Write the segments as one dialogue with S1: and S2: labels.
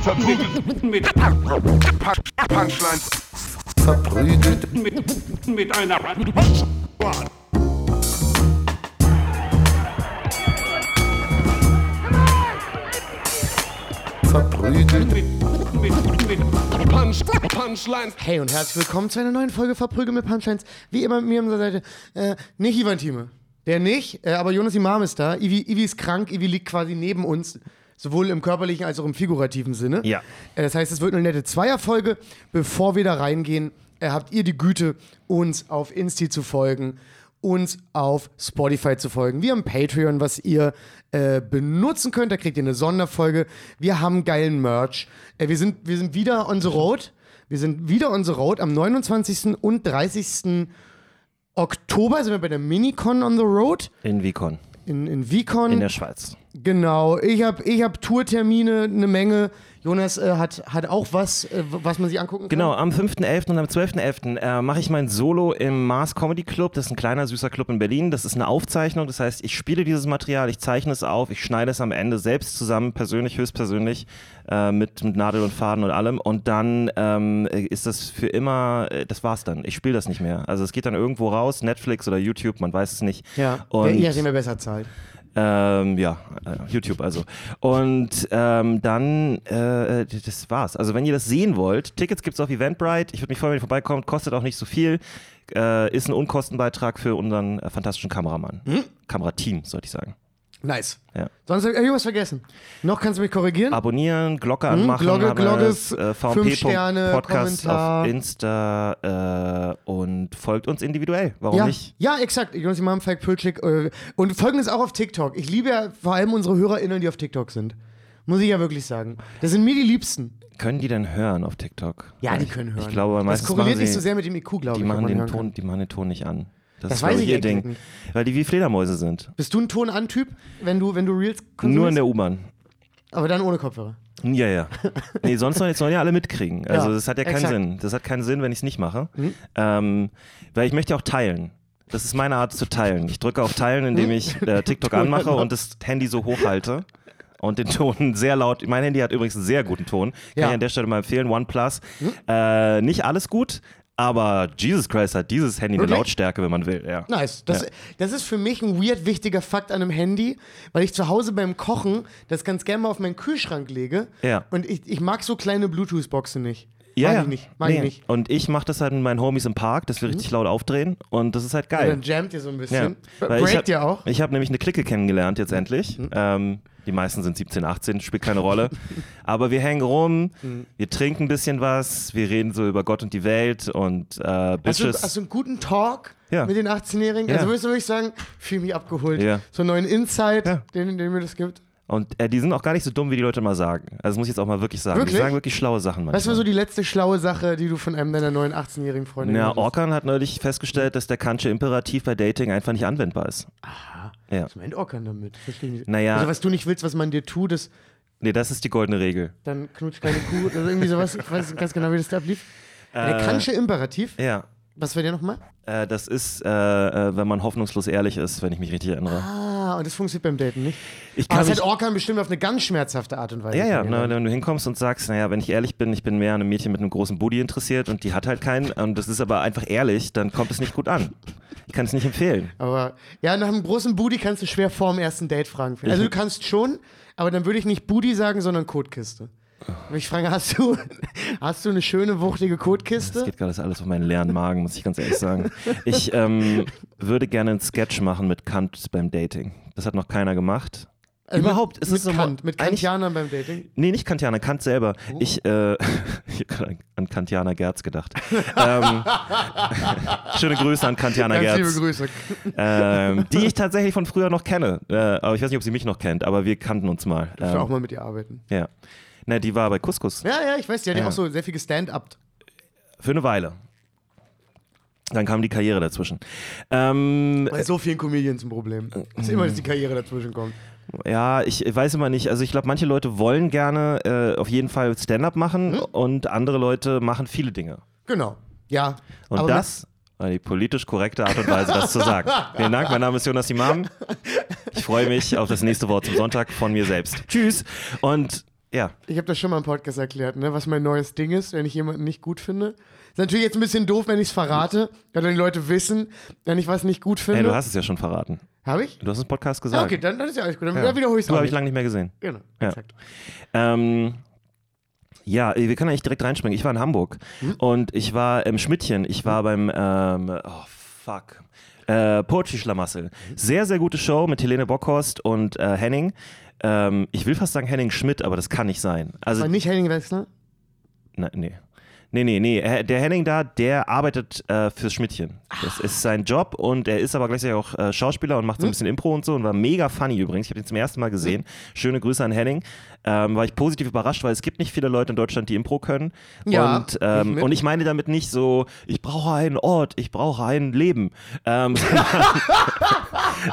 S1: verprügelt mit Punchlines.
S2: Verprügelt
S1: Mit, mit einer Ah,
S2: verprügelt,
S1: mit, mit, mit Punch, Punchlines.
S3: Hey und herzlich willkommen zu einer neuen Folge Verprügel mit Punchlines. Wie immer mit mir an der Seite. Äh, nicht Ivan Thieme. Der nicht, äh, aber Jonas Imam ist da. Ivi, Ivi ist krank, Ivi liegt quasi neben uns. Sowohl im körperlichen als auch im figurativen Sinne.
S4: Ja.
S3: Äh, das heißt, es wird eine nette Zweierfolge. Bevor wir da reingehen, äh, habt ihr die Güte, uns auf Insti zu folgen, uns auf Spotify zu folgen. Wir haben Patreon, was ihr äh, benutzen könnt. Da kriegt ihr eine Sonderfolge. Wir haben geilen Merch. Äh, wir, sind, wir sind wieder on the road. Wir sind wieder on the road am 29. und 30. Oktober sind wir bei der Minicon on the Road
S4: In Vicon,
S3: in, in Vicon.
S4: in der Schweiz.
S3: Genau, ich habe ich hab Tourtermine, eine Menge. Jonas äh, hat, hat auch was, äh, was man sich angucken kann.
S4: Genau, am 5.11. und am 12.11. Äh, mache ich mein Solo im Mars Comedy Club. Das ist ein kleiner, süßer Club in Berlin. Das ist eine Aufzeichnung. Das heißt, ich spiele dieses Material, ich zeichne es auf, ich schneide es am Ende selbst zusammen, persönlich, höchstpersönlich, äh, mit, mit Nadel und Faden und allem. Und dann ähm, ist das für immer, äh, das war's dann. Ich spiele das nicht mehr. Also es geht dann irgendwo raus, Netflix oder YouTube, man weiß es nicht.
S3: Ja,
S4: Und-
S3: und ja, den wir besser zahlt.
S4: Ähm, ja, äh, YouTube also. Und ähm, dann, äh, das war's. Also wenn ihr das sehen wollt, Tickets gibt's auf Eventbrite. Ich würde mich freuen, wenn ihr vorbeikommt. Kostet auch nicht so viel. Äh, ist ein Unkostenbeitrag für unseren äh, fantastischen Kameramann.
S3: Hm?
S4: Kamerateam, sollte ich sagen.
S3: Nice.
S4: Ja.
S3: Sonst habe ich irgendwas vergessen. Noch kannst du mich korrigieren?
S4: Abonnieren, Glocke anmachen.
S3: Hm? Glocke,
S4: haben wir
S3: Glocke,
S4: das, äh,
S3: fünf
S4: VMP.
S3: Sterne,
S4: Podcast
S3: Kommentar.
S4: auf Insta äh, und folgt uns individuell. Warum
S3: ja,
S4: nicht?
S3: ja, exakt. Jonas Imam, Falk Pülschik. Äh, und folgendes auch auf TikTok. Ich liebe ja vor allem unsere HörerInnen, die auf TikTok sind. Muss ich ja wirklich sagen. Das sind mir die Liebsten.
S4: Können die denn hören auf TikTok?
S3: Ja, die können hören.
S4: Ich glaube, aber
S3: das
S4: meistens
S3: korreliert
S4: machen sie,
S3: nicht so sehr mit dem IQ, glaube
S4: Die
S3: ich.
S4: machen,
S3: ob man
S4: den
S3: hören kann.
S4: Ton, die machen den Ton nicht an. Das,
S3: Das
S4: ist
S3: weiß
S4: glaube
S3: ich
S4: ihr
S3: ehrlich
S4: Ding.
S3: nicht.
S4: Weil die wie Fledermäuse sind.
S3: Bist du ein Ton an Typ, wenn du, wenn du Reels konsumierst?
S4: Nur in der U-Bahn.
S3: Aber dann ohne Kopfhörer.
S4: Ja, ja. Nee, sonst sollen jetzt sollen ja alle mitkriegen. Also
S3: Ja,
S4: das hat ja keinen
S3: exakt. Hm?
S4: Sinn. Das hat keinen Sinn, wenn ich es nicht mache. Ähm, weil ich möchte auch teilen. Das ist meine Art zu teilen. Ich drücke auf Teilen, indem
S3: Hm?
S4: ich äh, TikTok anmache und das Handy so hochhalte. Und den Ton sehr laut. Mein Handy hat übrigens einen sehr guten Ton. Kann
S3: Ja. Hm?
S4: ich an der Stelle mal empfehlen. OnePlus. Äh, nicht alles gut, aber Jesus Christ hat dieses Handy
S3: Wirklich?
S4: eine Lautstärke, wenn man will. Ja.
S3: Nice. Das,
S4: Ja.
S3: das ist für mich ein weird wichtiger Fakt an einem Handy, weil ich zu Hause beim Kochen das ganz gerne mal auf meinen Kühlschrank lege.
S4: Ja.
S3: Und ich, ich mag so kleine Bluetooth-Boxen nicht. mag ich nicht. Mag ich
S4: Nee.
S3: nicht. Mhm.
S4: Und ich mache das halt mit meinen Homies im Park, dass wir richtig laut aufdrehen und das ist halt geil.
S3: Dann jammt ihr so ein
S4: Ja.
S3: bisschen.
S4: Weil ich
S3: Breakt
S4: hab-
S3: ihr auch. Mhm.
S4: Ich habe nämlich eine Clique kennengelernt jetzt endlich. Ähm, die meisten sind 17, 18, spielt keine Rolle. Aber wir hängen rum,
S3: Mhm.
S4: wir trinken ein bisschen was, wir reden so über Gott und die Welt und äh,
S3: Hast du,
S4: Bitches.
S3: hast du einen guten Talk
S4: Ja.
S3: mit den 18-Jährigen?
S4: Ja.
S3: Also würdest du wirklich sagen, fühle mich abgeholt.
S4: Ja.
S3: So einen neuen Insight,
S4: Ja.
S3: den, den mir das gibt.
S4: und äh, die sind auch gar nicht so dumm, wie die Leute mal sagen. Also das muss ich jetzt auch mal wirklich sagen.
S3: Wirklich?
S4: Die sagen wirklich schlaue Sachen manchmal.
S3: Was war so die letzte schlaue Sache, die du von einem deiner neuen 18-jährigen Freunde
S4: ja, Orkan hat neulich festgestellt, dass der Kantsche Imperativ bei Dating einfach nicht anwendbar ist.
S3: Was meint Orkan damit? Verstehe ich nicht.
S4: Naja.
S3: Also was du nicht willst, was man dir tut, das
S4: Nee, das ist die goldene Regel.
S3: dann knutscht keine Kuh oder irgendwie sowas. Ich weiß nicht ganz genau, wie das da ablief. Der
S4: Äh.
S3: Kantsche Imperativ.
S4: Ja,
S3: Was war der nochmal?
S4: Äh, das ist, äh, äh, wenn man hoffnungslos ehrlich ist, wenn ich mich richtig erinnere.
S3: Ah, und das funktioniert beim Daten nicht.
S4: Ich
S3: Aber
S4: kann
S3: das
S4: mich,
S3: hat Orkan bestimmt auf eine ganz schmerzhafte Art und Weise.
S4: ja, ja, na,
S3: kennengelernt.
S4: wenn du hinkommst und sagst, naja, wenn ich ehrlich bin, ich bin mehr an einem Mädchen mit einem großen Booty interessiert und die hat halt keinen und das ist aber einfach ehrlich, dann kommt es nicht gut an. Ich kann es nicht empfehlen.
S3: Aber ja, nach einem großen Booty kannst du schwer vor dem ersten Date fragen.
S4: Mhm.
S3: Also du kannst schon, aber dann würde ich nicht Booty sagen, sondern Kotkiste. Und ich frage, hast du, hast du eine schöne, wuchtige
S4: Das
S3: Kotkiste?
S4: geht gerade das alles auf meinen leeren Magen, muss ich ganz ehrlich sagen. Ich ähm, würde gerne einen Sketch machen mit Kant beim Dating. Das hat noch keiner gemacht.
S3: Also
S4: Überhaupt
S3: mit,
S4: ist
S3: mit
S4: es so-
S3: Kant, mit
S4: eigentlich-
S3: Kantianern beim Dating.
S4: Nee, nicht Kantianer, Kant selber.
S3: Oh.
S4: Ich, äh, ich hab grad an- an Kantianer Gerz gedacht. ähm, schöne Grüße an Kantianer
S3: Ganz
S4: Gerz.
S3: liebe Grüße.
S4: ähm, die ich tatsächlich von früher noch kenne. Äh, aber ich weiß nicht, ob sie mich noch kennt, aber wir kannten uns mal.
S3: Ich will
S4: Ähm,
S3: auch mal mit dir arbeiten.
S4: ja. Na, die war bei Couscous
S3: Ja, ja, ich weiß, die hat ja
S4: Ja.
S3: auch so sehr viel gestand-up.
S4: für eine Weile. Dann kam die Karriere dazwischen. Ähm,
S3: Bei so vielen Comedians ein Problem.
S4: äh,
S3: Es ist immer,
S4: mm.
S3: dass die Karriere dazwischen kommt.
S4: ja, ich weiß immer nicht. Also ich glaube, manche Leute wollen gerne äh, auf jeden Fall Stand-up machen
S3: Hm?
S4: und andere Leute machen viele Dinge.
S3: Genau. Ja.
S4: Und
S3: aber
S4: das war die politisch korrekte Art und Weise, das zu sagen. Vielen Dank, mein Name ist Jonas Imam. Ich freue mich auf das nächste Wort zum Sonntag von mir selbst. Tschüss und Ja.
S3: Ich habe das schon mal im Podcast erklärt, ne? was mein neues Ding ist, wenn ich jemanden nicht gut finde. Ist natürlich jetzt ein bisschen doof, wenn ich es verrate, weil dann die Leute wissen, wenn ich was nicht gut
S4: Hey,
S3: finde.
S4: du hast es ja schon verraten.
S3: Habe ich?
S4: Du hast es im Podcast gesagt.
S3: Ah, okay, dann, dann ist ja alles gut. Dann
S4: Ja.
S3: dann wiederhole ich es
S4: Du habe ich lange nicht mehr gesehen.
S3: Genau,
S4: Ja.
S3: exakt.
S4: Ähm, ja, äh, wir können eigentlich direkt reinspringen. Ich war in Hamburg
S3: Hm?
S4: und ich war im Schmidtchen. Ich war beim, ähm, oh fuck, äh, Poetry Schlamassel. Sehr, sehr gute Show mit Helene Bockhorst und äh, Henning. Ähm, ich will fast sagen Henning Schmidt, aber das kann nicht sein. Also,
S3: Aber nicht Henning Wechsler?
S4: na, nee. Nee, nee, nee. Äh, Der Henning da, der arbeitet äh, fürs Schmidtchen. Das
S3: Ah.
S4: ist sein Job und er ist aber gleichzeitig auch äh, Schauspieler und macht
S3: Hm.
S4: so ein bisschen Impro und so und war mega funny übrigens. Ich habe ihn zum ersten Mal gesehen. Schöne Grüße an Henning. Ähm, war ich positiv überrascht, weil es gibt nicht viele Leute in Deutschland, die Impro können.
S3: Ja,
S4: und, ähm,
S3: mit.
S4: und ich meine damit nicht so, ich brauche einen Ort, ich brauche ein Leben. Ähm,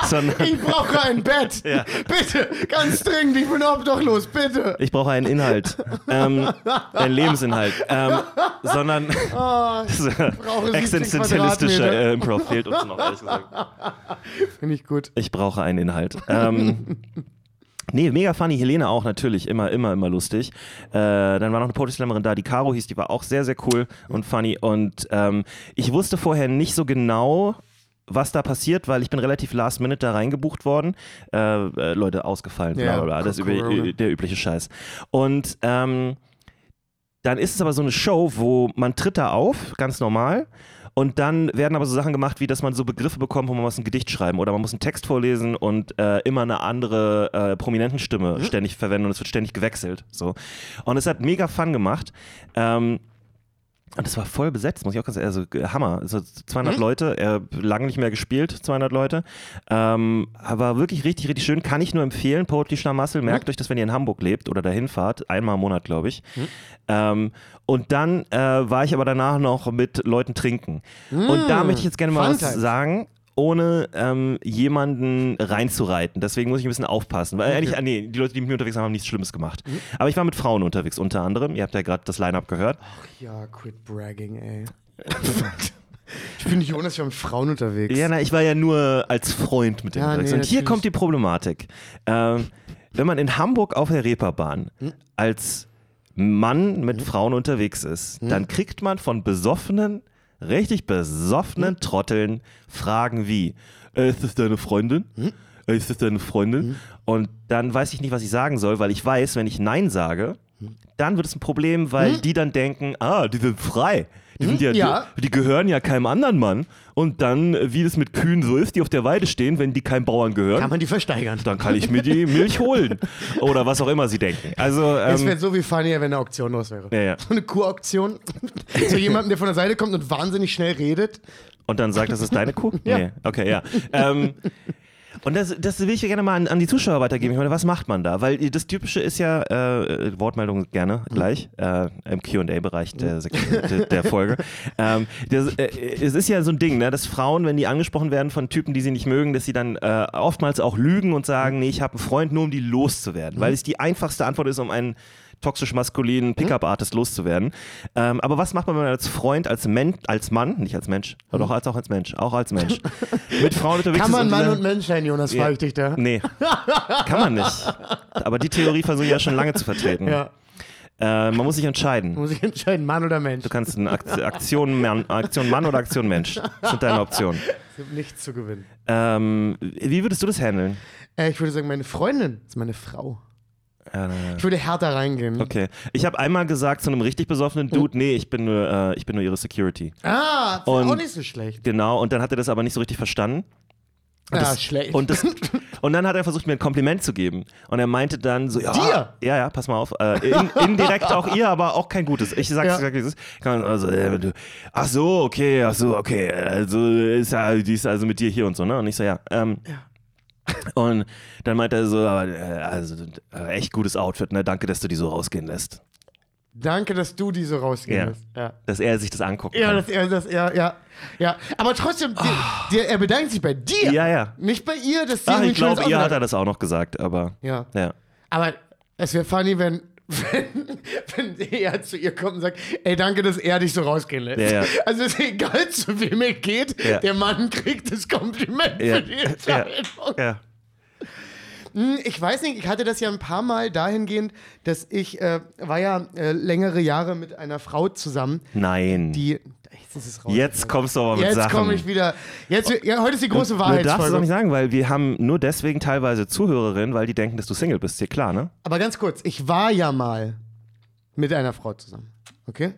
S4: sondern,
S3: Ich brauche ein Bett.
S4: Ja.
S3: Bitte, ganz dringend, ich bin obdachlos, bitte.
S4: ich brauche einen Inhalt, ähm, einen Lebensinhalt, ähm, sondern
S3: Ah, brauche 70
S4: äh, existenzialistischer
S3: Quadratmeter.
S4: äh, Improv fehlt uns noch, ehrlich gesagt.
S3: Finde ich gut.
S4: Ich brauche einen Inhalt. Ähm, nee, mega funny. Helene auch natürlich, immer, immer, immer lustig. Äh, dann war noch eine Poetry-Slammerin da, die Caro hieß, die war auch sehr, sehr cool und funny. Und ähm, ich wusste vorher nicht so genau, was da passiert, weil ich bin relativ last minute da reingebucht worden. Äh, äh, Leute ausgefallen, bla
S3: Ja,
S4: bla bla. Das ist
S3: Corona.
S4: übli- der übliche Scheiß. Und ähm, dann ist es aber so eine Show, wo man tritt da auf, ganz normal. Und dann werden aber so Sachen gemacht, wie dass man so Begriffe bekommt, wo man muss ein Gedicht schreiben oder man muss einen Text vorlesen und äh, immer eine andere äh, Prominentenstimme ständig verwenden und es wird ständig gewechselt. So. Und es hat mega Fun gemacht. Ähm, und es war voll besetzt, muss ich auch ganz ehrlich sagen. Also, Hammer. Also 200
S3: Mhm.
S4: Leute, äh, lange nicht mehr gespielt, 200 Leute. Ähm, aber wirklich richtig, richtig schön. Kann ich nur empfehlen, Poetry Schlamassel. Merkt
S3: Mhm.
S4: euch das, wenn ihr in Hamburg lebt oder dahin fahrt. Einmal im Monat, glaube ich. Ähm, und dann äh, war ich aber danach noch mit Leuten trinken. Und da möchte ich jetzt gerne mal
S3: Mm, Fun
S4: was
S3: Times.
S4: sagen. Ohne ähm, jemanden reinzureiten. Deswegen muss ich ein bisschen aufpassen. Weil eigentlich, ah, nee, die Leute, die mit mir unterwegs waren, haben nichts Schlimmes gemacht.
S3: Mhm.
S4: Aber ich war mit Frauen unterwegs, unter anderem. Ihr habt ja gerade das Line-Up gehört.
S3: Ja, quit bragging, ey. ich bin nicht Jonas, ich war mit Frauen unterwegs.
S4: Ja, na, ich war ja nur als Freund mit dem
S3: Ja,
S4: unterwegs.
S3: nee,
S4: Und hier
S3: natürlich.
S4: kommt die Problematik. Ähm, wenn man in Hamburg auf der Reeperbahn
S3: Hm?
S4: als Mann mit Frauen unterwegs ist,
S3: Hm?
S4: dann kriegt man von besoffenen, richtig besoffenen
S3: Hm?
S4: Trotteln Fragen wie: äh, Ist das deine Freundin?
S3: Hm?
S4: Äh, Ist das deine Freundin? Und dann weiß ich nicht, was ich sagen soll, weil ich weiß, wenn ich Nein sage,
S3: Hm?
S4: dann wird es ein Problem, weil die dann denken: Ah, die sind frei. Die sind ja,
S3: Hm? Ja.
S4: Die, die gehören ja keinem anderen Mann. Und dann, äh, wie es mit Kühen so ist, die auf der Weide stehen, wenn die keinem Bauern gehören,
S3: Kann man die versteigern?
S4: dann kann ich mir die Milch holen. Oder was auch immer sie denken. Also,
S3: Es wäre
S4: ähm,
S3: so wie funnier, wenn eine Auktion raus wäre.
S4: ja, ja.
S3: So eine Kuhauktion. so jemandem, der von der Seite kommt und wahnsinnig schnell redet.
S4: Und dann sagt, das ist deine Kuh?
S3: Ja.
S4: Nee. Okay, ja. Ähm, und das, das will ich gerne mal an, an die Zuschauer weitergeben. Ich meine, was macht man da? Weil das Typische ist ja, äh, Wortmeldung gerne
S3: Mhm.
S4: gleich, äh, im QA-Bereich der, Sek- der, der Folge. Ähm, das, äh, es ist ja so ein Ding, ne, dass Frauen, wenn die angesprochen werden von Typen, die sie nicht mögen, dass sie dann äh, oftmals auch lügen und
S3: Mhm.
S4: sagen, nee, ich habe einen Freund, nur um die loszuwerden. Weil es die einfachste Antwort ist, um einen toxisch
S3: Mhm.
S4: maskulinen Pickup-Artist loszuwerden. Ähm, aber was macht man, wenn man als Freund, als, Men als Mann, nicht als Mensch, aber doch als, auch als Mensch, auch als Mensch, mit Frauen unterwegs
S3: Mhm. Kann
S4: ist
S3: man
S4: und
S3: Mann
S4: dieser-
S3: und Mensch sein, Jonas,
S4: Ja.
S3: frage ich dich da.
S4: Nee, kann man nicht. Aber die Theorie versuche ich ja schon lange zu vertreten.
S3: Ja,
S4: Äh, man muss sich entscheiden.
S3: muss ich entscheiden, Mann oder Mensch.
S4: Du kannst eine Akt- Aktion Mann, Aktion Mann oder Aktion Mensch. Das sind deine Optionen.
S3: Es gibt nichts zu gewinnen.
S4: Ähm, wie würdest du das handeln?
S3: Äh, ich würde sagen, meine Freundin ist meine Frau.
S4: Äh,
S3: Ich würde härter reingehen.
S4: okay. Ich habe einmal gesagt zu einem richtig besoffenen Dude, nee, ich bin nur, äh, ich bin nur ihre Security.
S3: Ah,
S4: Und-
S3: auch nicht so schlecht.
S4: Genau, und dann hat er das aber nicht so richtig verstanden.
S3: Ja,
S4: das-
S3: Ah, schlecht.
S4: Und, das, und dann hat er versucht, mir ein Kompliment zu geben. Und er meinte dann so, ja,
S3: Dir?
S4: ja, ja, pass mal auf, äh, in, indirekt auch ihr, aber auch kein gutes. Ich sag's,
S3: Ja.
S4: ja. sag, wie es ist. Kann man also, äh, du, ach so, okay, ach so, okay, also ist ja, die ist also mit dir hier und so, ne? Und ich so, ja. Ähm, Und dann meinte er so, aber, äh, also äh, echt gutes Outfit, ne? Danke, dass du die so rausgehen lässt.
S3: Danke, dass du die so rausgehen
S4: Ja.
S3: lässt. Ja.
S4: Dass er sich das anguckt.
S3: Ja, das, ja, das, ja, ja, ja. Aber trotzdem, die, die, er bedankt sich bei dir.
S4: Ah. Ja, ja.
S3: Nicht bei ihr, dass sie
S4: Ach,
S3: ihm
S4: ich
S3: ein schönes
S4: glaube, ihr
S3: Outfit
S4: hat er das auch noch gesagt, aber
S3: Ja.
S4: ja.
S3: Aber es wäre funny, wenn, wenn, wenn er zu ihr kommt und sagt, ey, danke, dass er dich so rausgehen lässt.
S4: Ja, ja.
S3: Also es ist egal, zu wem er geht,
S4: Ja.
S3: der Mann kriegt das Kompliment
S4: Ja.
S3: für die Entscheidung.
S4: ja.
S3: Hm, Ich weiß nicht, ich hatte das ja ein paar Mal dahingehend, dass ich äh, war ja äh, längere Jahre mit einer Frau zusammen,
S4: Nein.
S3: die. Jetzt ist es raus.
S4: Jetzt kommst du aber mit
S3: Jetzt
S4: Sachen.
S3: komme ich wieder. Jetzt, ja, heute ist die große
S4: Du darfst es auch
S3: Wahrheitsfolge.
S4: nicht sagen, weil wir haben nur deswegen teilweise Zuhörerinnen, weil die denken, dass du Single bist. Dir klar, ne?
S3: Aber ganz kurz, ich war ja mal mit einer Frau zusammen. Okay?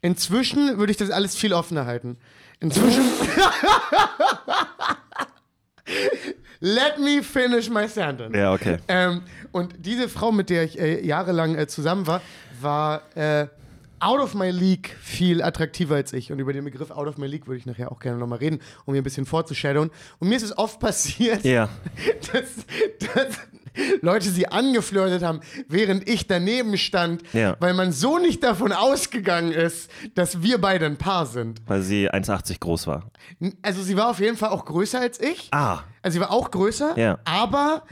S3: Inzwischen würde ich das alles viel offener halten. Inzwischen. Let me finish my sentence.
S4: Ja, okay.
S3: Ähm, und diese Frau, mit der ich äh, jahrelang äh, zusammen war, war äh, out of my league viel attraktiver als ich. Und über den Begriff out of my league würde ich nachher auch gerne nochmal reden, um mir ein bisschen vorzushadowen. Und mir ist es oft passiert,
S4: Ja.
S3: dass, dass Leute sie angeflirtet haben, während ich daneben stand,
S4: Ja.
S3: weil man so nicht davon ausgegangen ist, dass wir beide ein Paar sind.
S4: Weil sie 1,80 groß war.
S3: Also sie war auf jeden Fall auch größer als ich.
S4: Ah.
S3: Also sie war auch größer,
S4: Ja.
S3: aber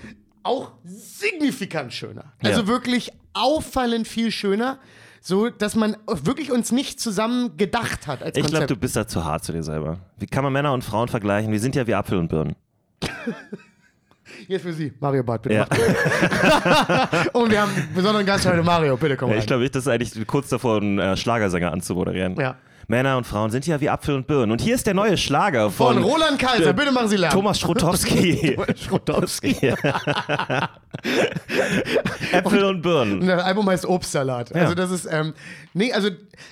S3: auch signifikant schöner. Also
S4: Ja.
S3: wirklich auffallend viel schöner, so dass man wirklich uns nicht zusammen gedacht hat als
S4: Ich glaube,
S3: Konzept.
S4: du bist da zu hart zu dir selber. Wie kann man Männer und Frauen vergleichen? Wir sind ja wie Apfel und Birnen.
S3: Hier für Sie, Mario Bart, bitte.
S4: Ja.
S3: macht- Und wir haben einen besonderen Gast heute, Mario, bitte komm rein.
S4: Ich glaube, ich das ist eigentlich kurz davor, einen äh, Schlagersänger anzumoderieren.
S3: Ja.
S4: Männer und Frauen sind ja wie Apfel und Birnen. Und hier ist der neue Schlager von,
S3: Von Roland Kaiser, bitte machen Sie Lärm.
S4: Thomas Schrotowski.
S3: Schrotowski.
S4: Äpfel und Birnen.
S3: Und das Album heißt Obstsalat. Also das ist, ähm, nee, also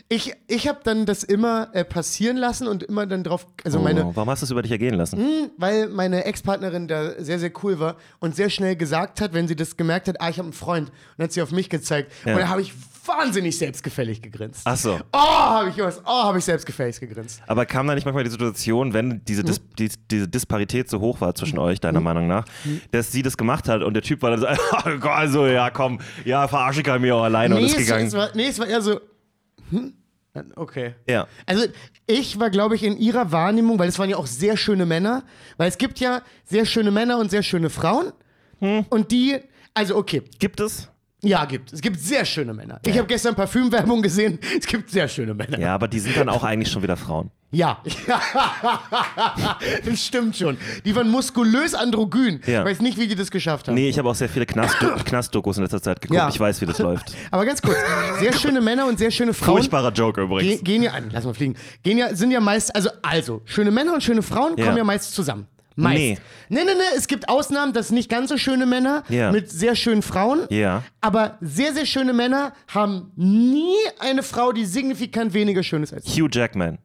S3: ich, ich habe dann das immer äh, passieren lassen und immer dann drauf, also meine,
S4: oh, warum hast du es über dich ergehen lassen?
S3: weil meine Ex-Partnerin da sehr, sehr cool war und sehr schnell gesagt hat, wenn sie das gemerkt hat, ah, ich habe einen Freund und hat sie auf mich gezeigt.
S4: Ja.
S3: Und da habe ich wahnsinnig selbstgefällig gegrinst.
S4: Ach so.
S3: Oh, habe ich was. Oh, habe ich selbstgefällig gegrinst.
S4: Aber kam da nicht manchmal die Situation, wenn diese, Dis die, diese Disparität so hoch war zwischen euch, deiner Meinung nach, dass sie das gemacht hat und der Typ war dann so, oh Gott, also ja komm, ja verarsche ich halt mir auch alleine und ist
S3: es,
S4: gegangen.
S3: es war, nee, es war eher so, hm? Okay.
S4: ja.
S3: Also ich war, glaube ich, in ihrer Wahrnehmung, weil es waren ja auch sehr schöne Männer, weil es gibt ja sehr schöne Männer und sehr schöne Frauen.
S4: Hm.
S3: Und die, also okay,
S4: Gibt es?
S3: ja, gibt. Es gibt sehr schöne Männer. Ich habe gestern Parfümwerbung gesehen. Es gibt sehr schöne Männer.
S4: Ja, aber die sind dann auch eigentlich schon wieder Frauen.
S3: Ja. das stimmt schon. Die waren muskulös androgyn.
S4: Ja.
S3: Ich weiß nicht, wie die das geschafft haben.
S4: Nee, ich habe auch sehr viele Knast Knastdokus in letzter Zeit geguckt.
S3: Ja.
S4: Ich weiß, wie das läuft.
S3: Aber ganz kurz, sehr schöne Männer und sehr schöne Frauen
S4: Furchtbarer Joke
S3: ge
S4: übrigens.
S3: gehen ja an, lass mal fliegen. Gehen ja, sind ja meist, also, also, schöne Männer und schöne Frauen
S4: Ja.
S3: kommen ja meist zusammen. Meist.
S4: Nee.
S3: Nee. Nee, nee, nee, es gibt Ausnahmen, dass nicht ganz so schöne Männer
S4: Ja.
S3: mit sehr schönen Frauen.
S4: Ja.
S3: Aber sehr, sehr schöne Männer haben nie eine Frau, die signifikant weniger schön ist als sie.
S4: Hugh Jackman.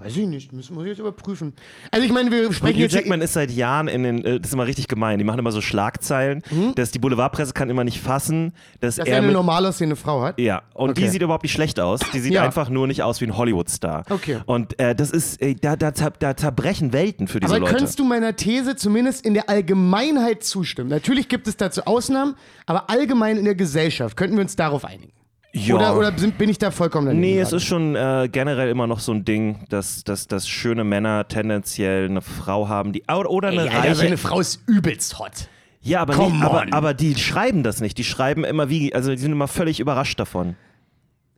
S3: Weiß ich nicht, müssen wir jetzt überprüfen. Also ich meine, wir sprechen
S4: Hugh
S3: jetzt...
S4: Jackman ist seit Jahren in den, äh, das ist immer richtig gemein, die machen immer so Schlagzeilen, dass die Boulevardpresse kann immer nicht fassen, Hm? dass,
S3: dass er
S4: er
S3: eine
S4: mit
S3: normal aussehende Frau hat.
S4: Ja, und die
S3: Okay.
S4: sieht überhaupt nicht schlecht aus. Die sieht
S3: Ja.
S4: einfach nur nicht aus wie ein Hollywood-Star.
S3: Okay.
S4: Und äh, das ist, äh, da, da, zer- da zerbrechen Welten für diese
S3: Aber
S4: Leute.
S3: könntest du meiner These zumindest in der Allgemeinheit zustimmen? Natürlich gibt es dazu Ausnahmen, aber allgemein in der Gesellschaft könnten wir uns darauf einigen.
S4: ja.
S3: Oder, oder sind, bin ich da vollkommen daneben?
S4: Nee, es
S3: gerade?
S4: ist schon äh, generell immer noch so ein Ding, dass, dass, dass schöne Männer tendenziell eine Frau haben, die. au- Oder eine
S3: Ey, Alter,
S4: reiche.
S3: seine Frau ist übelst hot.
S4: ja, aber,
S3: Come
S4: nee, aber,
S3: on.
S4: aber die schreiben das nicht. Die schreiben immer wie. Also die sind immer völlig überrascht davon.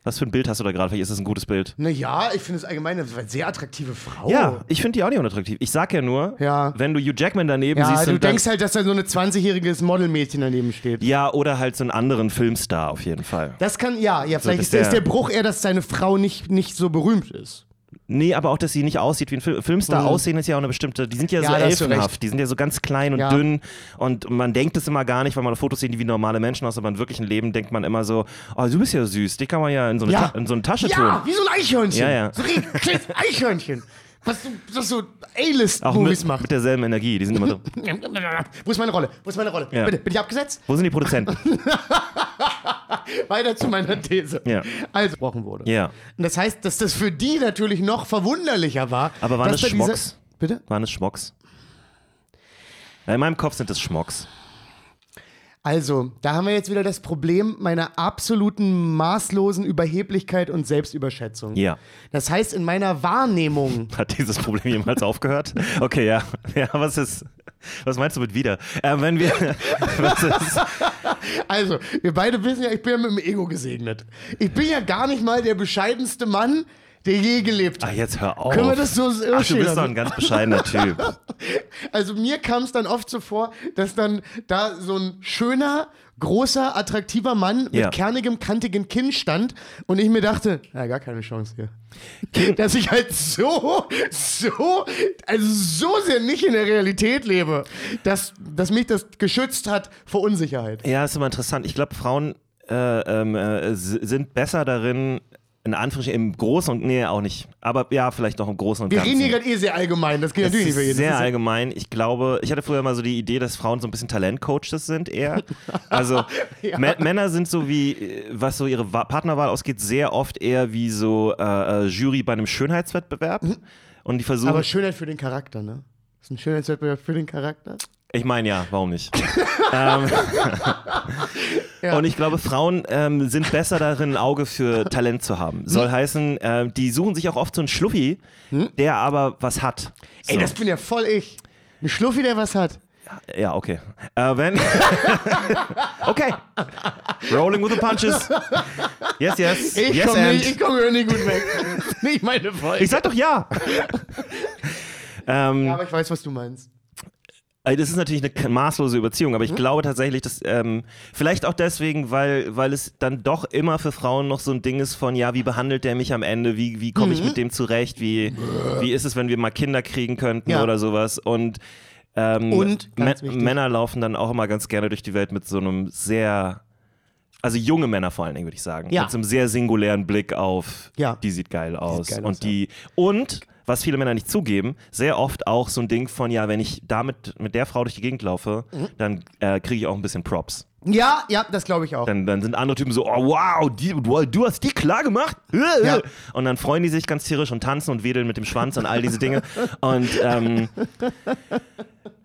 S4: Was für ein Bild hast du da gerade? Vielleicht ist das ein gutes Bild.
S3: Naja, ich finde es allgemein eine sehr attraktive Frau.
S4: Ja, ich finde die auch nicht unattraktiv. Ich sag ja nur,
S3: Oh. Ja.
S4: wenn du Hugh Jackman daneben
S3: Ja,
S4: siehst
S3: du
S4: und dann,
S3: denkst halt, dass da so eine 20-jähriges Modelmädchen daneben steht.
S4: Ja, oder halt so einen anderen Filmstar auf jeden Fall.
S3: Das kann, ja, ja, vielleicht
S4: das
S3: ist, der, ist
S4: der-
S3: der Bruch eher, dass seine Frau nicht, nicht so berühmt ist.
S4: Nee, aber auch, dass sie nicht aussieht wie ein Film Filmstar. Aussehen ist ja auch eine bestimmte, die sind ja,
S3: Mhm. Ja,
S4: so
S3: da hast du
S4: elfenhaft,
S3: recht.
S4: die sind ja so ganz klein und
S3: Ja.
S4: dünn und man denkt es immer gar nicht, weil man auf Fotos sieht, die wie normale Menschen aus, aber im wirklichen Leben denkt man immer so, oh, du bist ja süß, die kann man ja in so eine,
S3: Ja.
S4: Ta in so eine Tasche
S3: Ja,
S4: tun.
S3: wie so ein Eichhörnchen.
S4: Ja, ja.
S3: So ein richtig kleines Eichhörnchen. Was, so- das so
S4: Auch
S3: A-List-Movies
S4: mit,
S3: macht.
S4: mit derselben Energie, die sind immer so,
S3: Wo ist meine Rolle? Wo ist meine Rolle?
S4: Ja.
S3: Bitte, bin ich abgesetzt?
S4: wo sind die Produzenten?
S3: Weiter zu meiner These.
S4: Ja.
S3: Also gesprochen wurde.
S4: ja.
S3: Und das heißt, dass das für die natürlich noch verwunderlicher war.
S4: Aber waren
S3: dass
S4: das
S3: da diese-
S4: Schmocks?
S3: Bitte?
S4: Waren es Schmocks? Ja, in meinem Kopf sind es Schmocks.
S3: Also, da haben wir jetzt wieder das Problem meiner absoluten maßlosen Überheblichkeit und Selbstüberschätzung.
S4: Ja.
S3: Das heißt, in meiner Wahrnehmung
S4: Hat dieses Problem jemals aufgehört? Okay, ja. Ja, was ist. Was meinst du mit wieder? Äh, wenn wir. Was ist,
S3: Also, wir beide wissen ja, ich bin ja mit dem Ego gesegnet. Ich bin ja gar nicht mal der bescheidenste Mann, der je gelebt
S4: Ach,
S3: hat.
S4: ah, jetzt hör auf.
S3: Können wir das so
S4: Ach, du bist
S3: schildern?
S4: doch ein ganz bescheidener Typ.
S3: Also mir kam es dann oft so vor, dass dann da so ein schöner, großer, attraktiver Mann mit
S4: Ja.
S3: kernigem, kantigem Kinn stand und ich mir dachte, ja, gar keine Chance hier. Dass ich halt so, so, also so sehr nicht in der Realität lebe, dass, dass mich das geschützt hat vor Unsicherheit.
S4: Ja, ist immer interessant. Ich glaube, Frauen äh, ähm, äh, s- sind besser darin, in Anführungsstrichen, im Großen und nee, auch nicht. Aber ja, vielleicht noch im Großen und
S3: Wir
S4: Ganzen.
S3: reden hier gerade eh sehr allgemein, das geht
S4: das
S3: natürlich nicht
S4: ist
S3: für jeden.
S4: sehr
S3: Das ist-
S4: allgemein. Ich glaube, ich hatte früher mal so die Idee, dass Frauen so ein bisschen Talentcoaches sind eher. Also Mä- Männer sind so wie, äh, was so ihre Wa- Partnerwahl ausgeht, sehr oft eher wie so äh, äh, Jury bei einem Schönheitswettbewerb. Und die versuchen,
S3: Mhm. aber Schönheit für den Charakter, ne? Ist ein Schönheitswettbewerb für den Charakter?
S4: Ich meine ja, warum nicht? ähm, Und ich glaube, Frauen ähm, sind besser darin, ein Auge für Talent zu haben. Soll
S3: Mhm.
S4: heißen, ähm, die suchen sich auch oft so einen Schluffi, der aber was hat. So.
S3: Ey, das bin ja voll ich. Ein Schluffi, der was hat.
S4: ja, okay. Äh, wenn okay. Rolling with the punches. Yes, yes.
S3: Ich
S4: yes,
S3: komme
S4: and.
S3: nicht, ich komm hier nicht gut weg. nicht meine Folge.
S4: ich sag doch ja. ähm,
S3: aber ich weiß, was du meinst.
S4: Also das ist natürlich eine k- maßlose Überziehung,
S3: Hm?
S4: aber ich glaube tatsächlich, dass ähm, vielleicht auch deswegen, weil, weil es dann doch immer für Frauen noch so ein Ding ist von, ja, wie behandelt der mich am Ende, wie, wie komme
S3: Mhm.
S4: ich mit dem zurecht, wie, wie ist es, wenn wir mal Kinder kriegen könnten
S3: Ja.
S4: oder sowas. Und, ähm,
S3: Und,
S4: Mä-
S3: ganz wichtig.
S4: Männer laufen dann auch immer ganz gerne durch die Welt mit so einem sehr, also junge Männer vor allen Dingen, würde ich sagen,
S3: Ja.
S4: mit so einem sehr singulären Blick auf,
S3: Ja.
S4: die sieht geil aus.
S3: geil aus,
S4: und die und was viele Männer nicht zugeben, sehr oft auch so ein Ding von, ja, wenn ich damit mit der Frau durch die Gegend laufe,
S3: Mhm.
S4: dann äh, kriege ich auch ein bisschen Props.
S3: Ja, ja, das glaube ich auch.
S4: Dann, dann sind andere Typen so, oh wow, die, wow, du hast die klar gemacht. Äh,
S3: Ja.
S4: äh. Und dann freuen die sich ganz tierisch und tanzen und wedeln mit dem Schwanz und all diese Dinge. und ähm,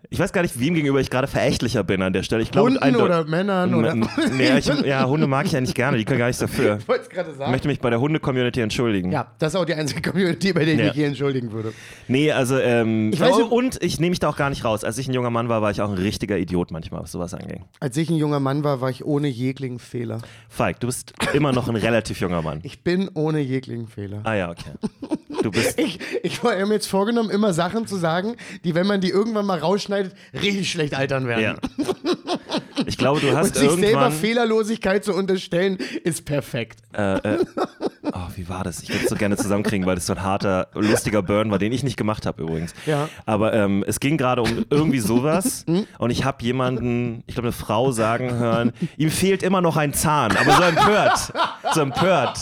S4: ich weiß gar nicht, wem gegenüber ich gerade verächtlicher bin an der Stelle. Ich glaube,
S3: Hunden
S4: eindeu-
S3: oder Männern oder.
S4: M- m- Nee, ich, ja, Hunde mag ich ja nicht gerne, die können gar nichts dafür.
S3: Ich wollte es gerade
S4: Ich
S3: sagen.
S4: möchte mich bei der Hunde-Community entschuldigen.
S3: Ja, das ist auch die einzige Community, bei der ich
S4: Ja.
S3: mich hier entschuldigen würde.
S4: Nee, also, ähm,
S3: Ich weiß
S4: oh,
S3: nicht-
S4: und ich nehme mich da auch gar nicht raus. Als ich ein junger Mann war, war ich auch ein richtiger Idiot manchmal, was sowas anging.
S3: Als ich ein junger Mann war, war ich ohne jeglichen Fehler.
S4: Falk, du bist immer noch ein relativ junger Mann.
S3: Ich bin ohne jeglichen Fehler.
S4: Ah ja, okay. Du bist.
S3: Ich, ich habe mir jetzt vorgenommen, immer Sachen zu sagen, die, wenn man die irgendwann mal rausschneidet, richtig schlecht altern werden.
S4: Ja. Ich glaube, du
S3: Und
S4: hast
S3: sich selber
S4: irgendwann.
S3: Fehlerlosigkeit zu unterstellen, ist perfekt.
S4: Oh, wie war das? Ich würde es so gerne zusammenkriegen, weil das so ein harter, lustiger Burn war, den ich nicht gemacht habe übrigens.
S3: Ja.
S4: Aber ähm, es ging gerade um irgendwie sowas und ich habe jemanden, ich glaube eine Frau sagen hören, ihm fehlt immer noch ein Zahn, aber so empört, so empört.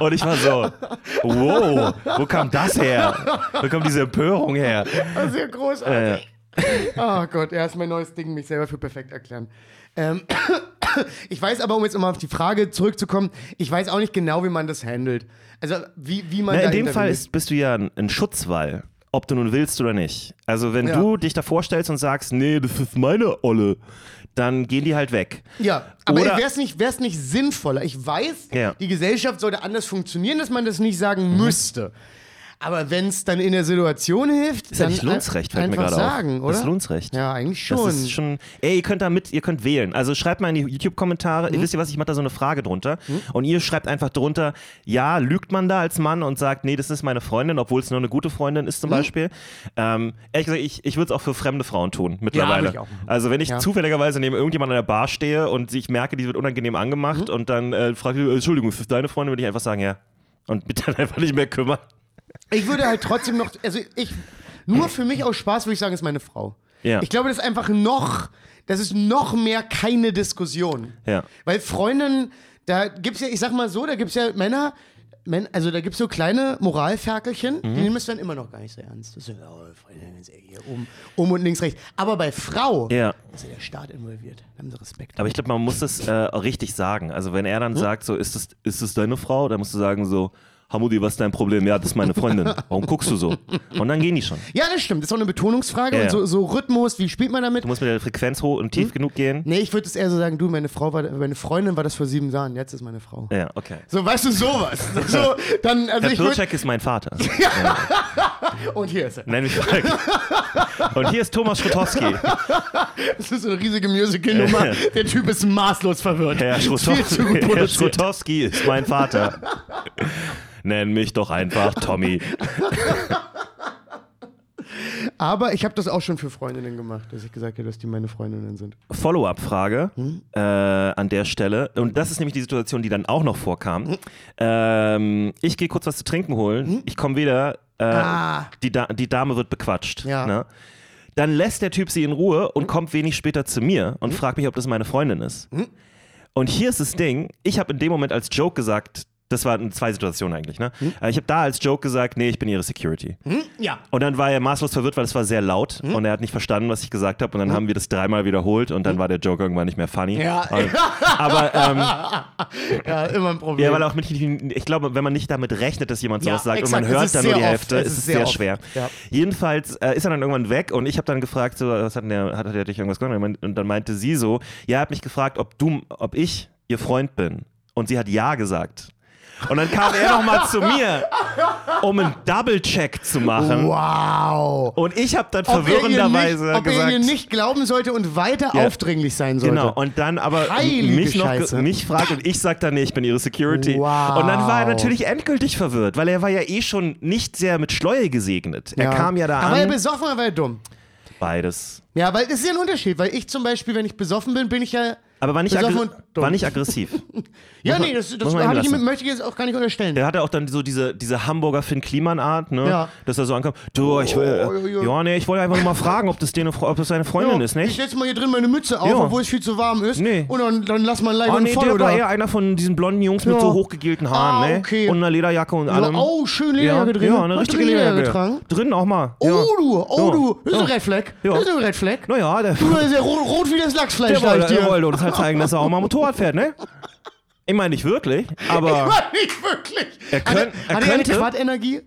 S4: Und ich war so, wow, wo kam das her? Wo kommt diese Empörung her?
S3: Das ist ja großartig.
S4: Äh,
S3: Oh Gott, ja, ist mein neues Ding, mich selber für perfekt erklären. Ähm, ich weiß aber, um jetzt immer auf die Frage zurückzukommen, ich weiß auch nicht genau, wie man das handelt. Also, wie, wie man
S4: Na, in dem
S3: dahinter
S4: Fall
S3: findet.
S4: ist, bist du ja ein, ein Schutzwall, ob du nun willst oder nicht. Also wenn
S3: Ja.
S4: du dich da vorstellst und sagst, nee, das ist meine Olle, dann gehen die halt weg.
S3: Ja, aber
S4: Oder-
S3: wäre es nicht, wär's nicht sinnvoller? Ich weiß,
S4: Ja. Mhm.
S3: die Gesellschaft sollte anders funktionieren, dass man das nicht sagen müsste. Aber wenn es dann in der Situation hilft,
S4: Ist ja
S3: dann
S4: nicht Lohnsrecht,
S3: ein-
S4: fällt mir
S3: einfach
S4: gerade
S3: sagen,
S4: auf.
S3: oder?
S4: Das ist Lohnsrecht.
S3: Ja, eigentlich schon.
S4: Das ist schon. Ey, ihr könnt da mit, ihr könnt wählen. Also schreibt mal in die YouTube-Kommentare.
S3: Hm?
S4: Ihr wisst ja was, ich mache da so eine Frage drunter. Und ihr schreibt einfach drunter, ja, lügt man da als Mann und sagt, nee, das ist meine Freundin, obwohl es nur eine gute Freundin ist zum
S3: Hm?
S4: Beispiel. Ähm, ehrlich gesagt, ich, ich würde es auch für fremde Frauen tun mittlerweile.
S3: ich auch machen.
S4: Also wenn ich
S3: Ja.
S4: zufälligerweise neben irgendjemand an der Bar stehe und ich merke, die wird unangenehm angemacht
S3: Hm?
S4: und dann äh, frage ich, Entschuldigung, ist das deine Freundin? Würde ich einfach sagen, ja. Und mich dann einfach nicht mehr kümmern.
S3: Ich würde halt trotzdem noch, also ich, nur für mich aus Spaß würde ich sagen, ist meine Frau.
S4: Ja.
S3: Ich glaube, das ist einfach noch, das ist noch mehr keine Diskussion.
S4: Ja.
S3: Weil Freundinnen, da gibt's ja, ich sag mal so, da gibt's ja Männer, Män also da gibt's so kleine Moralferkelchen,
S4: Mhm.
S3: die nehmen es dann immer noch gar nicht so ernst. Das ist ja, oh, Freundin ist ja hier um, um und links, rechts. Aber bei Frau
S4: Ja.
S3: ist ja der Staat involviert. Da haben sie Respekt.
S4: Aber ich glaube, man muss das äh, richtig sagen. Also wenn er
S3: Hm?
S4: dann sagt, so, ist das, ist das deine Frau? Dann musst du sagen so, Hamudi, was ist dein Problem? Ja, das ist meine Freundin. Warum guckst du so? Und dann gehen die schon.
S3: ja, das stimmt. Das ist auch eine Betonungsfrage
S4: Ja,
S3: und
S4: ja.
S3: so, so Rhythmus, wie spielt man damit?
S4: Du musst mit der Frequenz hoch und
S3: Hm?
S4: tief genug gehen.
S3: Nee, ich würde es eher so sagen, du, meine Frau war, meine Freundin war das vor sieben Jahren, jetzt ist meine Frau.
S4: Ja, okay.
S3: So, weißt du, sowas. So, dann, also
S4: Herr
S3: ich würd,
S4: Pirczek ist mein Vater.
S3: und hier ist er.
S4: Nenn mich Falk. Und hier ist Thomas Schrotowski.
S3: Das ist so eine riesige Musical-Nummer. Der Typ ist maßlos verwirrt.
S4: Herr
S3: Viel zu gut
S4: Schrotowski, Herr
S3: produziert.
S4: Schrotowski ist mein Vater. Nenn mich doch einfach Tommy.
S3: Aber ich habe das auch schon für Freundinnen gemacht, dass ich gesagt habe, dass die meine Freundinnen sind.
S4: Follow-up-Frage äh, an der Stelle. Und das ist nämlich die Situation, die dann auch noch vorkam. Ähm, ich gehe kurz was zu trinken holen. Ich komme wieder. Äh, die, da die Dame wird bequatscht.
S3: Ja.
S4: Ne? Dann lässt der Typ sie in Ruhe und kommt wenig später zu mir und fragt mich, ob das meine Freundin ist. Und hier ist das Ding, ich habe in dem Moment als Joke gesagt, das waren zwei Situationen eigentlich, ne? Äh, Ich habe da als Joke gesagt, nee, ich bin ihre Security.
S3: Ja.
S4: Und dann war er maßlos verwirrt, weil es war sehr laut
S3: Hm?
S4: und er hat nicht verstanden, was ich gesagt habe. Und dann haben wir das dreimal wiederholt und dann war der Joke irgendwann nicht mehr funny.
S3: Hm? Ja.
S4: Und, aber ähm,
S3: Ja, immer ein Problem.
S4: ja, weil auch mit, ich glaube, wenn man nicht damit rechnet, dass jemand
S3: Ja,
S4: sowas sagt
S3: exakt,
S4: und
S3: es
S4: man
S3: ist
S4: hört dann nur
S3: sehr
S4: die
S3: oft,
S4: Hälfte,
S3: es
S4: es
S3: ist
S4: ist
S3: sehr
S4: sehr,
S3: oft,
S4: schwer.
S3: ja.
S4: Jedenfalls äh, ist er dann irgendwann weg und ich habe dann gefragt, so, was hat, denn der, hat, hat der dich irgendwas genommen? Und dann meinte sie so, ja, er hat mich gefragt, ob du, ob ich ihr Freund bin. Und sie hat ja gesagt. Und dann kam er nochmal zu mir, um einen Double-Check zu machen.
S3: wow.
S4: Und ich habe dann
S3: Ob er ihr
S4: verwirrenderweise
S3: nicht, ob
S4: gesagt,
S3: er ihr nicht glauben sollte und weiter
S4: Ja.
S3: aufdringlich sein sollte.
S4: Genau, und dann aber
S3: Heilige
S4: mich, noch, ge-
S3: Scheiße.
S4: mich fragt und ich sag dann, nee, ich bin ihre Security.
S3: Wow.
S4: Und dann war er natürlich endgültig verwirrt, weil er war ja eh schon nicht sehr mit Schleue gesegnet. Er kam ja da
S3: Aber er
S4: an,
S3: besoffen oder war er dumm?
S4: beides.
S3: Ja, weil das ist ja ein Unterschied, weil ich zum Beispiel, wenn ich besoffen bin, bin ich ja.
S4: Aber war nicht,
S3: Besoffen
S4: aggr
S3: und dumm.
S4: war nicht aggressiv.
S3: Ja,
S4: man-
S3: nee, das, das
S4: muss man ihm
S3: hab ich, ihm-
S4: lassen.
S3: möchte ich jetzt auch gar nicht unterstellen.
S4: Er hatte auch dann so diese, diese Hamburger Finn-Kliman-Art, ne?
S3: Ja.
S4: dass er so ankam, du, ich will,
S3: Oh, ja, ja.
S4: ja, nee, ich wollte einfach nur mal fragen, ob das, deine, Fre- ob das seine Freundin
S3: Ja,
S4: ist, nicht?
S3: Ich setze mal hier drin meine Mütze auf,
S4: Ja.
S3: obwohl es viel zu warm ist.
S4: Nee.
S3: Und dann, dann lass mal leider
S4: Oh,
S3: einen
S4: nee,
S3: voll,
S4: der
S3: oder?
S4: war eher einer von diesen blonden Jungs mit
S3: Ja.
S4: so hochgegelten Haaren,
S3: Ah,
S4: ne?
S3: okay.
S4: Und einer Lederjacke und allem.
S3: oh, schön Lederjacke drin.
S4: Ja, eine
S3: Hat
S4: richtige
S3: Lederjacke
S4: Lederjacke.
S3: getragen?
S4: Drin auch mal.
S3: Oh
S4: ja.
S3: du, oh
S4: Ja.
S3: du, das ist ein
S4: Ja.
S3: Red Flag.
S4: Ja.
S3: Das ist ein Red Flag.
S4: Naja, der,
S3: Du, das ist ja rot, rot wie das Lachsfleisch,
S4: der,
S3: sag
S4: wollte,
S3: ich dir.
S4: der wollte uns halt zeigen, dass er auch mal Motorrad fährt, ne? Ich meine nicht wirklich, aber
S3: Mann, nicht wirklich.
S4: er, könnt, er
S3: Hat er eine
S4: könnte.
S3: Quad-Energie?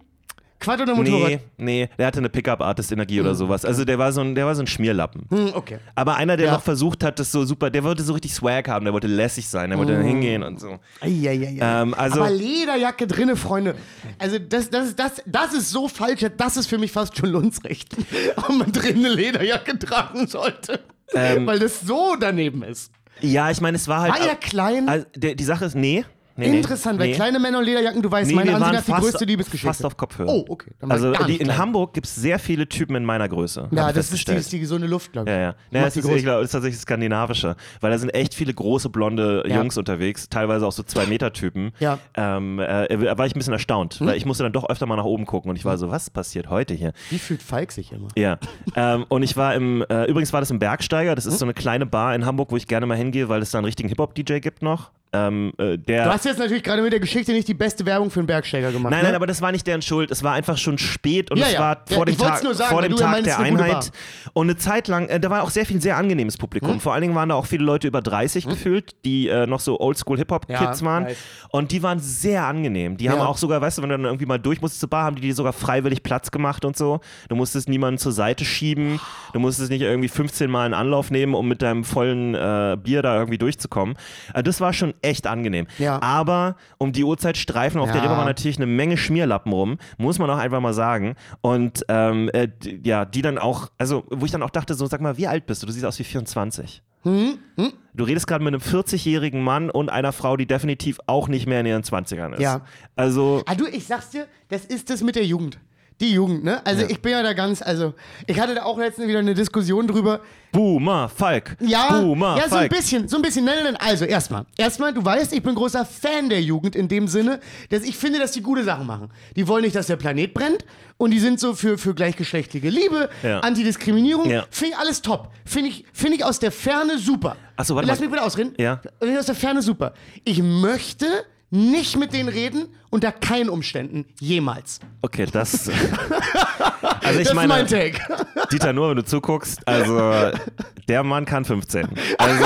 S3: Quad oder Motorrad?
S4: nee, nee, der hatte eine Pickup-Artist-Energie oder sowas. Also der war so ein, der war so ein Schmierlappen.
S3: Hm, okay.
S4: Aber einer, der
S3: Ja.
S4: noch versucht hat, das so super, der wollte so richtig Swag haben, der wollte lässig sein, der wollte
S3: Hm.
S4: hingehen und so.
S3: Eieiei.
S4: Ähm, also-
S3: Aber Lederjacke drinne, Freunde. Also das, das, ist- das, das ist so falsch, das ist für mich fast schon Lundsrecht, ob man drin eine Lederjacke tragen sollte.
S4: Ähm,
S3: Weil das so daneben ist.
S4: Ja, ich meine, es war halt.
S3: War er klein?
S4: Also, der, die Sache ist, nee. nee nee,
S3: Ah, Interessant, weil
S4: nee.
S3: kleine Männer und Lederjacken, du weißt,
S4: Nee,
S3: meine
S4: wir
S3: Ansicht
S4: waren
S3: nach die
S4: fast-
S3: größte Liebesgeschichte.
S4: Fast auf Kopfhörer.
S3: Oh, okay. Dann war ich
S4: Also
S3: gar
S4: die,
S3: nicht
S4: in
S3: klein.
S4: Hamburg gibt es sehr viele Typen in meiner Größe. hab ich
S3: Ja, das ist, die,
S4: festgestellt.
S3: ist die gesunde Luft, glaube ich.
S4: Ja, ja.
S3: Macht
S4: Naja, es
S3: die
S4: ist,
S3: groß.
S4: ich glaube, es ist tatsächlich skandinavischer, weil da sind echt viele große blonde
S3: Ja.
S4: Jungs unterwegs, teilweise auch so zwei Meter Typen.
S3: Ja.
S4: Ähm,
S3: Hm?
S4: äh, da war ich ein bisschen erstaunt, weil ich musste dann doch öfter mal nach oben gucken und ich war so, was passiert heute hier?
S3: Wie fühlt Falk sich immer?
S4: Ja. ähm, und ich war im, äh, übrigens war das im Bergsteiger, das
S3: Hm?
S4: ist so eine kleine Bar in Hamburg, wo ich gerne mal hingehe, weil es da einen richtigen Hip-Hop-DJ gibt noch. Ähm, äh, der
S3: Du hast jetzt natürlich gerade mit der Geschichte nicht die beste Werbung für einen Bergsteiger gemacht.
S4: Nein,
S3: ne?
S4: nein, aber das war nicht deren Schuld. Es war einfach schon spät und
S3: Ja,
S4: es
S3: ja.
S4: war
S3: Ja,
S4: vor dem
S3: ich wollt's
S4: Tag,
S3: nur sagen,
S4: vor
S3: weil
S4: dem
S3: du ja
S4: Tag
S3: meinst,
S4: der
S3: eine gute
S4: Einheit. Und eine Zeit lang, äh, da war auch sehr viel sehr angenehmes Publikum.
S3: Hm?
S4: Vor allen Dingen waren da auch viele Leute über 30 gefühlt, die äh, noch so Oldschool-Hip-Hop-Kids
S3: Ja,
S4: waren.
S3: nice.
S4: Und die waren sehr angenehm. Die haben
S3: Ja.
S4: auch sogar, weißt du, wenn du dann irgendwie mal durch musstest zur Bar, haben die dir sogar freiwillig Platz gemacht und so. Du musstest niemanden zur Seite schieben. Du musstest nicht irgendwie 15 Mal einen Anlauf nehmen, um mit deinem vollen äh, Bier da irgendwie durchzukommen. Äh, das war schon echt angenehm.
S3: Ja.
S4: Aber um die Uhrzeit streifen auf der
S3: Ja.
S4: Reeperbahn natürlich eine Menge Schmierlappen rum, muss man auch einfach mal sagen. Und ähm, äh, d- ja, die dann auch, also wo ich dann auch dachte, so sag mal, wie alt bist du? Du siehst aus wie 24.
S3: Hm?
S4: Du redest gerade mit einem 40-jährigen Mann und einer Frau, die definitiv auch nicht mehr in ihren 20ern ist.
S3: Ja.
S4: Also,
S3: Ah, du, ich sag's dir, das ist das mit der Jugend. Die Jugend, ne? Also ich bin ja da ganz, also ich hatte da auch letztens wieder eine Diskussion drüber.
S4: Boomer, Falk.
S3: Ja,
S4: Boomer,
S3: ja, so ein
S4: Falk.
S3: bisschen, so ein bisschen. Nein, nein, nein. Also erstmal, erstmal, du weißt, ich bin großer Fan der Jugend in dem Sinne, dass ich finde, dass die gute Sachen machen. Die wollen nicht, dass der Planet brennt und die sind so für, für gleichgeschlechtliche Liebe,
S4: Ja.
S3: Antidiskriminierung.
S4: Ja.
S3: Finde ich alles top. Finde ich, finde ich aus der Ferne super.
S4: Ach so, warte
S3: Lass
S4: mal.
S3: mich bitte ausreden.
S4: Ja.
S3: Finde ich aus der Ferne super. Ich möchte nicht mit denen reden unter keinen Umständen jemals.
S4: Okay, das. Also ich
S3: das
S4: meine,
S3: ist mein Take.
S4: Dieter, nur wenn du zuguckst, also der Mann kann 15. Also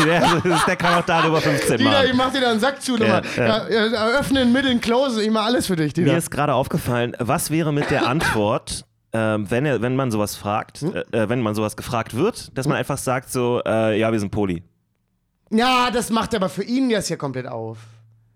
S4: der, der kann auch darüber 15
S3: Dieter,
S4: machen.
S3: ich mach dir da einen Sack zu, nochmal.
S4: Ja, ja.
S3: Ja, eröffnen, mitteln, closen, ich mach alles für dich, Dieter.
S4: Mir ist gerade aufgefallen, was wäre mit der Antwort, ähm, wenn, er, wenn man sowas fragt,
S3: Hm?
S4: äh, äh, wenn man sowas gefragt wird, dass man einfach sagt so, äh, ja, wir sind Poli.
S3: Ja, das macht aber für ihn das ja komplett auf.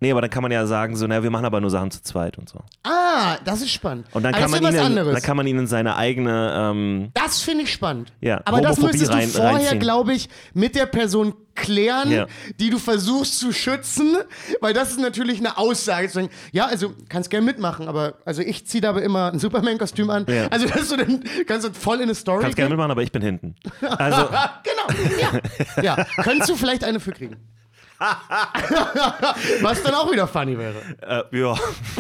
S4: Nee, aber dann kann man ja sagen so, naja, wir machen aber nur Sachen zu zweit und so.
S3: Ah, Ah, das ist spannend.
S4: Und dann
S3: Aber
S4: kann,
S3: das
S4: man
S3: ist ja was
S4: ihn in,
S3: anderes.
S4: dann kann man ihn in seine eigene, ähm,
S3: Das finde ich spannend.
S4: Ja,
S3: Aber das
S4: Homophobie
S3: müsstest du
S4: rein-
S3: vorher,
S4: reinziehen.
S3: glaube ich, mit der Person klären,
S4: Ja.
S3: die du versuchst zu schützen, weil das ist natürlich eine Aussage. Zu sagen, ja, also kannst gerne mitmachen, aber also ich ziehe dabei immer ein Superman-Kostüm an.
S4: Ja.
S3: Also dass du dann kannst du voll in eine Story.
S4: kannst gerne mitmachen, aber ich bin hinten. Also,
S3: Genau, ja. ja. Könntest du vielleicht eine für kriegen. was dann auch wieder funny wäre.
S4: äh, ja,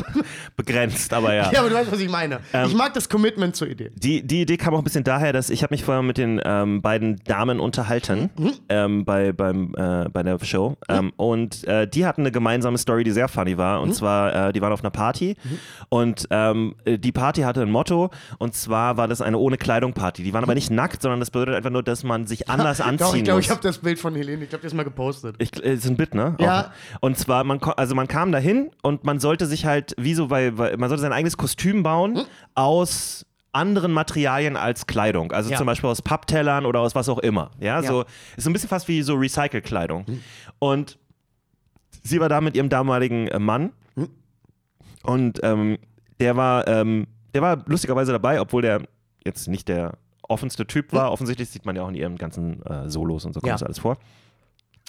S4: begrenzt, aber ja.
S3: Ja, aber du weißt, was ich meine.
S4: Ähm.
S3: ich mag das Commitment zur Idee.
S4: Die, die Idee kam auch ein bisschen daher, dass ich habe mich vorher mit den ähm, beiden Damen unterhalten
S3: Mhm.
S4: ähm, bei, beim, äh, bei der Show ähm, und äh, die hatten eine gemeinsame Story, die sehr funny war
S3: Mhm.
S4: und zwar, äh, die waren auf einer Party und ähm, äh, die Party hatte ein Motto und zwar war das eine ohne Kleidung Party. Die waren aber nicht nackt, sondern das bedeutet einfach nur, dass man sich anders anziehen
S3: Doch, Mhm. ich glaube,
S4: muss.
S3: ich habe das Bild von Helene, ich glaube, das mal gepostet.
S4: Ich, gl- äh, ist ein Bit, ne?
S3: Ja.
S4: Auch. Und zwar, man, ko- also man kam dahin und man sollte sich halt, wie so, weil, weil man sollte sein eigenes Kostüm bauen
S3: Hm.
S4: aus anderen Materialien als Kleidung. Also
S3: Ja.
S4: zum Beispiel aus Papptellern oder aus was auch immer. Ja,
S3: Ja. Hm.
S4: so ist so ein bisschen fast wie so Recycle-Kleidung. Und sie war da mit ihrem damaligen äh, Mann
S3: Hm.
S4: und ähm, der war, ähm, der war lustigerweise dabei, obwohl der jetzt nicht der offenste Typ war. Offensichtlich sieht man ja auch in ihren ganzen äh, Solos und so kommt
S3: Hm. Ja.
S4: das alles vor.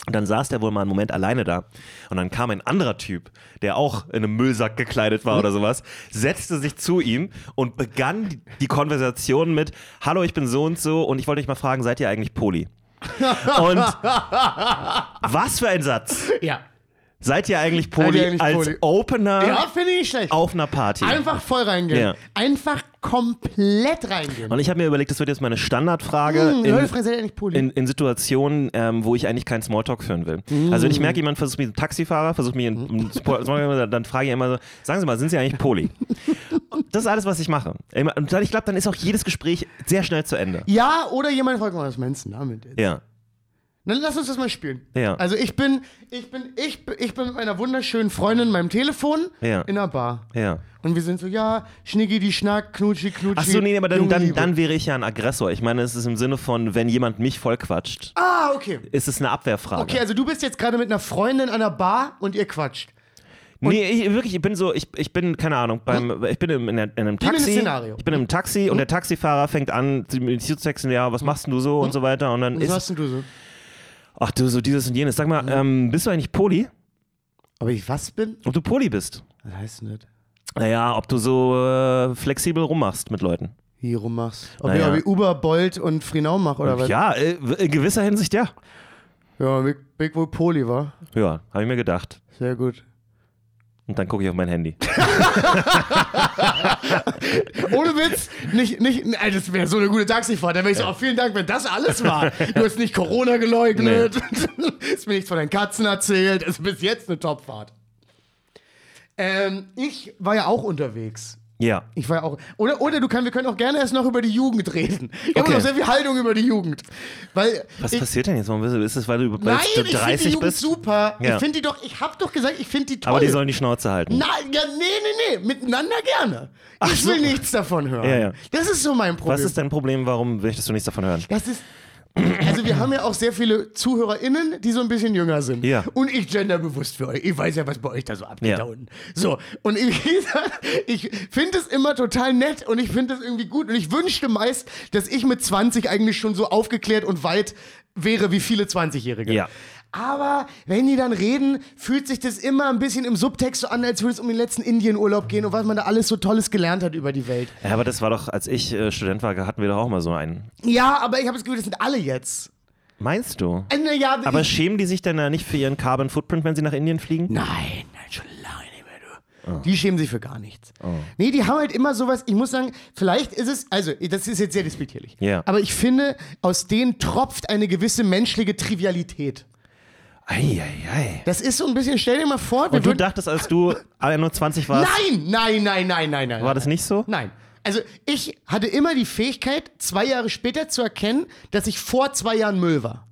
S4: Und dann saß der wohl mal einen Moment alleine da. Und dann kam ein anderer Typ, der auch in einem Müllsack gekleidet war oder sowas, setzte sich zu ihm und begann die- die Konversation mit: Hallo, ich bin so und so und ich wollte euch mal fragen, seid ihr eigentlich Poli? Und was für ein Satz!
S3: Ja.
S4: Seid ihr eigentlich
S3: ihr
S4: Poli
S3: eigentlich
S4: als
S3: Poli?
S4: Opener
S3: Ja, finde ich nicht schlecht.
S4: auf einer Party?
S3: Einfach voll reingehen.
S4: Ja.
S3: Einfach komplett reingehen.
S4: Und ich habe mir überlegt, das wird jetzt meine Standardfrage
S3: Hm, Leute, Frank, seid ihr eigentlich Poli?
S4: in, in Situationen, ähm, wo ich eigentlich keinen Smalltalk führen will.
S3: Mhm.
S4: Also wenn ich merke, jemand versucht mich, ein Taxifahrer versucht mich, in, in Smalltalk, dann- dann frage ich immer so, sagen Sie mal, sind Sie eigentlich Poli? Und das ist alles, was ich mache. Immer- Und dann, ich glaube, dann ist auch jedes Gespräch sehr schnell zu Ende.
S3: ja, oder jemand fragt mal, was meinst du damit jetzt?
S4: Ja.
S3: Dann lass uns das mal spielen.
S4: Ja.
S3: Also ich bin, ich bin, ich, bin- ich bin mit meiner wunderschönen Freundin in meinem Telefon
S4: Ja.
S3: in einer Bar.
S4: Ja.
S3: Und wir sind so, ja, Schnicki, die Schnack, Knutschi, Knutschi.
S4: Achso, nee, aber dann,
S3: Junge
S4: dann,
S3: Liebe.
S4: dann wäre ich ja ein Aggressor. Ich meine, es ist im Sinne von, wenn jemand mich vollquatscht,
S3: Ah, okay.
S4: ist es eine Abwehrfrage.
S3: Okay, also du bist jetzt gerade mit einer Freundin an einer Bar und ihr quatscht.
S4: Nee, ich, wirklich, ich bin so, ich, ich bin, keine Ahnung,
S3: Hm?
S4: beim, ich bin im, in, der, in einem
S3: Gib mir ein
S4: Taxi.
S3: Szenario. Hm?
S4: Ich bin im Taxi und der Taxifahrer fängt an, zu- mit zu texten, ja, was machst denn du so und so weiter. Und dann
S3: Hm? Was Hm.
S4: ist,
S3: hast denn du so?
S4: ach du, so dieses und jenes. Sag mal, ähm, bist du eigentlich Poli?
S3: Aber ich was bin?
S4: Ob du Poli bist?
S3: Das heißt nicht.
S4: Naja, ob du so äh, flexibel rummachst mit Leuten.
S3: Hier rummachst. Ob
S4: Naja.
S3: ich ob ich Uber, Bolt und Frinau mache oder was?
S4: Ja, äh, w- in gewisser Hinsicht ja.
S3: Ja, Big, Big Wool Poli war.
S4: Ja, habe ich mir gedacht.
S3: Sehr gut.
S4: Und dann gucke ich auf mein Handy.
S3: Ohne Witz, nicht, nicht, nee, das wäre so eine gute Taxifahrt. Da wäre ich so, oh, vielen Dank, wenn das alles war. Du hast nicht Corona geleugnet, hast mir nichts von deinen Katzen erzählt. Also bis jetzt eine Topfahrt. Ähm, ich war ja auch unterwegs.
S4: Ja.
S3: Ich war ja auch. Oder, oder du kannst, wir können auch gerne erst noch über die Jugend reden. Ich habe
S4: Okay.
S3: noch sehr viel Haltung über die Jugend. Weil
S4: Was
S3: ich,
S4: passiert denn jetzt? Warum bist du- Ist es, weil du, weil
S3: nein,
S4: du
S3: ich finde die
S4: 30
S3: Jugend
S4: bist?
S3: super.
S4: Ja.
S3: Ich finde die doch, ich habe doch gesagt, ich finde die toll.
S4: aber die sollen die Schnauze halten.
S3: Na, ja, nee, nee, nee, miteinander gerne. ich will nichts davon hören.
S4: Ja, ja.
S3: Das ist so mein Problem.
S4: Was ist dein Problem? Warum möchtest du nichts davon hören?
S3: das ist also wir haben ja auch sehr viele ZuhörerInnen, die so ein bisschen jünger sind.
S4: Ja.
S3: Und ich genderbewusst für euch. Ich weiß ja, was bei euch da so abgeht
S4: Ja.
S3: da unten. So, und ich, ich finde es immer total nett und ich finde es irgendwie gut. Und ich wünschte meist, dass ich mit 20 eigentlich schon so aufgeklärt und weit wäre wie viele 20-Jährige.
S4: Ja.
S3: Aber wenn die dann reden, fühlt sich das immer ein bisschen im Subtext so an, als würde es um den letzten Indienurlaub gehen und was man da alles so Tolles gelernt hat über die Welt.
S4: Ja, aber das war doch, als ich äh, Student war, hatten wir doch auch mal so einen.
S3: Ja, aber ich habe das Gefühl, das sind alle jetzt.
S4: Meinst du?
S3: Äh, na ja,
S4: Aber
S3: ich,
S4: schämen die sich denn da nicht für ihren Carbon Footprint, wenn sie nach Indien fliegen?
S3: Nein, nein, schon lange nicht mehr, du.
S4: Ah.
S3: Die schämen sich für gar nichts. Nee, die haben halt immer sowas, ich muss sagen, vielleicht ist es, also, das ist jetzt sehr despektierlich.
S4: Ja.
S3: Aber ich finde, aus denen tropft eine gewisse menschliche Trivialität.
S4: Eieiei.
S3: Das ist so ein bisschen, stell dir mal vor, wir
S4: Und du
S3: würden.
S4: dachtest, als du 21 warst,
S3: Nein, nein, nein, nein, nein, nein.
S4: war das nicht so?
S3: Nein. Also, ich hatte immer die Fähigkeit, zwei Jahre später zu erkennen, dass ich vor zwei Jahren Müll war.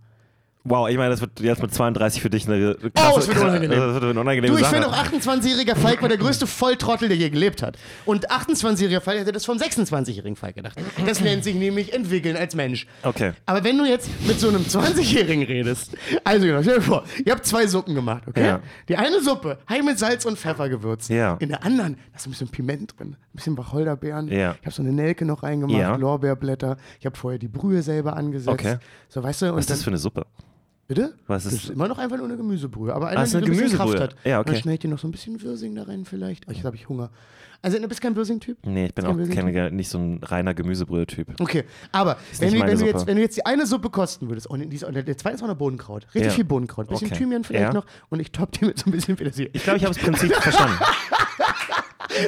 S4: Wow, ich meine, das wird jetzt mit 32 für dich eine krasse,
S3: es wird unangenehm.
S4: Das Oh, wird eine unangenehme
S3: Du, ich
S4: Sache.
S3: finde auch 28-jähriger Falk war der größte Volltrottel, der je gelebt hat. Und 28-jähriger Falk hätte das vom 26-jährigen Falk gedacht. Das nennt sich nämlich entwickeln als Mensch.
S4: Okay.
S3: Aber wenn du jetzt mit so einem 20-jährigen redest, also genau, stell dir vor, ihr habt zwei Suppen gemacht, okay?
S4: Ja.
S3: Die eine Suppe, heim mit Salz und Pfeffer gewürzt.
S4: Ja.
S3: In der anderen, da ist ein bisschen Piment drin, ein bisschen Wacholderbeeren.
S4: Ja.
S3: Ich habe so eine Nelke noch reingemacht,
S4: Ja.
S3: Lorbeerblätter. Ich habe vorher die Brühe selber angesetzt.
S4: Okay.
S3: So, weißt du, und
S4: Was ist
S3: dann,
S4: das für eine Suppe?
S3: Bitte?
S4: Was ist-
S3: das ist immer noch einfach nur eine Gemüsebrühe, aber eine,
S4: Ah, ist
S3: die
S4: eine
S3: so ein bisschen
S4: Gemüsebrühe.
S3: Kraft hat.
S4: Ja,
S3: Und
S4: okay.
S3: Dann schneide ich dir noch so ein bisschen Würsing da rein vielleicht. Oh, jetzt habe ich Hunger. Also du bist kein Würsing-Typ?
S4: Nee, ich bin
S3: Kein
S4: auch
S3: Würsing-Typ?
S4: kein, nicht so ein reiner Gemüsebrühe-Typ.
S3: Okay, aber wenn,
S4: nicht
S3: du-
S4: meine
S3: wenn, du
S4: Suppe.
S3: jetzt, wenn du jetzt die eine Suppe kosten würdest, und die, ist- und der zweite ist auch noch Bodenkraut, richtig
S4: Ja.
S3: viel Bodenkraut, bisschen
S4: Okay.
S3: Thymian vielleicht
S4: Ja.
S3: noch und ich topp die mit so ein bisschen Petersilie.
S4: Ich glaube, ich habe das Prinzip verstanden.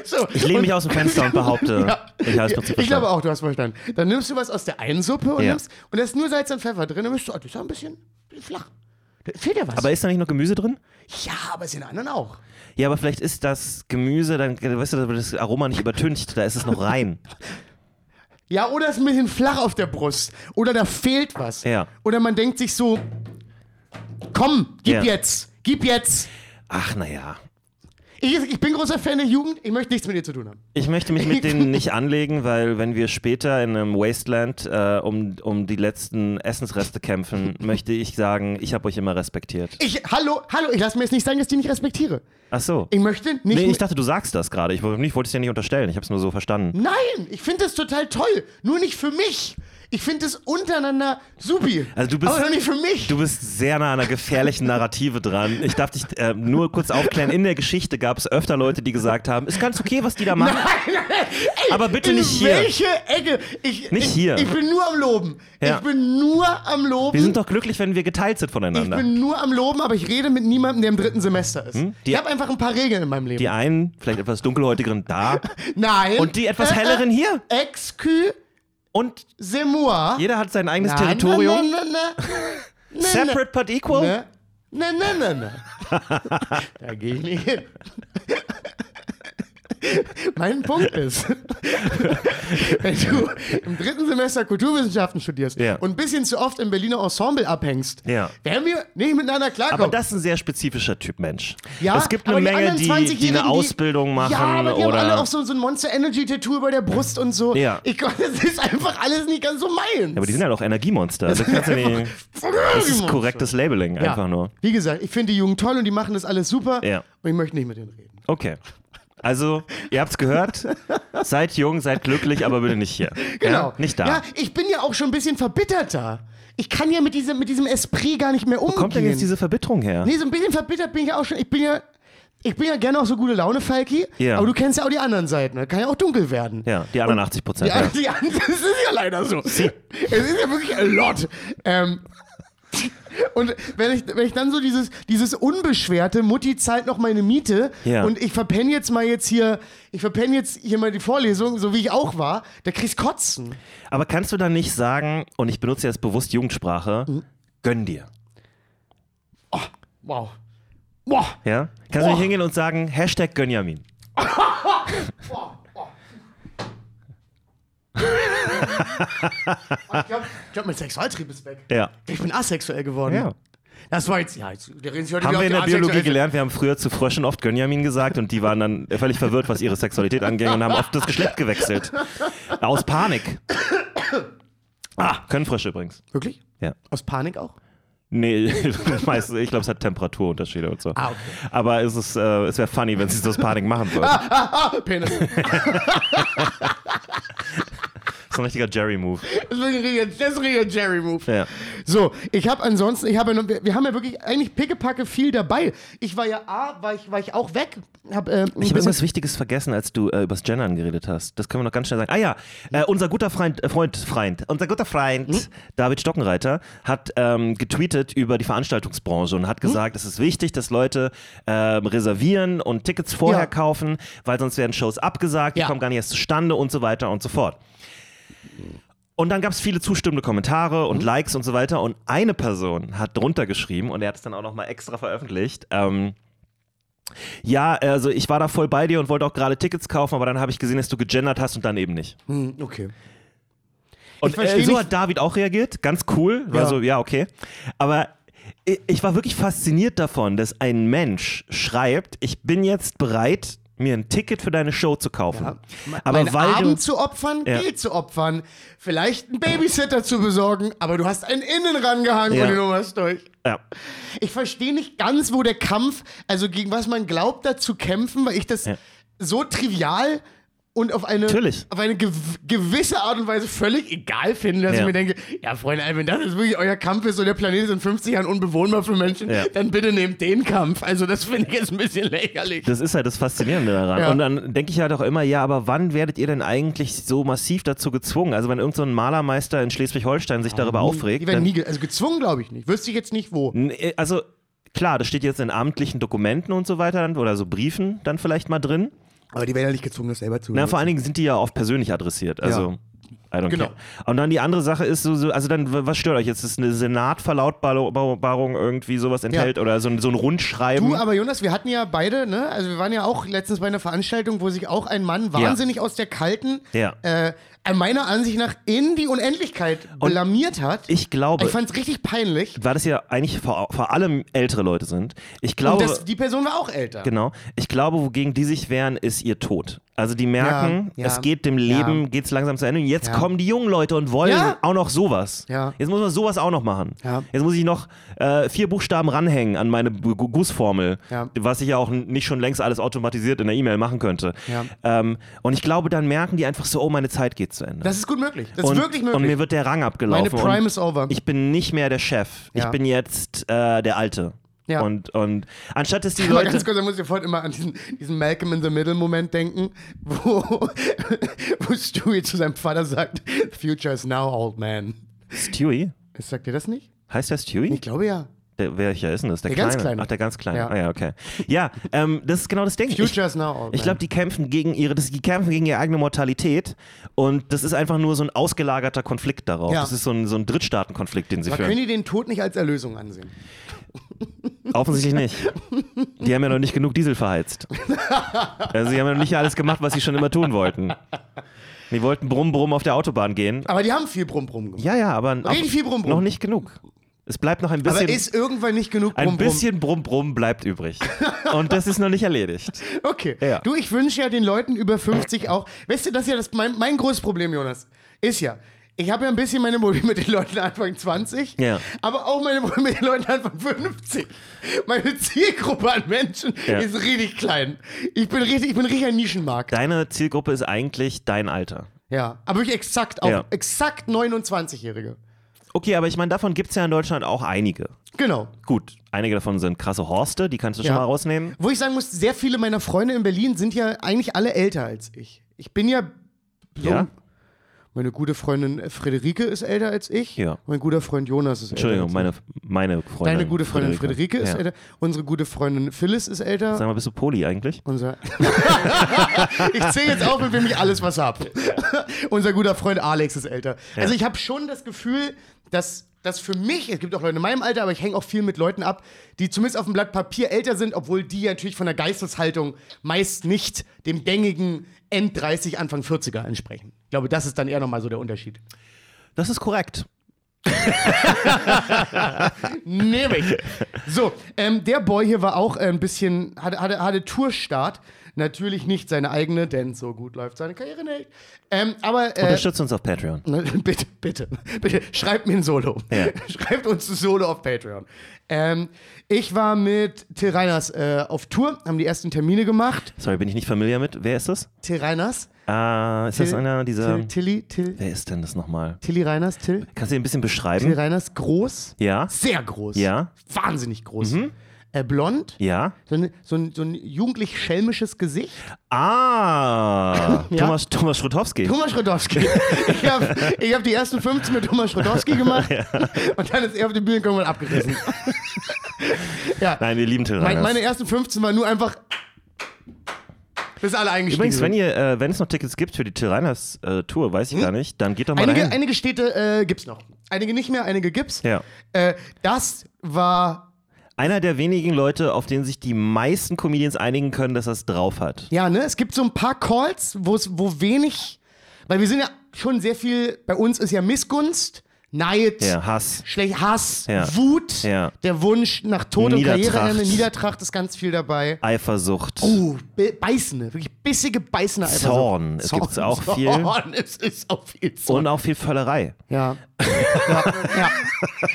S3: So,
S4: Ich lehne
S3: und-
S4: mich aus dem Fenster und behaupte,
S3: Ja.
S4: ich habe das Prinzip
S3: Ich,
S4: verstanden.
S3: glaube auch, du hast verstanden. Dann nimmst du was aus der einen Suppe und
S4: Ja.
S3: nimmst, und da ist nur Salz und Pfeffer drin, dann bist du, oh, das ist ja ein bisschen flach. Da fehlt ja was.
S4: Aber ist da nicht noch Gemüse drin?
S3: ja, aber es in der anderen auch.
S4: Ja, aber vielleicht ist das Gemüse, dann weißt du, das Aroma nicht übertüncht, da ist es noch rein.
S3: Ja, oder ist ein bisschen flach auf der Brust. Oder da fehlt was.
S4: Ja.
S3: Oder man denkt sich so, komm, gib
S4: Ja.
S3: jetzt, gib jetzt.
S4: Ach naja.
S3: Ich, ich bin großer Fan der Jugend, ich möchte nichts mit ihr zu tun haben.
S4: Ich möchte mich mit denen nicht anlegen, weil wenn wir später in einem Wasteland äh, um, um die letzten Essensreste kämpfen, möchte ich sagen, ich habe euch immer respektiert.
S3: Ich, hallo, hallo, ich lasse mir jetzt nicht sagen, dass ich die nicht respektiere.
S4: Ach so.
S3: Ich möchte nicht...
S4: Nee, ich
S3: mit-
S4: dachte, du sagst das gerade. Ich wollte nicht- wollte es dir nicht unterstellen. Ich habe es nur so verstanden.
S3: Nein, ich finde das total toll, nur nicht für mich. Ich finde es untereinander supi.
S4: Also du bist-
S3: aber doch nicht für mich.
S4: Du bist sehr nah an einer gefährlichen Narrative dran. Ich darf dich äh, nur kurz aufklären. In der Geschichte gab es öfter Leute, die gesagt haben, ist ganz okay, was die da machen. aber bitte
S3: In
S4: nicht hier.
S3: welche Ecke? Ich,
S4: Nicht
S3: ich,
S4: hier.
S3: Ich bin nur am Loben.
S4: Ja.
S3: Ich bin nur am Loben.
S4: Wir sind doch glücklich, wenn wir geteilt sind
S3: Hm? Ich
S4: voneinander.
S3: bin nur am Loben, aber ich rede mit niemandem, der im dritten Semester ist.
S4: Hm? Die-
S3: ich habe einfach ein paar Regeln in meinem Leben.
S4: Die einen, vielleicht etwas dunkelhäutigeren da
S3: Nein.
S4: und die etwas helleren hier.
S3: Excusez-moi.
S4: Und jeder hat sein eigenes Territorium.
S3: Na, na, na, na.
S4: Separate but equal.
S3: Na, na, na, na, na. da gehe ich nicht hin. Mein Punkt ist, wenn du im dritten Semester Kulturwissenschaften studierst
S4: Ja.
S3: und ein bisschen zu oft im Berliner Ensemble abhängst,
S4: Ja.
S3: werden wir nicht miteinander klarkommen.
S4: Aber das ist ein sehr spezifischer Typ Mensch.
S3: Ja,
S4: es gibt eine
S3: aber die
S4: Menge,
S3: anderen
S4: die,
S3: 20-Jährigen,
S4: die eine Ausbildung machen
S3: Ja, aber die
S4: oder.
S3: haben alle auch so, so ein Monster-Energy-Tattoo über der Brust und so.
S4: Ja.
S3: Ich, glaub, das ist einfach alles nicht ganz so meins.
S4: ja, aber die sind halt auch Energiemonster. Das, kannst du nicht, das ist korrektes Labeling,
S3: Ja.
S4: einfach nur.
S3: Wie gesagt, ich finde die Jugend toll und die machen das alles super.
S4: Ja.
S3: Und ich möchte nicht mit denen reden.
S4: Okay. Also, ihr habt's gehört. Seid jung, seid glücklich, aber bitte nicht hier.
S3: Genau.
S4: Ja? Nicht da.
S3: Ja, ich bin ja auch schon ein bisschen verbittert da. Ich kann ja mit diesem, mit diesem Esprit gar nicht mehr umgehen.
S4: Kommt denn jetzt diese Verbitterung her?
S3: nee, so ein bisschen verbittert bin ich ja auch schon. Ich bin ja. Ich bin ja gerne auch so gute Laune, Falki,
S4: Ja.
S3: aber du kennst ja auch die anderen Seiten. Da kann ja auch dunkel werden.
S4: Ja, die anderen 80 Prozent.
S3: Ja,
S4: Ja.
S3: die anderen, das ist ja leider so. Es ist ja wirklich a lot. Ähm, und wenn ich, wenn ich dann so dieses, dieses unbeschwerte, Mutti zahlt noch meine Miete
S4: Ja.
S3: und ich verpenne jetzt mal jetzt hier, ich verpenne jetzt hier mal die Vorlesung, so wie ich auch war, da kriegst Kotzen.
S4: Aber kannst du dann nicht sagen, und ich benutze jetzt bewusst Jugendsprache,
S3: Mhm.
S4: gönn dir.
S3: Wow. Boah.
S4: Ja? Kannst du
S3: Boah.
S4: nicht hingehen und sagen, Hashtag Gönjamin.
S3: Ich glaube, glaub, mein Sexualtrieb ist weg.
S4: Ja.
S3: Ich bin asexuell geworden.
S4: Ja.
S3: Das war jetzt, ja, jetzt, wir reden sich heute
S4: Haben
S3: wieder
S4: wir in der
S3: auf die
S4: Biologie
S3: asexuell-
S4: gelernt, wir haben früher zu Fröschen oft Gönjamin gesagt und die waren dann völlig verwirrt, was ihre Sexualität anging und haben oft das Geschlecht gewechselt. Aus Panik. Ah, können Frösche übrigens.
S3: Wirklich?
S4: Ja.
S3: Aus Panik auch?
S4: Nee, meistens, ich glaube, es hat Temperaturunterschiede und so.
S3: Ah, okay.
S4: Aber es, ist, äh, es wäre funny, wenn sie es aus Panik machen würden.
S3: Ah, ah, Penis.
S4: So ein richtiger Jerry-Move.
S3: Das ist ein richtiger- das ist ein richtiger Jerry-Move.
S4: Ja.
S3: So, ich habe ansonsten, ich habe, noch- wir wir haben ja wirklich eigentlich pickepacke viel dabei. Ich war ja A, war ich, war ich auch weg. Hab, äh, ein
S4: Ich habe
S3: bisschen-
S4: irgendwas Wichtiges vergessen, als du äh, übers Gendern geredet hast. Das können wir noch ganz schnell sagen. Ah ja, äh, unser guter Freund, äh, Freund, Freund, unser guter Freund
S3: Hm?
S4: David Stockenreiter hat ähm, getweetet über die Veranstaltungsbranche und hat
S3: Hm?
S4: gesagt, es ist wichtig, dass Leute ähm, reservieren und Tickets vorher
S3: Ja.
S4: kaufen, weil sonst werden Shows abgesagt,
S3: Ja.
S4: die kommen gar nicht erst zustande und so weiter und so fort. Und dann gab es viele zustimmende Kommentare und Likes und so weiter. Und eine Person hat drunter geschrieben und er hat es dann auch nochmal extra veröffentlicht. Ähm, ja, also ich war da voll bei dir und wollte auch gerade Tickets kaufen, aber dann habe ich gesehen, dass du gegendert hast und dann eben nicht.
S3: Hm, okay.
S4: Und
S3: versteh
S4: äh, so
S3: nicht-
S4: hat David auch reagiert, ganz cool, war
S3: Ja.
S4: so, ja, okay. Aber ich, ich war wirklich fasziniert davon, dass ein Mensch schreibt, ich bin jetzt bereit, mir ein Ticket für deine Show zu kaufen. Aber
S3: Einen
S4: weil
S3: Abend
S4: du,
S3: zu opfern,
S4: Ja.
S3: Geld zu opfern, vielleicht einen Babysitter zu besorgen, aber du hast einen innen rangehangen
S4: Ja.
S3: und die Nummer ist durch.
S4: ja,
S3: Ich verstehe nicht ganz, wo der Kampf, also gegen was man glaubt, da zu kämpfen, weil ich das
S4: Ja.
S3: so trivial und auf eine,
S4: Natürlich.
S3: auf eine gew gewisse Art und Weise völlig egal finde, dass
S4: Ja.
S3: ich mir denke, ja Freunde, ey, wenn das jetzt wirklich euer Kampf ist und der Planet ist in 50 Jahren unbewohnbar für Menschen,
S4: Ja.
S3: dann bitte nehmt den Kampf. Also das finde ich jetzt ein bisschen lächerlich.
S4: das ist halt das Faszinierende daran.
S3: Ja.
S4: Und dann denke ich halt auch immer, ja, aber wann werdet ihr denn eigentlich so massiv dazu gezwungen? Also wenn irgendein so ein Malermeister in Schleswig-Holstein sich darüber aufregt,
S3: Die werden
S4: dann,
S3: nie, ge- also gezwungen glaube ich nicht. Wüsste ich jetzt nicht wo.
S4: Nee, Also klar, das steht jetzt in amtlichen Dokumenten und so weiter dann, oder so Briefen dann vielleicht mal drin.
S3: Aber die werden ja nicht gezwungen, das selber zu
S4: Na,
S3: hören.
S4: vor allen Dingen sind die ja oft persönlich adressiert. Also. I don't
S3: Mhm. Genau.
S4: care. Und dann die andere Sache ist, so, so, also dann, w- was stört euch jetzt? Ist eine Senatverlautbarung irgendwie sowas enthält oder so ein, so ein Rundschreiben?
S3: Du, aber Jonas, wir hatten ja beide, ne? Also wir waren ja auch letztens bei einer Veranstaltung, wo sich auch ein Mann wahnsinnig aus der kalten,
S4: Ja.
S3: äh, meiner Ansicht nach in die Unendlichkeit blamiert hat.
S4: ich glaube,
S3: ich fand es richtig peinlich.
S4: weil das ja eigentlich vor, vor allem ältere Leute sind. Ich
S3: Und
S4: glaube,
S3: das, die Person war auch älter.
S4: Genau. Ich glaube, wogegen die sich wehren, ist ihr Tod. Also die merken,
S3: Ja, ja,
S4: es geht dem
S3: ja.
S4: Leben, geht's langsam zu Ende. Und jetzt
S3: Ja.
S4: kommen die jungen Leute und wollen
S3: Ja.
S4: auch noch sowas.
S3: Ja.
S4: Jetzt muss man sowas auch noch machen.
S3: Ja.
S4: Jetzt muss ich noch äh, vier Buchstaben ranhängen an meine Bu- Gu- Gussformel,
S3: Ja.
S4: was ich ja auch n- nicht schon längst alles automatisiert in der E-Mail machen könnte.
S3: Ja.
S4: Ähm, und ich glaube, dann merken die einfach so, oh, meine Zeit geht zu Ende.
S3: Das ist gut möglich. Das
S4: und,
S3: ist wirklich
S4: und mir
S3: möglich.
S4: wird der Rang abgelaufen.
S3: Meine Prime
S4: und
S3: is over.
S4: Ich bin nicht mehr der Chef.
S3: Ja.
S4: Ich bin jetzt äh, der Alte.
S3: Ja.
S4: Und, und anstatt dass die
S3: Aber
S4: Leute.
S3: ganz kurz, da muss ich sofort immer an diesen, diesen Malcolm in the Middle Moment denken, wo, wo Stewie zu seinem Vater sagt, Future is now, old man.
S4: Stewie?
S3: Sagt ihr das nicht?
S4: Heißt der Stewie?
S3: Ich glaube ja.
S4: Der, welcher ist denn das? Der,
S3: Der
S4: Kleine?
S3: ganz Kleine.
S4: Ach, der ganz Kleine.
S3: Ja.
S4: Ah ja, okay. Ja, ähm, das ist genau das Ding. Ich,
S3: Future is now, old man.
S4: ich glaube, die kämpfen gegen ihre, das, die kämpfen gegen ihre eigene Mortalität und das ist einfach nur so ein ausgelagerter Konflikt darauf.
S3: Ja.
S4: Das ist so ein, so ein Drittstaatenkonflikt, den sie
S3: Aber können
S4: führen.
S3: die den Tod nicht als Erlösung ansehen?
S4: Offensichtlich nicht. Die haben ja noch nicht genug Diesel verheizt. Also sie haben ja noch nicht alles gemacht, was sie schon immer tun wollten. Die wollten brumm brumm auf der Autobahn gehen.
S3: Aber die haben viel Brumm-Brumm gemacht.
S4: Ja, ja, aber noch,
S3: Richtig viel Brumm, Brumm.
S4: noch nicht genug. Es bleibt noch ein bisschen.
S3: Aber ist irgendwann nicht genug
S4: Ein
S3: Brumm,
S4: bisschen Brumm Brumm bleibt übrig. Und das ist noch nicht erledigt.
S3: Brumm. Okay.
S4: Ja.
S3: Du, ich wünsche ja den Leuten über 50 auch. Weißt du, das ist ja das, mein, mein großes Problem, Jonas. Ist ja. Ich habe ja ein bisschen meine Probleme mit den Leuten Anfang 20,
S4: Ja.
S3: aber auch meine Probleme mit den Leuten Anfang 50. Meine Zielgruppe an Menschen
S4: Ja.
S3: ist richtig klein. Ich bin richtig, ich bin richtig ein Nischenmarkt.
S4: Deine Zielgruppe ist eigentlich dein Alter.
S3: Ja. Aber wirklich exakt auch
S4: Ja.
S3: exakt 29-Jährige.
S4: Okay, aber ich meine, davon gibt es ja in Deutschland auch einige.
S3: Genau.
S4: Gut, einige davon sind krasse Horste, die kannst du schon
S3: Ja.
S4: mal rausnehmen.
S3: Wo ich sagen muss, sehr viele meiner Freunde in Berlin sind ja eigentlich alle älter als ich. Ich bin ja so
S4: Ja?
S3: Meine gute Freundin äh, Frederike ist älter als ich.
S4: Ja.
S3: Mein guter Freund Jonas ist
S4: Entschuldigung,
S3: älter. als
S4: meine, meine
S3: ich.
S4: Freundin.
S3: Deine gute Freundin Frederike,
S4: Friederike
S3: ist älter. Unsere gute Freundin Phyllis ist älter.
S4: Sag mal, bist du Poli eigentlich?
S3: Unser ich zähle jetzt auf, mit wem ich alles was habe. Unser guter Freund Alex ist älter. Also ich habe schon das Gefühl, dass das für mich, es gibt auch Leute in meinem Alter, aber ich hänge auch viel mit Leuten ab, die zumindest auf dem Blatt Papier älter sind, obwohl die ja natürlich von der Geisteshaltung meist nicht dem gängigen End-30, Anfang-40er entsprechen. Ich glaube, das ist dann eher nochmal so der Unterschied.
S4: Das ist korrekt.
S3: Nämlich. So, ähm, der Boy hier war auch äh, ein bisschen, hatte, hatte, hatte Tourstart. Natürlich nicht seine eigene, denn so gut läuft seine Karriere nicht. Ähm, aber äh,
S4: Unterstützt uns auf Patreon.
S3: ne, bitte, bitte, bitte, schreibt mir ein Solo.
S4: Ja.
S3: Schreibt uns ein Solo auf Patreon. Ähm, ich war mit Till Reiners äh, auf Tour, haben die ersten Termine gemacht.
S4: Sorry, bin ich nicht familiar mit. Wer ist das?
S3: Till Reiners,
S4: Äh, ist das
S3: Till-
S4: einer dieser.
S3: Till, Tilly, Till,
S4: Wer ist denn das nochmal?
S3: Tilly Reiners, Till,
S4: Kannst du ihn ein bisschen
S3: Till
S4: beschreiben?
S3: Reiners, groß,
S4: Ja?
S3: sehr groß,
S4: Ja? Mhm.
S3: wahnsinnig groß, äh, blond,
S4: Ja?
S3: So ein, so ein, so ein jugendlich-schelmisches Gesicht.
S4: Ah!
S3: Ja.
S4: Thomas, Thomas Schrutowski.
S3: Thomas Schrodowski. ich habe ich hab die ersten 15 mit Thomas Schrodowski gemacht und dann ist er auf die Bühne gekommen und abgerissen. ja,
S4: Nein, wir lieben Till
S3: mein,
S4: Reiners.
S3: meine ersten 15 waren nur einfach, bis alle eingestiegen
S4: Übrigens, wenn
S3: sind.
S4: ihr, äh, wenn es noch Tickets gibt für die Tyranners äh, Tour, weiß ich gar nicht, dann geht doch mal
S3: Hm? Einige,
S4: dahin.
S3: einige Städte äh, gibt's noch. Einige nicht mehr, einige gibt's.
S4: ja.
S3: Äh, das war,
S4: Einer der wenigen Leute, auf den sich die meisten Comedians einigen können, dass er es drauf hat.
S3: ja, ne? Es gibt so ein paar Calls, wo es- wo wenig, weil wir sind ja schon sehr viel, bei uns ist ja Missgunst, Neid,
S4: Ja, Hass.
S3: Schlecht, Hass,
S4: Ja.
S3: Wut,
S4: Ja.
S3: der Wunsch nach Tod und
S4: Niedertracht.
S3: Karriereende, Niedertracht ist ganz viel dabei.
S4: Eifersucht.
S3: Oh, be- beißende, wirklich bissige, beißende Eifersucht.
S4: Zorn, es gibt's auch viel.
S3: Zorn, es ist auch viel Zorn.
S4: Und auch viel Völlerei.
S3: Ja. ja. ja.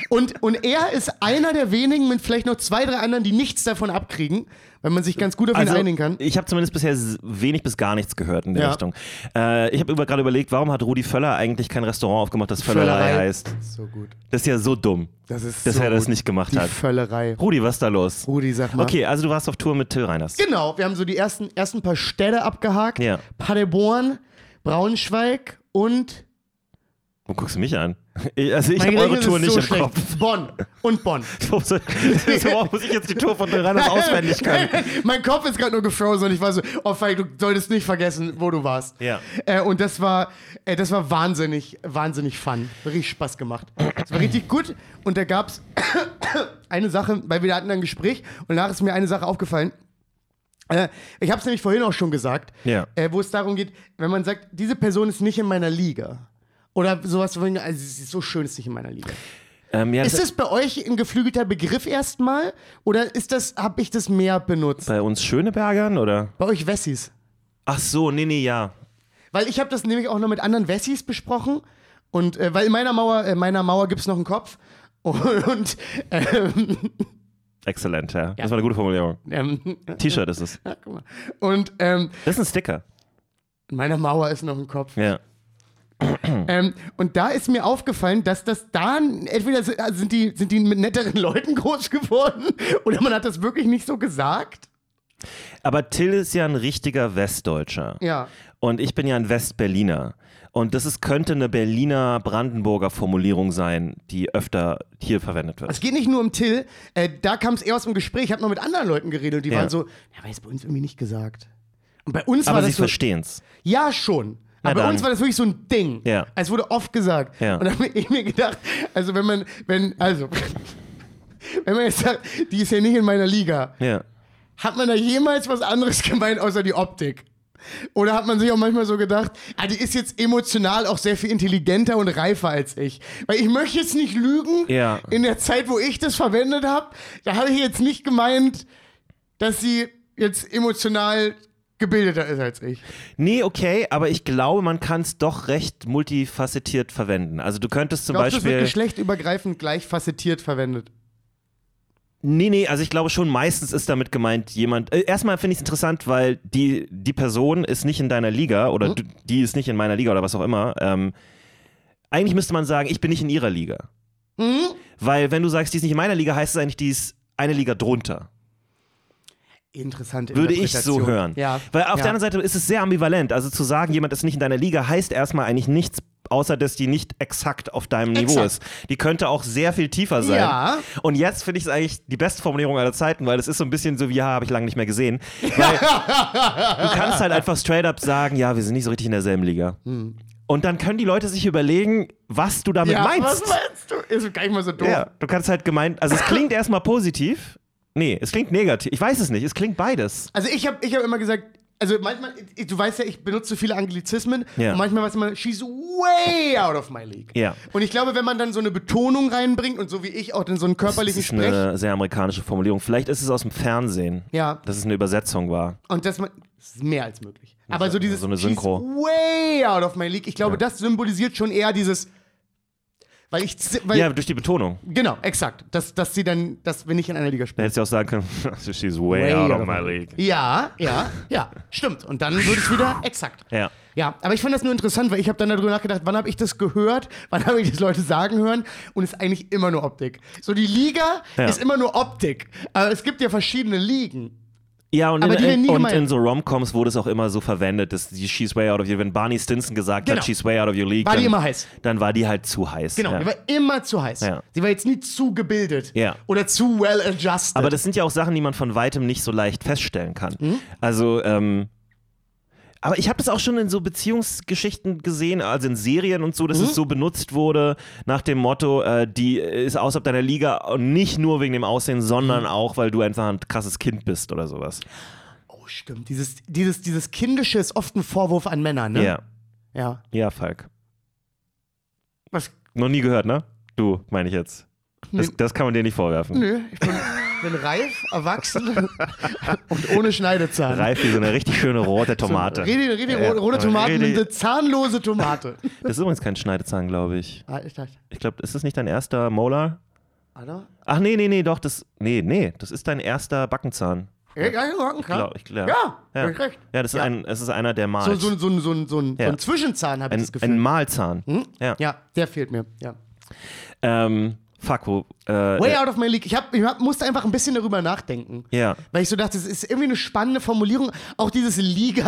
S3: Und, und er ist einer der wenigen mit vielleicht noch zwei, drei anderen, die nichts davon abkriegen, wenn man sich ganz gut auf
S4: Also
S3: ihn einigen kann.
S4: Ich habe zumindest bisher s- wenig bis gar nichts gehört in der
S3: Ja.
S4: Richtung. Äh, ich habe über, gerade überlegt, warum hat Rudi Völler eigentlich kein Restaurant aufgemacht, das Völlerei, heißt.
S3: So gut.
S4: Das ist ja so dumm,
S3: Das ist
S4: dass
S3: so
S4: er das
S3: gut.
S4: nicht gemacht
S3: Die
S4: hat.
S3: Völlerei.
S4: Rudi, was ist da los?
S3: Rudi, sag mal.
S4: Okay, also du warst auf Tour mit Till Reiners.
S3: Genau, wir haben so die ersten, ersten paar Städte abgehakt.
S4: Ja.
S3: Paderborn, Braunschweig und
S4: Wo guckst du mich an? Ich, also ich
S3: Mein
S4: habe eure
S3: Gedächtnis
S4: Tour
S3: ist
S4: nicht
S3: so
S4: im
S3: schlecht.
S4: Kopf.
S3: Bonn und Bonn.
S4: Warum soll- Warum muss ich jetzt die Tour von Till Reiners auswendig können?
S3: mein Kopf ist gerade nur gefrozen und ich war so, oh Falk, du solltest nicht vergessen, wo du warst.
S4: Ja.
S3: Äh, und das war, äh, das war wahnsinnig, wahnsinnig fun. Hat Richtig Spaß gemacht. Es war richtig gut und da gab es eine Sache, weil wir hatten dann ein Gespräch und danach ist mir eine Sache aufgefallen. Äh, ich habe es nämlich vorhin auch schon gesagt,
S4: Ja.
S3: äh, wo es darum geht, wenn man sagt, diese Person ist nicht in meiner Liga. Oder sowas, von- also sie ist so schön, ist nicht in meiner Liga.
S4: Ähm, ja,
S3: Ist es bei euch ein geflügelter Begriff erstmal? Oder ist das, habe ich das mehr benutzt?
S4: bei uns Schönebergern oder?
S3: Bei euch Wessis.
S4: Ach so, nee, nee, ja.
S3: Weil ich habe das nämlich auch noch mit anderen Wessis besprochen. Und äh, weil in meiner Mauer, äh, meiner Mauer gibt es noch einen Kopf. Und, und ähm,
S4: Exzellent, ja. Das war eine gute Formulierung.
S3: ähm,
S4: T-Shirt ist es.
S3: ja, guck mal. und ähm,
S4: Das ist ein Sticker.
S3: in meiner Mauer ist noch ein Kopf.
S4: Ja. Hm.
S3: Ähm, und da ist mir aufgefallen, dass das da entweder si- also sind die, sind die mit netteren Leuten groß geworden oder man hat das wirklich nicht so gesagt.
S4: Aber Till ist ja ein richtiger Westdeutscher.
S3: Ja.
S4: Und ich bin ja ein Westberliner. Und das ist, könnte eine Berliner Brandenburger Formulierung sein, die öfter hier verwendet wird.
S3: Es geht nicht nur um Till, äh, da kam es eher aus dem Gespräch. Ich habe noch mit anderen Leuten geredet und die
S4: Ja.
S3: waren so, ja, weil es bei uns irgendwie nicht gesagt. Und bei uns war
S4: Aber sie
S3: das so,
S4: verstehen's.
S3: ja schon.
S4: Na
S3: Aber bei
S4: dann.
S3: uns war das wirklich so ein Ding.
S4: Ja.
S3: Es wurde oft gesagt.
S4: Ja.
S3: Und da habe ich mir gedacht, also wenn man, wenn, also, wenn man jetzt sagt, die ist ja nicht in meiner Liga,
S4: Ja.
S3: hat man da jemals was anderes gemeint, außer die Optik? Oder hat man sich auch manchmal so gedacht, ah, die ist jetzt emotional auch sehr viel intelligenter und reifer als ich? Weil ich möchte jetzt nicht lügen.
S4: Ja.
S3: In der Zeit, wo ich das verwendet habe, da habe ich jetzt nicht gemeint, dass sie jetzt emotional gebildeter ist als ich.
S4: Nee, okay, aber ich glaube, man kann es doch recht multifacettiert verwenden. Also du könntest zum
S3: Glaubst du, es wird
S4: Beispiel.
S3: geschlechtübergreifend gleich facettiert verwendet?
S4: Nee, nee, also ich glaube schon, meistens ist damit gemeint jemand. Äh, erstmal finde ich es interessant, weil die, die Person ist nicht in deiner Liga oder du, die ist nicht in meiner Liga oder was auch immer. Ähm, eigentlich müsste man sagen, ich bin nicht in ihrer Liga. Weil wenn du sagst, die ist nicht in meiner Liga, heißt es eigentlich, die ist eine Liga drunter.
S3: Interessante
S4: Würde ich so
S3: Interpretation.
S4: hören.
S3: Ja.
S4: Weil auf
S3: ja.
S4: der anderen Seite ist es sehr ambivalent. Also zu sagen, jemand ist nicht in deiner Liga, heißt erstmal eigentlich nichts, außer dass die nicht exakt auf deinem Niveau
S3: Exakt.
S4: ist. Die könnte auch sehr viel tiefer sein.
S3: Ja.
S4: Und jetzt finde ich es eigentlich die beste Formulierung aller Zeiten, weil es ist so ein bisschen so wie, ja, habe ich lange nicht mehr gesehen. Weil du kannst halt einfach straight up sagen, ja, wir sind nicht so richtig in derselben Liga. Und dann können die Leute sich überlegen, was du damit
S3: Hm. ja,
S4: meinst.
S3: Was meinst du? Ist gar nicht mal so doof.
S4: Ja, du kannst halt gemeint, also es klingt erstmal positiv. Nee, es klingt negativ. Ich weiß es nicht, es klingt beides.
S3: Also ich habe ich hab immer gesagt, also manchmal, ich- du weißt ja, ich benutze so viele Anglizismen
S4: Ja.
S3: und manchmal weiß man, she's way out of my league.
S4: Ja.
S3: Und ich glaube, wenn man dann so eine Betonung reinbringt und so wie ich auch dann so einen
S4: Das
S3: körperlichen
S4: ist
S3: Sprech
S4: eine sehr amerikanische Formulierung. Vielleicht ist es aus dem Fernsehen,
S3: Ja.
S4: dass es eine Übersetzung war.
S3: und dass man, das ist mehr als möglich. Aber so dieses,
S4: so eine Synchro.
S3: she's way out of my league, ich glaube, das symbolisiert schon eher dieses, weil ich, z- weil,
S4: ja, durch die Betonung.
S3: genau, exakt, dass, dass sie dann, dass wir nicht in einer Liga
S4: Da
S3: spielen.
S4: hättest du auch sagen können, she's way, out of my league.
S3: Ja, ja, ja, stimmt. Und dann würde es wieder exakt.
S4: Ja.
S3: Ja, aber ich fand das nur interessant, weil ich habe dann darüber nachgedacht, wann habe ich das gehört, wann habe ich das Leute sagen hören und es ist eigentlich immer nur Optik. So die Liga
S4: Ja.
S3: ist immer nur Optik, aber es gibt ja verschiedene Ligen.
S4: Ja, und,
S3: Aber die werden
S4: in,
S3: nie
S4: und
S3: gemeint.
S4: in so Rom-Coms wurde es auch immer so verwendet, dass die she's way out of your Wenn Barney Stinson gesagt
S3: Genau.
S4: hat, she's way out of your league,
S3: War die
S4: dann,
S3: immer heiß.
S4: dann war die halt zu heiß.
S3: Genau,
S4: Ja.
S3: die war immer zu heiß.
S4: Ja.
S3: Sie war jetzt nie zu gebildet
S4: Ja.
S3: oder zu well adjusted.
S4: Aber das sind ja auch Sachen, die man von weitem nicht so leicht feststellen kann. Also, ähm, aber ich habe das auch schon in so Beziehungsgeschichten gesehen, also in Serien und so, dass es so benutzt wurde nach dem Motto, äh, die ist außerhalb deiner Liga und nicht nur wegen dem Aussehen, sondern auch, weil du einfach ein krasses Kind bist oder sowas.
S3: oh, stimmt. Dieses, dieses, dieses Kindische Ne? ist oft ein Vorwurf an Männer,
S4: Ja,
S3: ne? Ja.
S4: ja, Falk.
S3: Was,
S4: Noch nie gehört, ne? Du, meine ich jetzt. Das, das kann man dir nicht vorwerfen.
S3: Nö, ich bin, bin reif, erwachsen und ohne Schneidezahn.
S4: Reif wie so eine richtig schöne rote Tomate.
S3: Rede, rede, rote, rote
S4: Äh,
S3: Tomaten,
S4: rede-
S3: eine zahnlose Tomate.
S4: Das ist übrigens kein Schneidezahn, glaube ich.
S3: Ah, ich dachte,
S4: Ich glaube, ist das nicht dein erster Molar?
S3: Alter,
S4: Ach nee, nee, nee, doch, das. Nee, nee, das ist dein erster Backenzahn.
S3: ja, ja, ja, klar.
S4: Glaub, ich, ja.
S3: Ja,
S4: ja.
S3: hab ich recht.
S4: Ja, das ist, Ein, es ist einer, der malt.
S3: So, so, so, so, so, so ein
S4: Ja.
S3: Zwischenzahn habe ich
S4: ein,
S3: das Gefühl.
S4: ein Malzahn. Ja.
S3: Hm? ja, der fehlt mir. Ja.
S4: Ähm, fuck, wo. Äh,
S3: Way
S4: äh,
S3: out of my league. Ich, hab, ich hab, musste einfach ein bisschen darüber nachdenken.
S4: Ja.
S3: Weil ich so dachte, es ist irgendwie eine spannende Formulierung. Auch dieses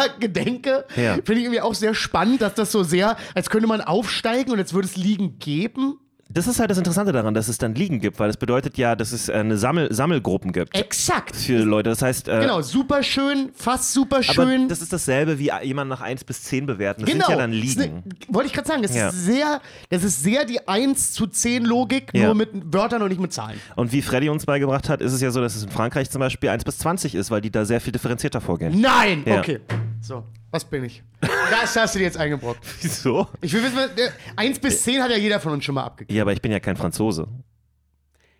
S3: Liga-Gedenke
S4: Ja.
S3: finde ich irgendwie auch sehr spannend, dass das so sehr, als könnte man aufsteigen und jetzt würde es Ligen geben.
S4: das ist halt das Interessante daran, dass es dann Ligen gibt, weil das bedeutet ja, dass es äh, eine Sammel Sammelgruppen gibt.
S3: Exakt.
S4: Für Leute. Das heißt, äh,
S3: Genau, super schön, fast super
S4: aber
S3: schön.
S4: das ist dasselbe wie jemand nach 1 bis 10 bewerten. Das
S3: genau.
S4: sind ja dann
S3: Das ist
S4: Ligen.
S3: ne- Wollte ich gerade sagen, das,
S4: Ja.
S3: ist sehr, das ist sehr die 1 zu 10 Logik,
S4: Ja.
S3: nur mit Wörtern und nicht mit Zahlen.
S4: Und wie Freddy uns beigebracht hat, ist es ja so, dass es in Frankreich zum Beispiel 1 bis 20 ist, weil die da sehr viel differenzierter
S3: Hm?
S4: vorgehen.
S3: Nein!
S4: Ja.
S3: Okay. So, was bin ich? Das hast du dir jetzt eingebrockt.
S4: Wieso?
S3: Ich will wissen, was- äh, 1 bis 10 hat ja jeder von uns schon mal abgegeben.
S4: Ja, aber ich bin ja kein Franzose.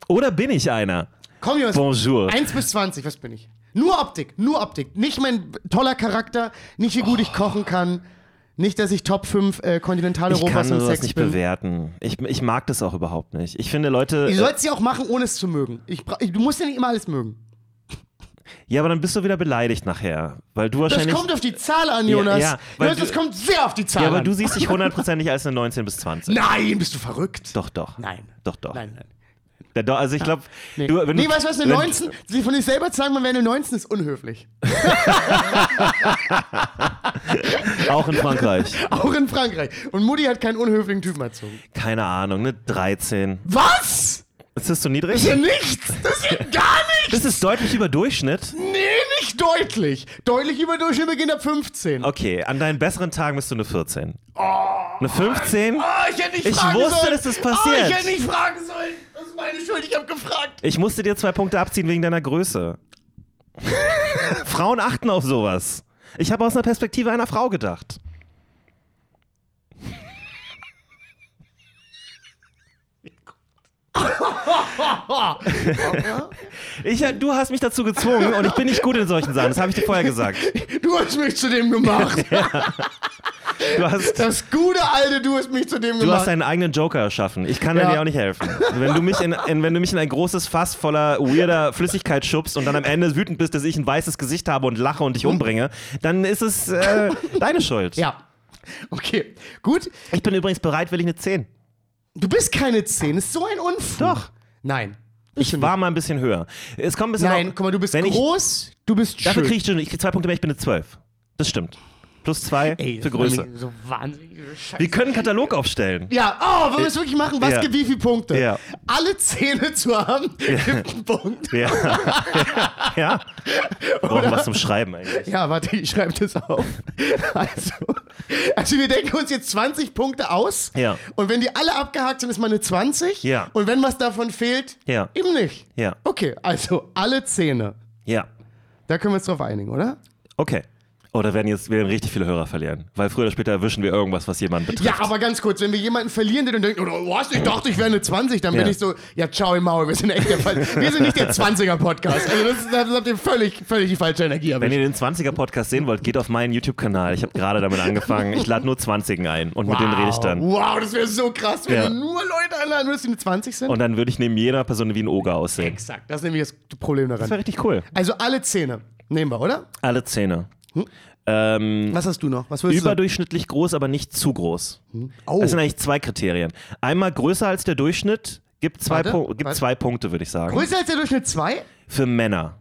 S4: Oder bin ich einer?
S3: Komm, Jungs.
S4: Bonjour.
S3: 1 bis 20, was bin ich? Nur Optik, nur Optik. Nicht mein toller Charakter, nicht wie gut ich kochen kann, nicht, dass ich Top 5 äh,
S4: Ich kann
S3: Kontinentaleuropas mit
S4: sowas
S3: Sex
S4: nicht
S3: bin.
S4: bewerten. Ich, ich mag das auch überhaupt nicht. Ich finde Leute.
S3: Du sollst ja auch machen, ohne es zu mögen. Ich, bra- ich, du musst ja nicht immer alles mögen.
S4: Ja, aber dann bist du wieder beleidigt nachher. Weil du
S3: Das
S4: wahrscheinlich.
S3: kommt auf die Zahl an, Jonas.
S4: ja, weil
S3: Jonas,
S4: du-
S3: das kommt sehr auf die Zahl
S4: ja, aber
S3: an.
S4: du siehst dich hundertprozentig als eine 19 bis 20.
S3: Nein, bist du verrückt?
S4: Doch, doch.
S3: Nein.
S4: Doch, doch.
S3: Nein, nein.
S4: Da, doch also ich glaube,
S3: Nee,
S4: du, wenn
S3: nee
S4: du,
S3: weißt du was, eine
S4: wenn-
S3: 19, sie von sich selber zu sagen, man wäre eine 19, ist unhöflich.
S4: Auch in Frankreich.
S3: Auch in Frankreich. Und Mutti hat keinen unhöflichen Typen erzogen.
S4: Keine Ahnung, eine 13.
S3: Was?
S4: Ist das zu
S3: Das
S4: niedrig?
S3: ist ja nichts! Das ist ja gar nichts!
S4: Das ist deutlich über Durchschnitt.
S3: Nee, nicht deutlich! Deutlich über Durchschnitt beginnt ab 15.
S4: Okay, an deinen besseren Tagen bist du eine 14. Eine 15?
S3: Ah, ich hätte nicht
S4: Ich
S3: fragen
S4: wusste,
S3: sollen.
S4: dass das
S3: Ah,
S4: passiert.
S3: ich hätte nicht fragen sollen. Das ist meine Schuld, ich habe gefragt.
S4: Ich musste dir zwei Punkte abziehen wegen deiner Größe. Frauen achten auf sowas. Ich habe aus einer Perspektive einer Frau gedacht. Ich, äh, du hast mich dazu gezwungen und ich bin nicht gut in solchen Sachen. Das habe ich dir vorher gesagt.
S3: Du hast mich zu dem gemacht.
S4: Du hast,
S3: Das gute alte Du hast mich zu dem
S4: du
S3: gemacht.
S4: hast deinen eigenen Joker erschaffen. Ich kann
S3: Ja.
S4: dir auch nicht helfen. Wenn du, mich in, in, wenn du mich in ein großes Fass voller weirder Flüssigkeit schubst und dann am Ende wütend bist, dass ich ein weißes Gesicht habe und lache und dich umbringe, dann ist es äh, deine Schuld.
S3: ja. Okay, gut.
S4: Ich bin übrigens bereitwillig eine 10.
S3: Du bist keine 10, ist so ein Unfug.
S4: Doch.
S3: Nein.
S4: Ich war mal ein bisschen höher. Es kommt ein bisschen
S3: Nein,
S4: auf-
S3: guck mal, du bist
S4: wenn Ich,
S3: groß, du bist
S4: dafür
S3: schön.
S4: kriege ich schon ich krieg zwei Punkte mehr, ich bin eine 12. Das stimmt. Plus zwei
S3: Ey,
S4: für
S3: das war
S4: Größe.
S3: mir So wahnsinnig Scheiße.
S4: Wir können einen Katalog aufstellen.
S3: Ja, oh, wollen wir es wirklich machen? Was
S4: Ja.
S3: gibt wie viele Punkte?
S4: Ja.
S3: Alle Zähne zu haben, gibt einen Punkt.
S4: Ja. ja. Wir brauchen was zum Schreiben eigentlich.
S3: Ja, warte, ich schreibe das auf. Also, also wir denken uns jetzt 20 Punkte aus.
S4: Ja.
S3: Und wenn die alle abgehakt sind, ist mal eine 20.
S4: Ja.
S3: Und wenn was davon fehlt,
S4: Ja.
S3: eben nicht.
S4: Ja.
S3: Okay, also alle Zähne.
S4: Ja.
S3: Da können wir uns drauf einigen, oder?
S4: Okay. Oh, da werden jetzt werden richtig viele Hörer verlieren. Weil früher oder später erwischen wir irgendwas, was jemanden
S3: Ja,
S4: betrifft.
S3: aber ganz kurz, wenn wir jemanden verlieren, der dann denkt, oh, was, ich dachte, ich wäre eine 20, dann bin
S4: Ja.
S3: ich so, ja, ciao im Maul, wir sind echt der Fall. Wir sind nicht der 20er-Podcast. Also das, ist- das habt ihr völlig, völlig die falsche Energie
S4: Wenn
S3: erwischt.
S4: ihr den 20er-Podcast sehen wollt, geht auf meinen YouTube-Kanal. Ich habe gerade damit angefangen. Ich lade nur 20en ein und mit denen rede ich dann.
S3: Wow, das wäre so krass, wenn
S4: Ja.
S3: du nur Leute einladen würdest, die eine 20 sind.
S4: Und dann würde ich neben jeder Person wie ein Oger aussehen.
S3: Exakt, das ist nämlich das Problem daran.
S4: Das wäre richtig cool.
S3: Also alle Zähne nehmen wir, oder?
S4: Alle Zähne. Ähm,
S3: Was hast du noch? Was willst du?
S4: überdurchschnittlich groß, aber nicht zu groß.
S3: Oh.
S4: Das sind eigentlich zwei Kriterien. Einmal größer als der Durchschnitt gibt zwei,
S3: Warte,
S4: Pu gibt
S3: warte.
S4: zwei Punkte, würde ich sagen.
S3: Größer als der Durchschnitt 2?
S4: Für Männer.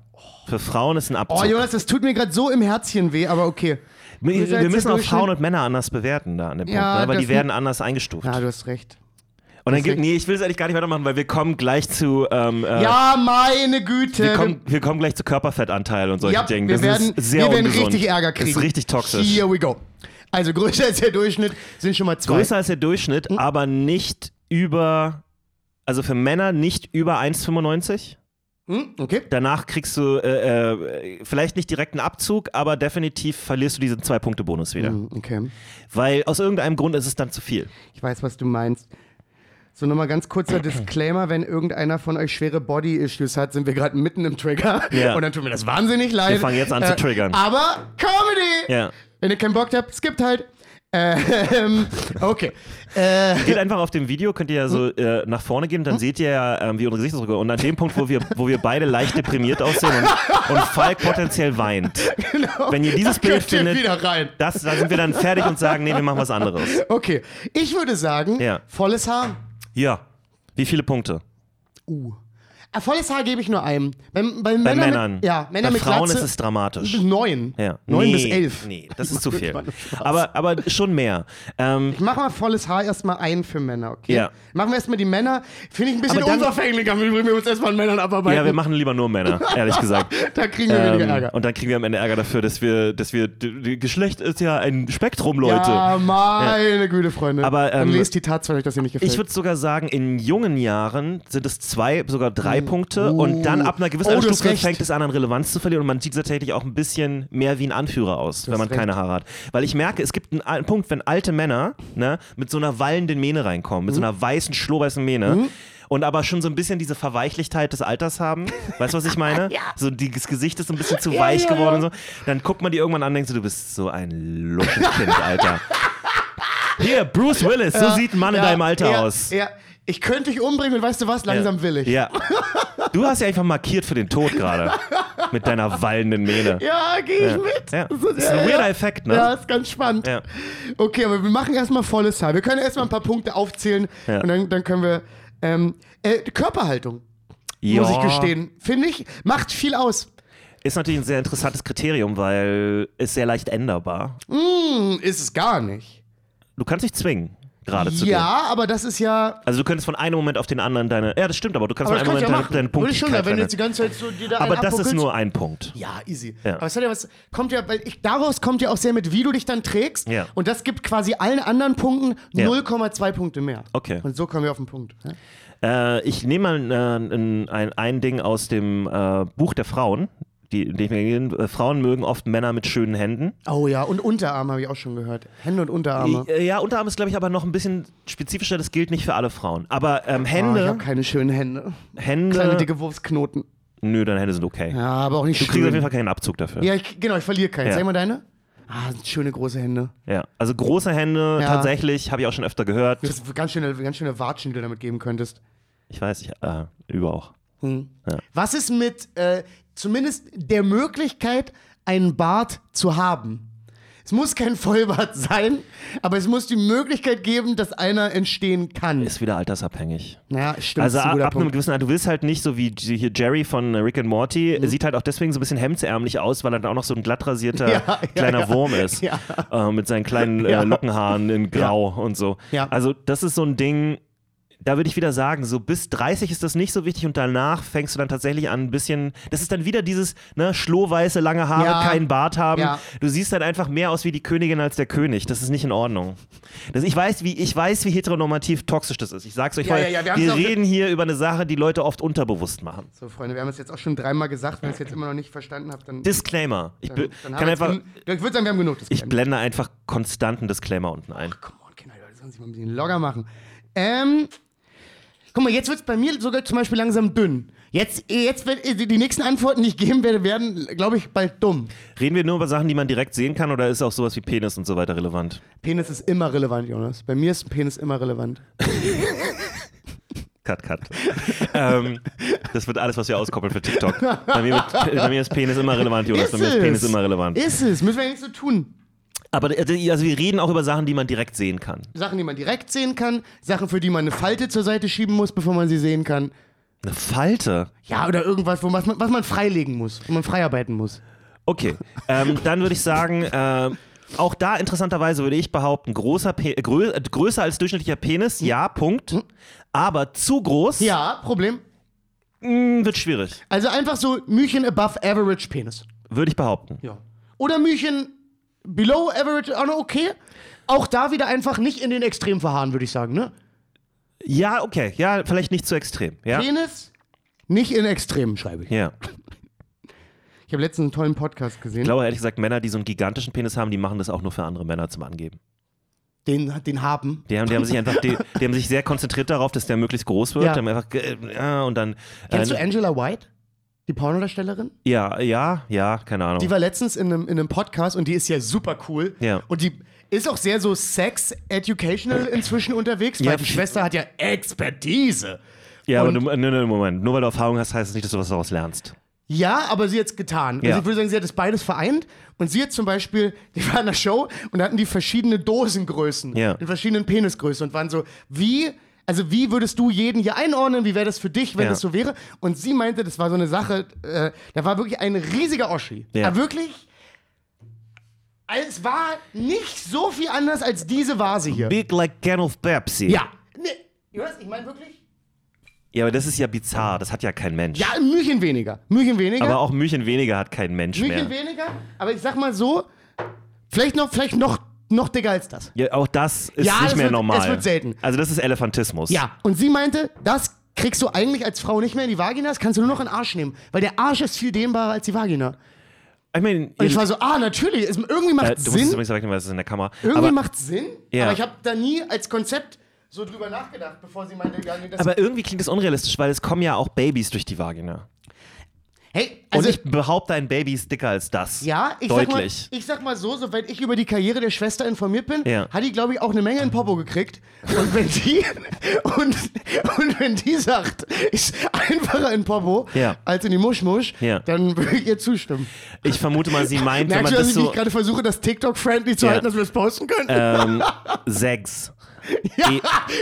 S4: Für Frauen ist ein
S3: Oh,
S4: Abzug.
S3: Jonas, das tut mir gerade so im Herzchen weh, aber okay.
S4: wir
S3: größer als
S4: wir müssen
S3: der
S4: auch
S3: Durchschnitt.
S4: Frauen und Männer anders bewerten da an dem
S3: Ja,
S4: Punkt, ne? weil
S3: das
S4: die werden anders eingestuft.
S3: Ja, du hast recht.
S4: und dann gibt,
S3: deswegen-
S4: nee, ich will es eigentlich gar nicht weitermachen, weil wir kommen gleich zu ähm, äh,
S3: Ja, meine Güte.
S4: wir, kommen, wir kommen gleich zu Körperfettanteil und solchen
S3: ja,
S4: Dingen.
S3: wir
S4: das
S3: werden,
S4: ist sehr
S3: wir werden
S4: ungesund.
S3: richtig Ärger kriegen.
S4: Das ist richtig toxisch.
S3: Here we go. Also größer als der Durchschnitt sind schon mal zwei.
S4: größer als der Durchschnitt,
S3: Hm?
S4: aber nicht über, also für Männer nicht über 1,95.
S3: Hm? Okay.
S4: Danach kriegst du äh, äh, vielleicht nicht direkt einen Abzug, aber definitiv verlierst du diesen Zwei-Punkte-Bonus wieder.
S3: Hm, Okay.
S4: Weil aus irgendeinem Grund ist es dann zu viel.
S3: Ich weiß, was du meinst. So, nochmal ganz kurzer Disclaimer, wenn irgendeiner von euch schwere Body-Issues hat, sind wir gerade mitten im Trigger.
S4: Ja.
S3: Und dann tut mir das wahnsinnig leid. Äh,
S4: Wir fangen jetzt an zu triggern.
S3: Aber Comedy!
S4: Ja.
S3: Wenn ihr keinen Bock habt, skippt halt. Ähm, okay. Äh,
S4: Geht einfach auf dem Video, könnt ihr ja
S3: Hm?
S4: so äh, nach vorne gehen, dann seht ihr ja, ähm, wie unsere Gesichtsausdrücke. Und an dem Punkt, wo wir, wo wir beide leicht deprimiert aussehen und, und Falk potenziell weint.
S3: genau.
S4: Wenn ihr dieses
S3: Da könnt
S4: Bild findet,
S3: Ihr wieder rein.
S4: Das, da sind wir dann fertig und sagen, nee, wir machen was anderes.
S3: Okay. Ich würde sagen,
S4: Ja.
S3: volles Haar.
S4: Ja. Wie viele Punkte?
S3: Uh. Äh, Volles Haar gebe ich nur einem. Bei, bei
S4: Bei
S3: Männern.
S4: Männern.
S3: Mit, ja, Männer
S4: Bei
S3: mit
S4: Frauen
S3: Glatze.
S4: ist es dramatisch.
S3: Neun.
S4: Ja.
S3: Neun
S4: nee,
S3: bis elf.
S4: Nee, das ist zu viel.
S3: Mann, Spaß.
S4: Aber, aber schon mehr. Ähm,
S3: Ich mache mal volles Haar erstmal ein für Männer, okay?
S4: Ja.
S3: Machen wir erstmal die Männer. Finde ich ein bisschen
S4: Aber dann-
S3: unverfänglich, am Übrigen, wir uns erstmal an Männern abarbeiten.
S4: ja, wir machen lieber nur Männer, ehrlich gesagt.
S3: da kriegen wir weniger
S4: Ähm,
S3: Ärger.
S4: und dann kriegen wir am Ende Ärger dafür, dass wir, dass wir, d- d- Geschlecht ist ja ein Spektrum, Leute.
S3: Ja, meine Güte, Freunde.
S4: Aber,
S3: Dann
S4: ähm,
S3: lest die Tat, wenn euch das hier nicht gefällt.
S4: Ich würde sogar sagen, in jungen Jahren sind es zwei, sogar drei Punkte und dann ab einer gewissen
S3: Mm. Oh, du hast
S4: Stufe
S3: recht.
S4: fängt es an, an Relevanz zu verlieren und man sieht tatsächlich auch ein bisschen mehr wie ein Anführer aus, wenn man
S3: hast recht.
S4: keine Haare hat. Weil ich merke, es gibt einen, al- Punkt, wenn alte Männer ne, mit so einer wallenden Mähne reinkommen,
S3: Mm.
S4: mit so einer weißen, schlohweißen Mähne. Und aber schon so ein bisschen diese Verweichlichkeit des Alters haben. Weißt du, was ich meine? So die, das Gesicht ist so ein bisschen zu weich
S3: ja,
S4: geworden
S3: ja.
S4: und so. Dann guckt man die irgendwann an und denkt so, du bist so ein lusches Kind, Alter. Hier, Bruce Willis, so sieht ein Mann in
S3: Ja,
S4: deinem Alter
S3: ja,
S4: aus.
S3: Ja, ich könnte dich umbringen und weißt du was, langsam will ich.
S4: Ja. Du hast ja einfach markiert für den Tod gerade. Mit deiner wallenden Mähne.
S3: Ja, gehe ich
S4: Ja.
S3: mit.
S4: Ja.
S3: Das
S4: Ist ein
S3: ja,
S4: weirder
S3: ja.
S4: Effekt, ne?
S3: Ja, ist ganz spannend.
S4: Ja.
S3: Okay, aber wir machen erstmal volles Haar. Wir können erstmal ein paar Punkte aufzählen
S4: Ja.
S3: und dann, dann können wir. Ähm, äh, Körperhaltung, muss ich gestehen. Finde ich, macht viel aus.
S4: Ist natürlich ein sehr interessantes Kriterium, weil es sehr leicht änderbar.
S3: Hm, Ist es gar nicht.
S4: Du kannst dich zwingen, gerade zu gehen.
S3: Ja, aber das ist ja.
S4: Also du könntest von einem Moment auf den anderen deine. Ja, das stimmt, aber du kannst
S3: Aber das
S4: von
S3: kann ich
S4: einem
S3: ja
S4: Moment
S3: machen.
S4: deine, deine
S3: Würde ich schon,
S4: Punktigkeit
S3: sagen, wenn du jetzt die
S4: verändern.
S3: ganze Zeit so dir da
S4: Aber
S3: einen
S4: das ist
S3: abpuckelst.
S4: nur ein Punkt.
S3: Ja, easy.
S4: Ja.
S3: Aber es hat ja was, kommt ja, weil ich, daraus kommt ja auch sehr mit, wie du dich dann trägst.
S4: Ja.
S3: Und das gibt quasi allen anderen Punkten
S4: Ja.
S3: 0,2 Punkte mehr.
S4: Okay.
S3: Und so kommen wir auf den Punkt. Ja?
S4: Äh, ich nehme mal äh, ein, ein, ein Ding aus dem äh, Buch der Frauen. Die, die ich mir, äh, Frauen mögen oft Männer mit schönen Händen.
S3: Oh ja, und Unterarme habe ich auch schon gehört. Hände und Unterarme.
S4: Äh, Ja, Unterarm ist, glaube ich, aber noch ein bisschen spezifischer. Das gilt nicht für alle Frauen. Aber ähm,
S3: Ah, ich
S4: Hände,
S3: habe keine schönen Hände.
S4: Hände,
S3: Kleine dicke Wurfsknoten.
S4: nö, deine Hände sind okay.
S3: Ja, aber auch nicht
S4: Du kriegst auf jeden
S3: schön.
S4: Fall keinen Abzug dafür. Ja.
S3: Ja, ich, genau, ich verliere keinen.
S4: Ja.
S3: Sag mal deine. Ah, sind schöne große Hände.
S4: Also große Hände,
S3: Ja.
S4: tatsächlich, habe ich auch schon öfter gehört.
S3: Das ist ganz schöne, ganz schöne Watschen, die du damit geben könntest.
S4: Ich weiß, ich äh, über auch.
S3: Was ist mit äh, zumindest der Möglichkeit, einen Bart zu haben? Es muss kein Vollbart sein, aber es muss die Möglichkeit geben, dass einer entstehen kann.
S4: Ist wieder altersabhängig.
S3: Naja, stimmt,
S4: Also
S3: ist ein
S4: ab,
S3: guter
S4: ab einem
S3: Punkt.
S4: gewissen Alter, du willst halt nicht so wie J- hier Jerry von Rick and Morty,
S3: Mhm.
S4: sieht halt auch deswegen so ein bisschen hemdsärmlich aus, weil er dann auch noch so ein glatt rasierter
S3: Ja, ja,
S4: kleiner
S3: ja.
S4: Wurm ist.
S3: Ja.
S4: Äh, mit seinen kleinen äh,
S3: Ja.
S4: Lockenhaaren in Grau und so.
S3: Ja.
S4: Also das ist so ein Ding, da würde ich wieder sagen, so bis 30 ist das nicht so wichtig und danach fängst du dann tatsächlich an ein bisschen, das ist dann wieder dieses ne, schlohweiße, lange Haare,
S3: Ja.
S4: keinen Bart haben.
S3: Ja.
S4: Du siehst dann einfach mehr aus wie die Königin als der König. Das ist nicht in Ordnung. Das, ich, weiß, wie, ich weiß, wie heteronormativ toxisch das ist. Ich sag's euch
S3: Ja,
S4: weil
S3: ja, ja, wir
S4: wir,
S3: haben's auch-
S4: reden hier über eine Sache, die Leute oft unterbewusst machen.
S3: So, Freunde, wir haben es jetzt auch schon dreimal gesagt. Wenn ihr es jetzt immer noch nicht verstanden habt, dann,
S4: Disclaimer. Ich, bl-
S3: dann, dann haben
S4: kann
S3: wir es
S4: einfach,
S3: gen- Ich würde sagen, wir haben genug
S4: ich
S3: diskutiert.
S4: blende einfach konstanten Disclaimer unten ein.
S3: Come on, Kinder, Leute, sollen sich mal ein bisschen locker machen. Ähm, guck mal, jetzt wird es bei mir sogar zum Beispiel langsam dünn. Jetzt, jetzt wird, äh, die die nächsten Antworten, die ich geben werde, werden, glaube ich, bald dumm.
S4: Reden wir nur über Sachen, die man direkt sehen kann oder ist auch sowas wie Penis und so weiter relevant?
S3: Penis ist immer relevant, Jonas. Bei mir ist ein Penis immer relevant.
S4: Cut, cut. ähm, das wird alles, was wir auskoppeln für TikTok. Bei mir, wird, bei mir ist Penis immer relevant, Jonas. Bei mir ist Penis immer relevant.
S3: Ist es. Müssen wir ja nichts so tun.
S4: Aber äh, also wir reden auch über Sachen, die man direkt sehen kann.
S3: Sachen, die man direkt sehen kann, Sachen, für die man eine Falte zur Seite schieben muss, bevor man sie sehen kann.
S4: Eine Falte.
S3: Ja, oder irgendwas, wo, was, man, was man freilegen muss, wo man freiarbeiten muss.
S4: Okay, ähm, dann würde ich sagen, äh, auch da interessanterweise würde ich behaupten, großer Pe äh, grö äh, größer als durchschnittlicher Penis, ja, Punkt. Aber zu groß
S3: Ja, Problem.
S4: mh, wird schwierig,
S3: Also einfach so Müchen above average Penis.
S4: würde ich behaupten.
S3: Ja. Oder München below average, auch noch okay. Auch da wieder einfach nicht in den Extrem verharren, würde ich sagen, ne?
S4: Ja, okay, ja, vielleicht nicht zu extrem. Ja,
S3: Penis nicht in Extremen, schreibe ich.
S4: ja.
S3: Ich habe letztens einen tollen Podcast
S4: Ich
S3: gesehen.
S4: glaube ehrlich gesagt, Männer, die so einen gigantischen Penis haben, die machen das auch nur für andere Männer zum Angeben.
S3: den, den haben.
S4: Die haben, die haben sich einfach, die, die haben sich sehr konzentriert darauf, dass der möglichst groß wird.
S5: Ja.
S4: Die Haben einfach, ge- äh, ja, und dann.
S3: Kennst
S4: äh,
S3: du Angela White? Die Pornodarstellerin?
S4: ja, ja, ja, keine Ahnung.
S5: Die war letztens in einem, in einem Podcast und die ist ja super cool.
S4: Ja.
S5: Und die ist auch sehr so sex-educational inzwischen unterwegs, weil
S4: Ja,
S5: die
S4: die-
S5: Schwester hat ja Expertise.
S4: ja, aber du, nee, nee, Moment. Nur weil du Erfahrung hast, heißt es nicht, dass du was daraus lernst.
S3: Ja, aber sie hat's getan.
S4: Ja.
S3: Also ich würde sagen, sie hat es beides vereint. Und sie hat zum Beispiel, die war in der Show und hatten die verschiedene Dosengrößen,
S4: Ja.
S3: die verschiedenen Penisgrößen und waren so, wie, also wie würdest du jeden hier einordnen? Wie wäre das für dich, wenn
S4: Ja.
S3: das so wäre? Und sie meinte, das war so eine Sache, äh, da war wirklich ein riesiger Oschi.
S4: Ja.
S3: Aber wirklich, es war nicht so viel anders als diese Vase hier.
S4: Big like can of Pepsi.
S3: ja. Ne, Nee, Jonas, ich meine wirklich,
S4: Ja, aber das ist ja bizarr. Das hat ja kein Mensch.
S3: ja, ein Mühchen weniger. Mühchen weniger.
S4: Aber auch Müchen weniger hat kein Mensch
S3: Stückchen
S4: mehr.
S3: weniger, aber ich sag mal so, vielleicht noch, vielleicht noch, noch dicker als das.
S4: Ja, auch das ist
S3: Ja,
S4: nicht
S3: das
S4: mehr
S3: wird-
S4: normal.
S3: es wird selten.
S4: Also das ist Elefantismus.
S3: Ja. Und sie meinte, das kriegst du eigentlich als Frau nicht mehr in die Vagina, das kannst du nur noch in den Arsch nehmen, weil der Arsch ist viel dehnbarer als die Vagina.
S4: Ich meine,
S3: Und ich war so, ah, natürlich, es, irgendwie macht
S4: äh, du musst es
S3: Sinn,
S4: übrigens sagen, weil es ist in der Kamera.
S3: irgendwie
S4: aber,
S3: macht Sinn,
S4: Ja.
S3: aber ich habe da nie als Konzept so drüber nachgedacht, bevor sie meinte, ja, nee, das
S4: aber irgendwie klingt das unrealistisch, weil es kommen ja auch Babys durch die Vagina.
S3: Hey, also
S4: Und ich behaupte, ein Baby ist dicker als das.
S3: Ja, ich sag, mal,
S4: Deutlich.
S3: ich sag mal so, soweit ich über die Karriere der Schwester informiert bin,
S4: Ja.
S3: hat die, glaube ich, auch eine Menge in Popo gekriegt. Und wenn die, und, und wenn die sagt, ist einfacher in Popo
S4: Ja.
S3: als in die Muschmusch,
S4: Ja.
S3: dann würde ich ihr zustimmen.
S4: Ich, vermute mal, sie meint, wenn man
S3: Merkst du, dass
S4: das
S3: ich mich
S4: so.
S3: gerade versuche, das TikTok-friendly zu
S4: Ja.
S3: halten, dass wir es posten können?
S4: Ähm, sechs.
S3: ja,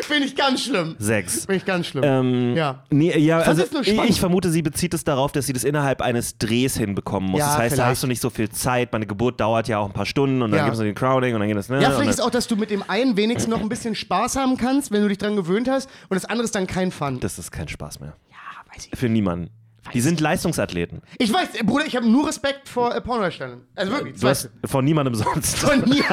S3: finde ich ganz schlimm.
S4: Sechs.
S3: Finde ich ganz schlimm.
S4: Ähm,
S3: ja.
S4: Nee, ja,
S3: fand
S4: also
S3: das nur
S4: ich,
S3: spannend.
S4: ich vermute, sie bezieht es darauf, dass sie das innerhalb eines Drehs hinbekommen muss.
S3: Ja,
S4: das heißt, da
S3: vielleicht.
S4: hast du nicht so viel Zeit. Meine Geburt dauert ja auch ein paar Stunden und dann
S3: Ja.
S4: gibt es noch den Crowding und dann geht das. Ne,
S3: Ja,
S4: und
S3: vielleicht ist
S4: dann,
S3: auch, dass du mit dem einen wenigstens noch ein bisschen Spaß haben kannst, wenn du dich dran gewöhnt hast, und das andere ist dann kein Fun.
S4: das ist kein Spaß mehr.
S3: ja, weiß ich
S4: Für niemanden. Die sind Leistungsathleten.
S3: Ich weiß, äh, Bruder, ich habe nur Respekt vor äh, Pornodarstellern. Also wirklich, das
S4: Du
S3: weißt
S4: hast von niemandem sonst.
S3: du. Von mir.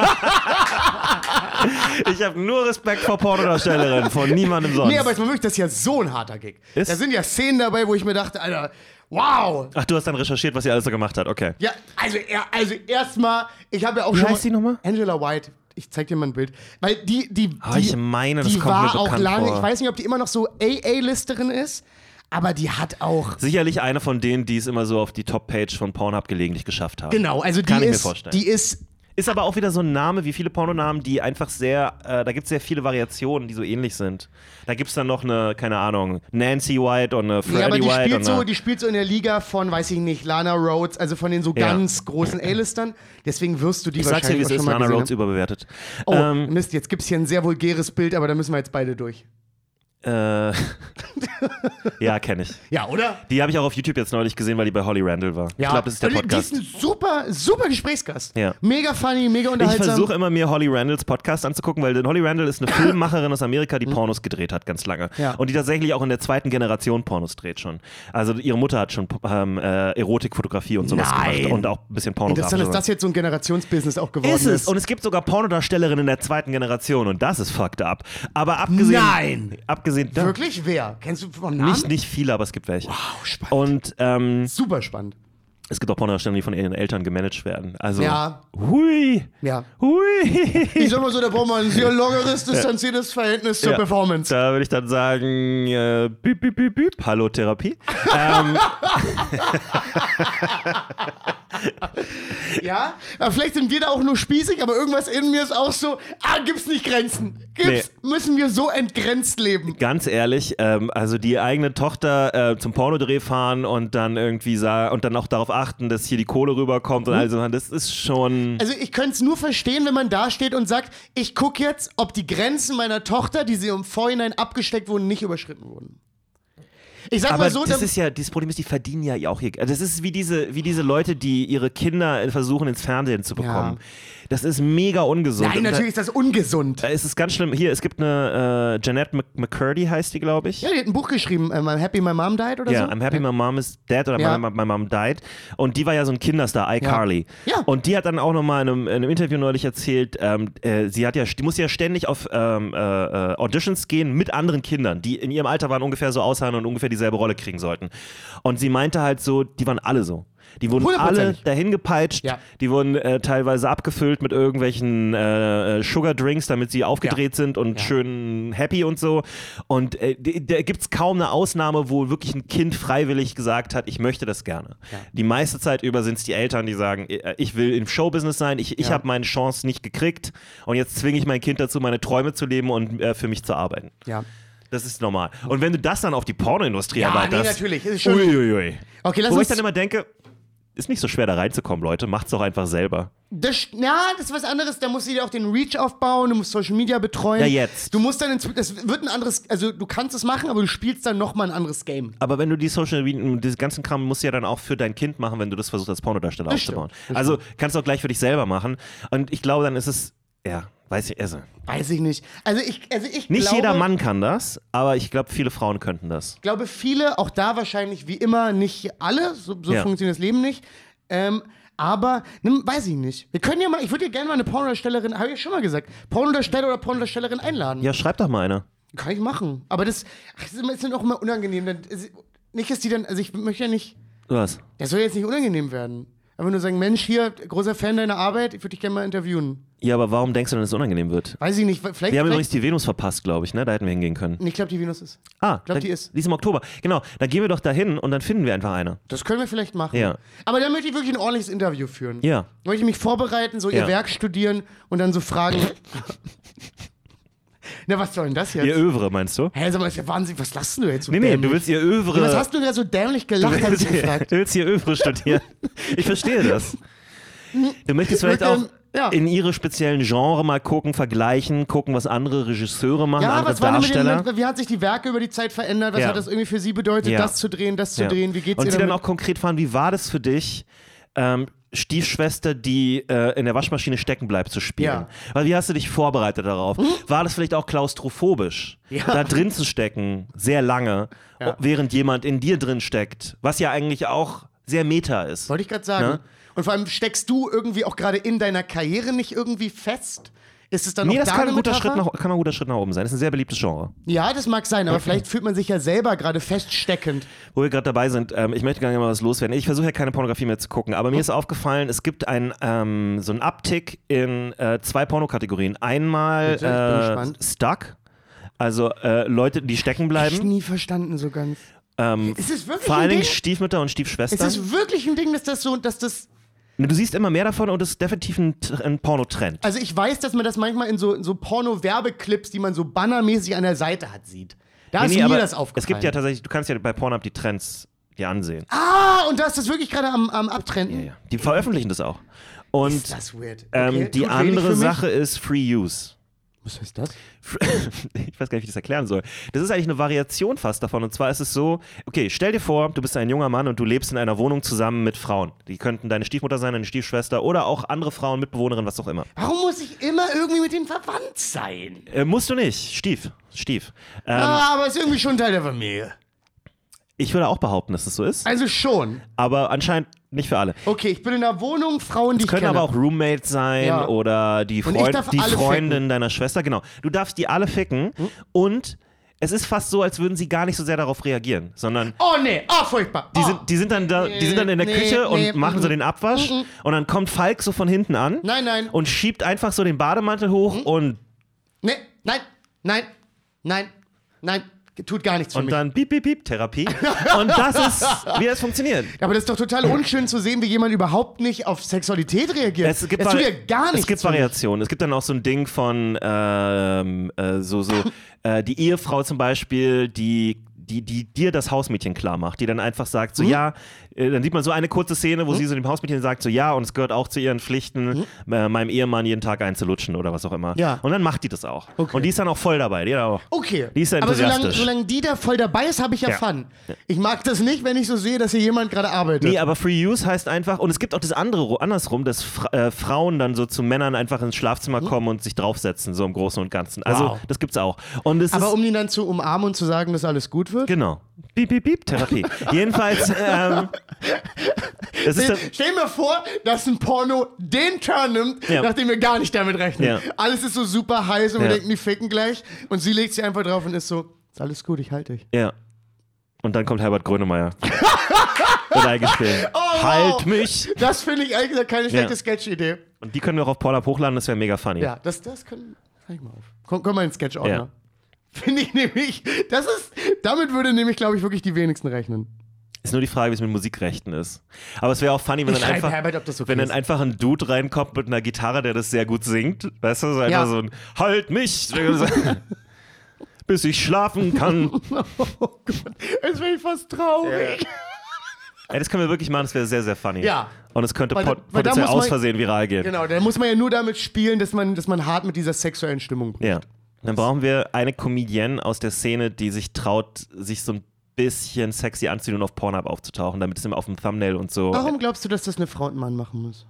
S4: Ich habe nur Respekt vor Pornodarstellerinnen, von niemandem sonst.
S3: Nee, aber jetzt mal wirklich, das ist ja so ein harter Gig.
S4: Ist-
S3: Da sind ja Szenen dabei, wo ich mir dachte, Alter, wow.
S4: Ach, du hast dann recherchiert, was sie alles so gemacht hat. Okay.
S3: Ja, also, er, also erstmal, ich habe ja auch Wie schon.
S4: heißt die nochmal?
S3: Angela White. Ich zeig dir mal ein Bild. Weil die, die,
S4: Ah,
S3: die
S4: ich meine, das
S3: die
S4: kommt mir
S3: war auch
S4: bekannt
S3: lange,
S4: vor.
S3: ich weiß nicht, ob die immer noch so AA-Listerin ist, aber die hat auch.
S4: Sicherlich eine von denen, die es immer so auf die Top-Page von Pornhub gelegentlich geschafft haben.
S3: Genau, also die
S4: Kann ich mir
S3: ist,
S4: vorstellen.
S3: die ist
S4: Ist aber auch wieder so ein Name, wie viele Pornonamen, die einfach sehr, äh, da gibt es sehr viele Variationen, die so ähnlich sind. Da gibt es dann noch eine, keine Ahnung, Nancy White und eine Freddy
S3: Nee, aber die
S4: White.
S3: spielt,
S4: und
S3: so,
S4: eine,
S3: die spielt so in der Liga von, weiß ich nicht, Lana Rhodes, also von den so
S4: Ja.
S3: ganz großen A-Listern. Deswegen wirst du die
S4: ich sag's dir, wie
S3: wahrscheinlich
S4: es
S3: auch
S4: ist,
S3: schon mal
S4: Lana
S3: gesehen
S4: Rhodes
S3: haben.
S4: überbewertet.
S3: Oh,
S4: Ähm,
S3: Mist, jetzt gibt's hier ein sehr vulgäres Bild, aber da müssen wir jetzt beide durch.
S4: äh, ja, kenne ich.
S3: Ja, oder?
S4: Die habe ich auch auf YouTube jetzt neulich gesehen, weil die bei Holly Randall war. Ich glaube, das ist der
S3: Und Die
S4: Podcast.
S3: ist ein super, super Gesprächsgast.
S4: Ja.
S3: Mega funny, mega
S4: Ich
S3: unterhaltsam.
S4: versuche immer, mir Holly Randalls Podcast anzugucken, weil denn Holly Randall ist eine Filmmacherin aus Amerika, die Pornos gedreht hat, ganz lange.
S3: Ja.
S4: Und die tatsächlich auch in der zweiten Generation Pornos dreht schon. Also ihre Mutter hat schon ähm, äh, Erotikfotografie und sowas
S3: Nein.
S4: gemacht und auch ein bisschen
S3: Interessant,
S4: Pornografie.
S3: dass das jetzt so ein Generationsbusiness auch geworden
S4: ist
S3: ist.
S4: es. Und es gibt sogar Pornodarstellerinnen in der zweiten Generation und das ist fucked up. Aber abgesehen.
S3: Nein.
S4: Abgesehen. da-
S3: Wirklich? Wer? Kennst du vom Namen?
S4: Nicht, nicht viele, aber es gibt welche.
S3: Oh, spannend.
S4: Und ähm,
S3: super spannend.
S4: es gibt auch Pornodarstellerinnen, die von ihren Eltern gemanagt werden. Also.
S3: Ja.
S4: Hui.
S3: Ja.
S4: Hui.
S3: Ich sag mal so, da braucht man ein sehr lockeres, distanziertes Verhältnis zur
S4: Ja,
S3: Performance.
S4: Da würde ich dann sagen, äh, büb, büb, büb, büb, hallo Therapie.
S3: Ja, aber vielleicht sind wir da auch nur spießig, aber irgendwas in mir ist auch so, ah, gibt's nicht Grenzen. Gibt's, müssen wir so entgrenzt leben.
S4: Ganz ehrlich, ähm, also die eigene Tochter äh, zum Pornodreh fahren und dann irgendwie sa und dann auch darauf achten, dass hier die Kohle rüberkommt
S3: Hm.
S4: und all so, das ist schon.
S3: Also ich könnte es nur verstehen, wenn man da steht und sagt, ich gucke jetzt, ob die Grenzen meiner Tochter, die sie im Vorhinein abgesteckt wurden, nicht überschritten wurden. Ich sag
S4: Aber
S3: mal so,
S4: das
S3: dann-
S4: ist ja, dieses Problem ist, die verdienen ja auch hier. Das ist wie diese, wie diese Leute, die ihre Kinder versuchen, ins Fernsehen zu bekommen. Das ist mega ungesund.
S3: nein,
S4: Und da- Äh.
S3: natürlich ist das ungesund.
S4: Da ist es ganz schlimm. Hier, es gibt eine äh, Jeanette Mc McCurdy, heißt die, glaube ich.
S3: Ja, die hat ein Buch geschrieben, ähm, I'm Happy My Mom Died oder
S4: Ja,
S3: so.
S4: I'm happy my mom is dead oder
S3: Ja.
S4: my, my mom died. Und die war ja so ein Kinderstar, iCarly.
S3: Ja.
S4: Und die hat dann auch nochmal in einem, in einem Interview neulich erzählt, ähm, äh, sie hat ja, die musste ja ständig auf ähm, äh, äh, Auditions gehen mit anderen Kindern, die in ihrem Alter waren, ungefähr so aussahen und ungefähr dieselbe Rolle kriegen sollten. Und sie meinte halt so, die waren alle so. Die wurden alle
S6: Hundertprozentig.
S4: dahin gepeitscht,
S6: Ja.
S4: die wurden äh, teilweise abgefüllt mit irgendwelchen äh, äh, Sugar Drinks, damit sie aufgedreht sind und schön happy und so. Und äh, d- da gibt es kaum eine Ausnahme, wo wirklich ein Kind freiwillig gesagt hat, ich möchte das gerne. Die meiste Zeit über sind es die Eltern, die sagen, äh, ich will im Showbusiness sein, ich, ich habe meine Chance nicht gekriegt und jetzt zwinge ich mein Kind dazu, meine Träume zu leben und äh, für mich zu arbeiten.
S6: Ja.
S4: Das ist normal. Und wenn du das dann auf die Pornoindustrie
S6: Ja,
S4: erweiterst.
S6: nee, natürlich, ist schon-
S4: Uiuiui.
S6: Okay, lass
S4: Wo ich
S6: uns.
S4: dann immer denke, ist nicht so schwer da reinzukommen, Leute. Macht's doch einfach selber.
S3: Das, na, das ist was anderes. Da musst du dir auch den Reach aufbauen, du musst Social Media betreuen.
S4: Ja, jetzt.
S3: Du musst dann, ins, das wird ein anderes, also du kannst es machen, aber du spielst dann nochmal ein anderes Game.
S4: Aber wenn du die Social Media, diesen ganzen Kram musst du ja dann auch für dein Kind machen, wenn du das versuchst, als Pornodarsteller
S3: Das
S4: aufzubauen. Also kannst du auch gleich für dich selber machen. Und ich glaube, dann ist es, ja, weiß ich, also.
S3: Weiß ich nicht. Also ich, also ich
S4: Nicht
S3: glaube,
S4: jeder Mann kann das, aber ich glaube, viele Frauen könnten das.
S3: Ich glaube, viele, auch da wahrscheinlich wie immer, nicht alle, so, so
S4: Ja.
S3: funktioniert das Leben nicht. Ähm, aber, ne, weiß ich nicht. Wir können ja mal, ich würde ja gerne mal eine Pornodarstellerin, habe ich ja schon mal gesagt, Pornodarsteller oder Pornodarstellerin einladen.
S4: Ja, schreib doch mal eine.
S3: Kann ich machen. Aber das, ach, das ist immer- ist dann auch immer unangenehm. Dann, ist- nicht, dass die dann, also ich möchte ja nicht,
S4: Was?
S3: das soll jetzt nicht unangenehm werden. Aber nur sagen, Mensch, hier, großer Fan deiner Arbeit, ich würde dich gerne mal interviewen.
S4: Ja, aber warum denkst du denn, dass es unangenehm wird?
S3: Weiß ich nicht, vielleicht,
S4: Wir haben übrigens
S3: vielleicht
S4: die Venus verpasst, glaube ich, ne? Da hätten wir hingehen können.
S3: Nee, ich glaube, die Venus ist.
S4: Ah,
S3: glaub,
S4: dann-
S3: die ist.
S4: Die ist im Oktober. Genau, dann gehen wir doch dahin und dann finden wir einfach eine.
S3: Das können wir vielleicht machen.
S4: Ja.
S3: Aber dann möchte ich wirklich ein ordentliches Interview führen.
S4: Ja.
S3: Da Möchte ich mich vorbereiten, so ihr
S4: Ja.
S3: Werk studieren und dann so fragen. Na, was soll denn das jetzt?
S4: Ihr Övre, meinst du?
S3: Hä, sag mal, ist ja Wahnsinn, was lachst denn du jetzt so
S4: Nee, nee,
S3: dämlich?
S4: du willst ihr Övre.
S3: Was hast du denn da so dämlich gelacht, hab ich gefragt.
S4: du willst hier Övre studieren. Ich verstehe das. Du möchtest vielleicht
S3: Mit
S4: auch
S3: dem- ja.
S4: in ihre speziellen Genre mal gucken, vergleichen, gucken, was andere Regisseure machen,
S3: Ja,
S4: andere
S3: was war denn mit
S4: Darsteller.
S3: den, wie hat sich die Werke über die Zeit verändert? Was
S4: Ja.
S3: hat das irgendwie für sie bedeutet,
S4: Ja.
S3: das zu drehen, das zu
S4: Ja.
S3: drehen? Wie geht's
S4: Und
S3: ihr
S4: sie dann
S3: damit?
S4: auch konkret fahren, wie war das für dich, ähm, Stiefschwester, die äh, in der Waschmaschine stecken bleibt, zu spielen?
S3: Ja. Hm?
S4: Weil wie hast du dich vorbereitet darauf? War das vielleicht auch klaustrophobisch, da drin zu stecken, sehr lange, o- während jemand in dir drin steckt, was ja eigentlich auch sehr meta ist.
S3: Wollte ich gerade sagen.
S4: Ne?
S3: Und vor allem steckst du irgendwie auch gerade in deiner Karriere nicht irgendwie fest? Ist es dann
S4: Nee,
S3: auch
S4: das
S3: da
S4: kann
S3: eine
S4: ein, guter
S3: Metapher?
S4: Schritt nach, kann ein guter Schritt nach oben sein. Das ist ein sehr beliebtes Genre.
S3: Ja, das mag sein, aber vielleicht fühlt man sich ja selber gerade feststeckend.
S4: Wo wir gerade dabei sind, ähm, ich möchte gar nicht mal was loswerden. Ich versuche ja keine Pornografie mehr zu gucken, aber mir ist aufgefallen, es gibt ein, ähm, so einen Uptick in äh, zwei Pornokategorien. Einmal
S3: Bitte, ich bin
S4: äh,
S3: gespannt.
S4: Stuck, also äh, Leute, die stecken
S3: Ich
S4: bleiben.
S3: nie verstanden so ganz. ist es wirklich
S4: Ähm, Vor
S3: ein
S4: allen Dingen
S3: Ding?
S4: Stiefmütter und
S3: Ist
S4: Stiefschwestern. Ne,
S3: es wirklich ein Ding, dass das so, dass das.
S4: Du siehst immer mehr davon und es ist definitiv ein, T- ein Pornotrend.
S3: Also ich weiß, dass man das manchmal in so, in so Porno-Werbeclips, die man so bannermäßig an der Seite hat, sieht. Da
S4: Nee,
S3: Ah, ist
S4: nee,
S3: mir
S4: aber
S3: das aufgefallen.
S4: Es gibt ja tatsächlich, du kannst ja bei Pornhub die Trends dir ansehen.
S3: ah, und da ist das wirklich gerade am, am Abtrenden.
S4: Ja, ja. Die veröffentlichen das auch. Und
S3: Ist das weird.
S4: ähm,
S3: Okay,
S4: die
S3: tut wenig für
S4: andere
S3: mich.
S4: Sache ist Free Use.
S3: Was ist das?
S4: ich weiß gar nicht, wie ich das erklären soll. Das ist eigentlich eine Variation fast davon. Und zwar ist es so, okay, stell dir vor, du bist ein junger Mann und du lebst in einer Wohnung zusammen mit Frauen. Die könnten deine Stiefmutter sein, deine Stiefschwester oder auch andere Frauen, Mitbewohnerin, was auch immer.
S3: Warum muss ich immer irgendwie mit denen verwandt sein?
S4: Äh, musst du nicht. Stief. Stief. Ähm,
S3: ah, aber ist irgendwie schon Teil der Familie.
S4: Ich würde auch behaupten, dass es so ist.
S3: Also schon.
S4: Aber anscheinend nicht für alle.
S3: Okay, ich bin in einer Wohnung, Frauen, die ich
S4: Können
S3: kenne.
S4: aber auch Roommates sein
S3: Ja.
S4: oder die,
S3: Und ich
S4: Freund
S3: darf
S4: die
S3: alle
S4: Freundin
S3: ficken. Hm?
S4: deiner Schwester. Genau. Du darfst die alle ficken und es ist fast so, als würden sie gar nicht so sehr darauf reagieren, sondern
S3: oh nee, ah, furchtbar.
S4: Die
S3: oh.
S4: sind, die sind, dann, da, die sind dann in der
S3: Nee,
S4: Küche und
S3: nee,
S4: machen so
S3: mhm.
S4: den Abwasch. Und dann kommt Falk so von hinten an.
S3: Nein, nein.
S4: Und schiebt einfach so den Bademantel hoch und,
S3: Nee, nein, nein, nein, nein. Tut gar nichts für
S4: und
S3: mich.
S4: dann piep, piep, piep, Therapie. und das ist, wie das funktioniert.
S3: Aber das ist doch total unschön zu sehen, wie jemand überhaupt nicht auf Sexualität reagiert.
S4: Es gibt,
S3: das tut
S4: Vari-
S3: ja gar nichts.
S4: es gibt
S3: für mich.
S4: Variationen. Es gibt dann auch so ein Ding von ähm, äh, so, so äh, die Ehefrau zum Beispiel, die, die, die dir das Hausmädchen klar macht, die dann einfach sagt, so
S3: Mhm.
S4: ja, äh, dann sieht man so eine kurze Szene, wo sie so dem Hausmädchen sagt, so ja, und es gehört auch zu ihren Pflichten, äh, meinem Ehemann jeden Tag einzulutschen oder was auch immer.
S3: Mhm. Ja.
S4: Und dann macht die das auch. Und die ist dann auch voll dabei. Die hat auch,
S3: Okay.
S4: Die ist ja
S3: Aber solange,
S4: enthusiastisch.
S3: solange die da voll dabei ist, habe ich ja,
S4: Ja.
S3: Fun. Ich mag das nicht, wenn ich so sehe, dass hier jemand gerade arbeitet.
S4: Nee, aber Free Use heißt einfach, und es gibt auch das andere, andersrum, dass Fra äh, Frauen dann so zu Männern einfach ins Schlafzimmer kommen und sich draufsetzen, so im Großen und Ganzen. Also,
S3: Hm? Wow.
S4: das gibt's auch. Und es ist,
S3: aber um ihn dann zu umarmen und zu sagen, dass alles gut wird?
S4: Genau. Piep, piep, piep, Therapie. Jedenfalls, ähm, das ist dann,
S3: Stell mir vor, dass ein Porno den Turn nimmt,
S4: Ja.
S3: nachdem wir gar nicht damit rechnen.
S4: Ja.
S3: Alles ist so super heiß und wir
S4: Ja.
S3: denken, die ficken gleich. Und sie legt sich einfach drauf und ist so, ist alles gut, ich halte dich.
S4: ja. Und dann kommt Herbert Grönemeyer. Beleidigt spielen.
S3: Oh, wow.
S4: Halt mich!
S3: Das finde ich eigentlich gesagt keine schlechte Sketch-Idee.
S4: Und die können wir auch auf Pornhub hochladen, das wäre mega funny.
S3: Ja, das, das können. Zeig mal auf. Komm, komm mal in den Sketch-Ordner.
S4: Ja.
S3: ne? Finde ich nämlich. Das ist. Damit würde nämlich, glaube ich, wirklich die wenigsten rechnen.
S4: Ist nur die Frage, wie es mit Musikrechten ist. Aber es wäre auch funny, wenn
S3: Ich
S4: dann
S3: schreibe
S4: einfach,
S3: Herbert, ob das okay
S4: wenn dann
S3: ist.
S4: einfach ein Dude reinkommt mit einer Gitarre, der das sehr gut singt. Weißt du, so einfach
S3: Ja.
S4: so ein Halt mich! Bis ich schlafen kann.
S3: Oh Gott, jetzt bin ich fast traurig.
S4: Ey, das können wir wirklich machen, das wäre sehr, sehr funny.
S3: Ja.
S4: Und es könnte
S3: Weil da-
S4: pot
S3: weil da
S4: potenziell
S3: muss man-
S4: aus Versehen viral gehen.
S3: Genau, da muss man ja nur damit spielen, dass man, dass man hart mit dieser sexuellen Stimmung bricht.
S4: Ja. Dann brauchen wir eine Comedienne aus der Szene, die sich traut, sich so ein bisschen sexy anzuziehen und auf Pornhub aufzutauchen, damit es immer auf dem Thumbnail und so.
S3: Warum glaubst du, dass das eine Frau und ein Mann machen muss?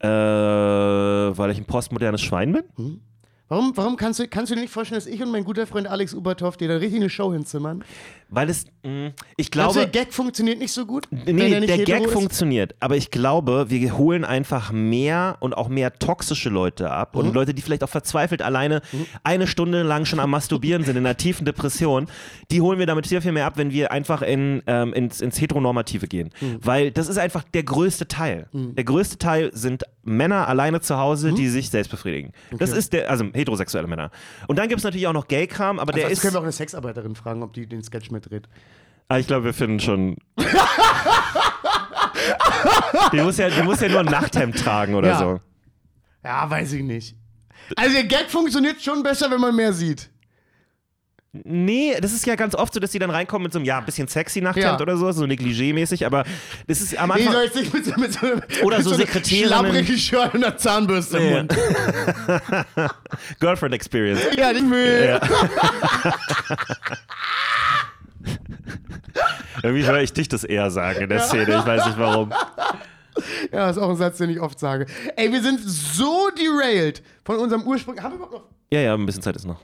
S4: Äh, weil ich ein postmodernes Schwein bin?
S3: Warum, warum kannst, du, kannst du dir nicht vorstellen, dass ich und mein guter Freund Alex Ubertoff dir da richtig eine Show hinzimmern?
S4: Weil es, mh, ich
S3: Glaubst du,
S4: glaube,
S3: der Gag funktioniert nicht so gut?
S4: nee, der
S3: hetero
S4: Gag
S3: ist?
S4: funktioniert, aber ich glaube, wir holen einfach mehr und auch mehr toxische Leute ab
S3: Mhm.
S4: und Leute, die vielleicht auch verzweifelt alleine eine Stunde lang schon am Masturbieren sind, in einer tiefen Depression, die holen wir damit sehr viel mehr ab, wenn wir einfach in, ähm, ins, ins Heteronormative gehen.
S3: Mhm.
S4: Weil das ist einfach der größte Teil. Der größte Teil sind Männer alleine zu
S3: Mhm.
S4: Hause, die sich selbst befriedigen. Das ist der, also heterosexuelle Männer. Und dann gibt es natürlich auch noch Gay-Kram, aber der
S3: Also
S4: ist.
S3: können wir auch eine Sexarbeiterin fragen, ob die den Sketch mitdreht.
S4: Ah, ich glaube, wir finden schon. die, muss ja, die muss ja nur ein Nachthemd tragen oder
S3: Ja.
S4: so.
S3: Ja, weiß ich nicht. Also der Gag funktioniert schon besser, wenn man mehr sieht.
S4: Nee, das ist ja ganz oft so, dass die dann reinkommen mit so einem, ja, ein bisschen sexy Nachthemd
S3: Ja.
S4: oder so, so negligé-mäßig, aber das ist am
S3: Nee,
S4: Anfang.
S3: soll jetzt nicht mit so, mit so einem
S4: Oder
S3: mit
S4: so
S3: einem
S4: Sekretärinnen.
S3: schlapprigen Shirt und einer Zahnbürste im Mund.
S4: Girlfriend Experience.
S3: Ja, ich will.
S4: Irgendwie höre ich dich das eher sagen in der Szene, ich weiß nicht warum.
S3: Ja, ist auch ein Satz, den ich oft sage. Ey, wir sind so derailed von unserem Ursprung. Haben wir überhaupt noch.
S4: Ja, ja, ein bisschen Zeit ist noch.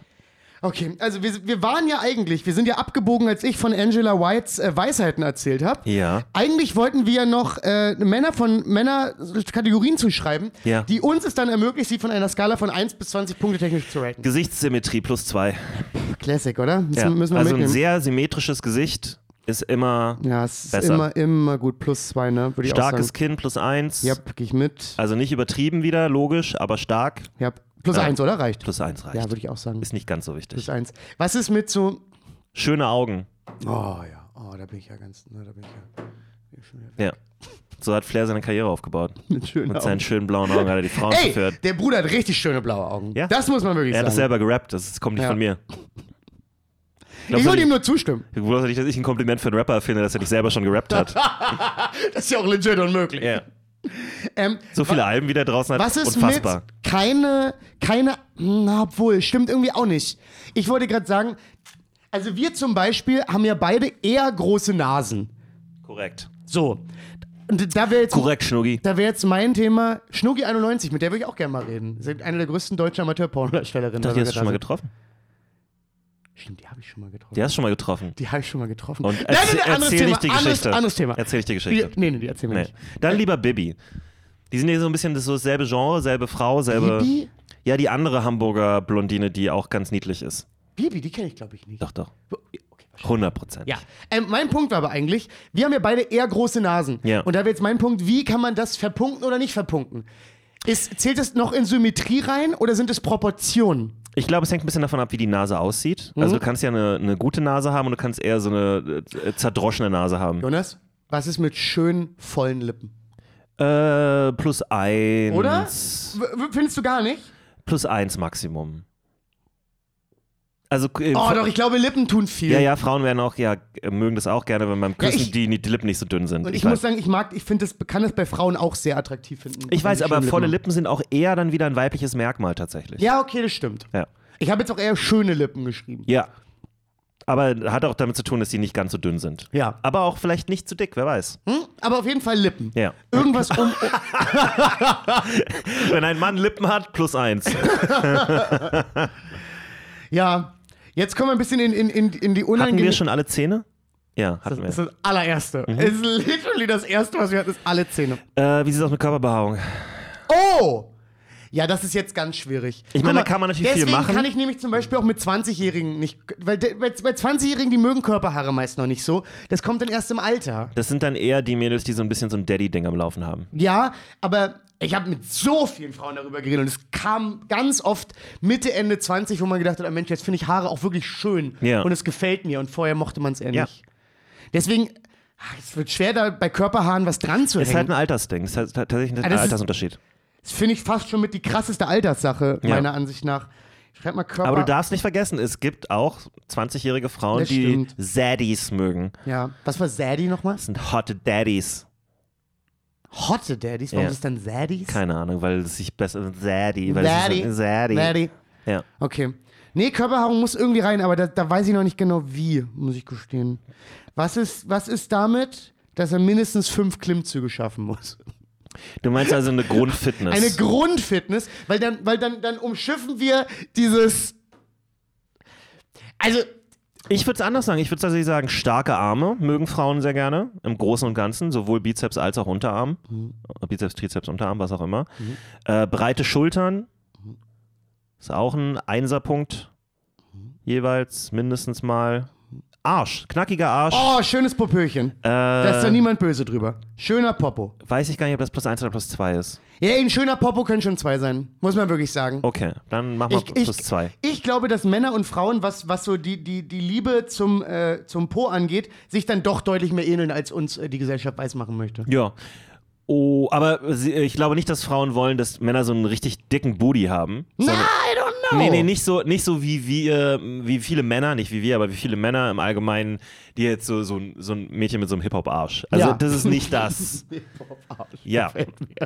S3: Okay, also wir, wir waren ja eigentlich, wir sind ja abgebogen, als ich von Angela Whites äh, Weisheiten erzählt habe.
S4: Ja.
S3: Eigentlich wollten wir ja noch äh, Männer von Männer Kategorien zuschreiben,
S4: Ja.
S3: die uns es dann ermöglicht, sie von einer Skala von 1 bis 20 Punkte technisch zu raten.
S4: Gesichtssymmetrie plus zwei.
S3: Classic, oder? Das
S4: Ja.
S3: müssen wir
S4: also ein
S3: mitnehmen.
S4: sehr symmetrisches Gesicht ist immer
S3: ja, es ist
S4: besser.
S3: immer, immer gut. Plus 2, ne? Würde ich
S4: starkes
S3: auch sagen.
S4: Kinn plus eins.
S3: Ja, gehe ich mit.
S4: Also nicht übertrieben wieder, logisch, aber stark.
S3: Ja, plus 1, oder? Reicht.
S4: Ah. Plus eins reicht.
S3: ja, würde ich auch sagen.
S4: Ist nicht ganz so wichtig.
S3: Plus 1. Was ist mit so
S4: Schöne Augen.
S3: Oh ja, oh, da bin ich ja ganz, ne, da bin ich ja bin ich schon wieder
S4: Ja. So hat Flair seine Karriere aufgebaut.
S3: mit schönen
S4: Mit
S3: Augen.
S4: seinen schönen blauen Augen hat er die Frauen
S3: Ey,
S4: verführt.
S3: der Bruder hat richtig schöne blaue Augen.
S4: Ja.
S3: Das muss man wirklich
S4: Er hat das
S3: sagen.
S4: selber gerappt, das ist- kommt nicht
S3: Ja.
S4: von mir.
S3: Ich
S4: Glaubst du
S3: würde ihm
S4: nicht,
S3: nur zustimmen.
S4: glaubst du nicht, dass ich ein Kompliment für einen Rapper finde, dass er dich selber schon gerappt hat?
S3: Das ist ja auch legit unmöglich.
S4: Ja.
S3: Ähm,
S4: So viele Alben, wie der draußen hat,
S3: was ist
S4: unfassbar.
S3: mit keine, keine, na obwohl, stimmt irgendwie auch nicht. Ich wollte gerade sagen, also wir zum Beispiel haben ja beide eher große Nasen.
S4: Korrekt.
S3: So. Und da wäre jetzt
S4: Korrekt, Schnuggi.
S3: Da wäre jetzt mein Thema Schnugi 91, mit der würde ich auch gerne mal reden. Sie ist eine der größten deutschen Amateur-Pornodarstellerinnen.
S4: Ich dachte, die
S3: weil
S4: hast
S3: wir
S4: du schon mal
S3: da
S4: getroffen.
S3: sind. Stimmt, die habe ich schon mal getroffen.
S4: Die hast du schon mal getroffen.
S3: Die habe ich schon mal getroffen.
S4: Und erzähl, erzähl
S3: Thema.
S4: ich die
S3: anderes,
S4: Geschichte.
S3: anderes Thema.
S4: Erzähl ich die Geschichte.
S3: Die, nee, nee, die erzähl mir
S4: Nee.
S3: nicht.
S4: Dann lieber Bibi. Die sind ja so ein bisschen das so selbe Genre, selbe Frau, selbe.
S3: Bibi?
S4: Ja, die andere Hamburger Blondine, die auch ganz niedlich ist.
S3: Bibi, die kenne ich, glaube ich, nicht.
S4: Doch, doch.
S3: Okay, wahrscheinlich.
S4: 100 Prozent.
S3: ja, ähm, mein Punkt war aber eigentlich, wir haben ja beide eher große Nasen.
S4: Ja.
S3: Und da wäre jetzt mein Punkt, wie kann man das verpunkten oder nicht verpunkten? Ist, zählt es noch in Symmetrie rein oder sind es Proportionen?
S4: Ich glaube, es hängt ein bisschen davon ab, wie die Nase aussieht.
S3: Mhm.
S4: Also du kannst ja eine, eine gute Nase haben und du kannst eher so eine äh, zerdroschene Nase haben.
S3: Jonas, was ist mit schönen, vollen Lippen?
S4: Äh, plus eins.
S3: Oder? W w- findest du gar nicht?
S4: Plus eins Maximum. Also äh,
S3: Oh,
S4: Fra-
S3: doch, ich glaube, Lippen tun viel.
S4: ja, ja, Frauen werden auch, ja, äh, mögen das auch gerne, wenn beim Küssen
S3: ich-
S4: die, die Lippen nicht so dünn sind.
S3: Und ich,
S4: weiß.
S3: muss sagen, ich mag, ich finde das, kann das bei Frauen auch sehr attraktiv finden.
S4: ich weiß,
S3: Wenn die
S4: aber
S3: schöne
S4: volle
S3: haben.
S4: Lippen sind auch eher dann wieder ein weibliches Merkmal tatsächlich.
S3: Ja, okay, das stimmt.
S4: Ja.
S3: Ich habe jetzt auch eher schöne Lippen geschrieben.
S4: ja. Aber hat auch damit zu tun, dass die nicht ganz so dünn sind.
S3: Ja.
S4: Aber auch vielleicht nicht zu dick, wer weiß.
S3: Hm? Aber auf jeden Fall Lippen.
S4: Ja.
S3: Irgendwas um.
S4: Wenn ein Mann Lippen hat, plus eins.
S3: ja. Jetzt kommen wir ein bisschen in, in, in, in die
S4: Hatten wir
S3: unangenehm.
S4: schon Mhm. alle Zähne? Ja, hatten
S3: Das
S4: wir.
S3: ist das allererste. Es ist literally das erste, was wir hatten, ist alle Zähne.
S4: Äh, wie sieht es aus mit Körperbehaarung?
S3: Oh! Ja, das ist jetzt ganz schwierig.
S4: Ich meine, da
S3: Guck mal,
S4: kann man natürlich viel
S3: deswegen
S4: machen.
S3: kann ich nämlich zum Beispiel auch mit 20-Jährigen nicht. Weil de- bei bei 20-Jährigen, die mögen Körperhaare meist noch nicht so. Das kommt dann erst im Alter.
S4: Das sind dann eher die Mädels, die so ein bisschen so ein Daddy-Ding am Laufen haben.
S3: Ja, aber ich habe mit so vielen Frauen darüber geredet und es kam ganz oft Mitte, Ende 20, wo man gedacht hat, ah, Mensch, jetzt finde ich Haare auch wirklich schön
S4: Ja.
S3: und es gefällt mir und vorher mochte man es eher
S4: Ja.
S3: nicht. Deswegen, ach, es wird schwer, da bei Körperhaaren was dran zu
S4: Ist halt
S3: hängen.
S4: ein Altersding. Ist halt tatsächlich
S3: Ah,
S4: ein
S3: das ist-
S4: Altersunterschied.
S3: das finde ich fast schon mit die krasseste Alterssache,
S4: Ja.
S3: meiner Ansicht nach. Schreib mal Körper.
S4: Aber du darfst nicht vergessen, es gibt auch 20-jährige Frauen,
S3: Das
S4: die
S3: stimmt.
S4: Zaddies mögen.
S3: ja. Was war Zaddy nochmal?
S4: Das sind Hot Daddies.
S3: Hotte Daddies. Warum
S4: Ja.
S3: ist dann Zaddies?
S4: Keine Ahnung, weil es sich besser. Zaddy. Weil es
S3: Zaddy.
S4: Ist Zaddy.
S3: Zaddy.
S4: Ja.
S3: Okay. Nee, Körperhaarung muss irgendwie rein, aber da, da weiß ich noch nicht genau wie, muss ich gestehen. Was ist, was ist damit, dass er mindestens fünf Klimmzüge schaffen muss?
S4: Du meinst also eine Grundfitness.
S3: Eine Grundfitness, weil dann, weil dann, dann umschiffen wir dieses. Also,
S4: Ich würde es anders sagen. Ich würde tatsächlich sagen, starke Arme mögen Frauen sehr gerne. Im Großen und Ganzen. Sowohl Bizeps als auch Unterarm.
S3: Mhm.
S4: Bizeps, Trizeps, Unterarm, was auch immer. Äh, breite Schultern.
S3: Mhm.
S4: Ist auch ein Einserpunkt.
S3: Mhm.
S4: Jeweils mindestens mal. Arsch. Knackiger Arsch.
S3: oh, schönes Popöchen. Da
S4: Ähm.
S3: ist doch niemand böse drüber. Schöner Popo.
S4: Äh, Weiß ich gar nicht, ob das plus 1 oder plus 2 ist.
S3: Ja, ein schöner Popo können schon zwei sein. Muss man wirklich sagen.
S4: Okay, dann machen wir plus 2.
S3: ich glaube, dass Männer und Frauen, was, was so die, die, die Liebe zum, äh, zum Po angeht, sich dann doch deutlich mehr ähneln, als uns äh, die Gesellschaft weismachen möchte.
S4: Ja. Oh, aber sie, ich glaube nicht, dass Frauen wollen, dass Männer so einen richtig dicken Booty haben.
S3: Na,
S4: sondern-
S3: I don't know.
S4: Nee, nee, nicht so, nicht so wie wir, wie viele Männer, nicht wie wir, aber wie viele Männer im Allgemeinen, die jetzt so, so, ein- so ein Mädchen mit so einem Hip-Hop-Arsch. Also
S3: Ja.
S4: das ist nicht das. ja.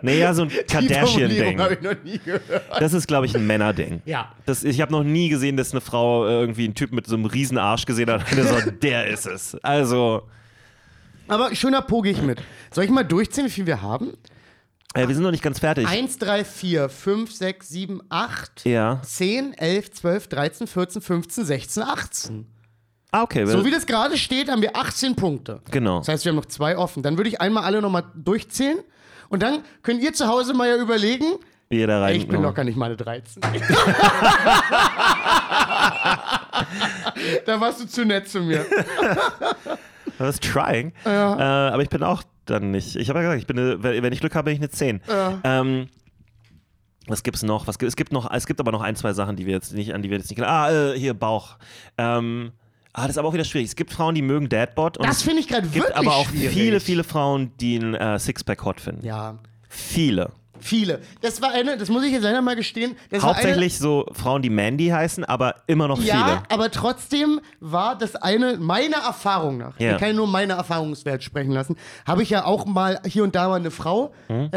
S4: Nee, ja, so ein
S3: Die
S4: Kardashian-Ding.
S3: Formulierung habe ich noch nie gehört.
S4: Das ist, glaube ich, ein Männerding.
S3: Ja.
S4: Das, ich habe noch nie gesehen, dass eine Frau äh, irgendwie einen Typ mit so einem riesen Arsch gesehen hat. und gesagt hat, der ist es. Also,
S3: Aber schöner Po gehe ich mit. Soll ich mal durchziehen, wie viel wir haben?
S4: äh, wir sind noch nicht ganz fertig.
S3: Eins, drei, vier, fünf, sechs, sieben, acht,
S4: Ja.
S3: zehn, elf, zwölf, dreizehn, vierzehn, fünfzehn, sechzehn, achtzehn.
S4: Ah, okay.
S3: So wie das gerade steht, haben wir 18 Punkte.
S4: genau.
S3: Das heißt, wir haben noch zwei offen. Dann würde ich einmal alle nochmal durchzählen. Und dann könnt ihr zu Hause mal ja überlegen.
S4: Jeder rein.
S3: Ich bin locker nicht mal eine 13. da warst du zu nett zu mir.
S4: Das ist trying. Äh, aber ich bin auch dann nicht. Ich habe ja gesagt, ich bin eine, wenn wenn ich Glück habe, bin ich eine 10. Ähm, was gibt's noch? Was gibt, es gibt noch? Es gibt aber noch ein, zwei Sachen, die wir jetzt nicht an die wir jetzt nicht. Ah, äh, hier Bauch. Ähm, ah, das ist aber auch wieder schwierig. Es gibt Frauen, die mögen Dadbot. Und
S3: Das
S4: es
S3: finde ich gerade
S4: gibt
S3: wirklich
S4: aber auch
S3: schwierig.
S4: viele, viele Frauen, die ein äh, Sixpack hot finden.
S3: Ja, Also
S4: Viele.
S3: viele. Das war eine, das muss ich jetzt leider mal gestehen. Das
S4: Hauptsächlich so Frauen, die Mandy heißen, aber immer noch
S3: War eine, ja,
S4: viele.
S3: aber trotzdem war das eine, meiner Erfahrung nach,
S4: Ja.
S3: ich kann ja nur meine Erfahrungswert sprechen lassen, habe ich ja auch mal hier und da mal eine Frau äh,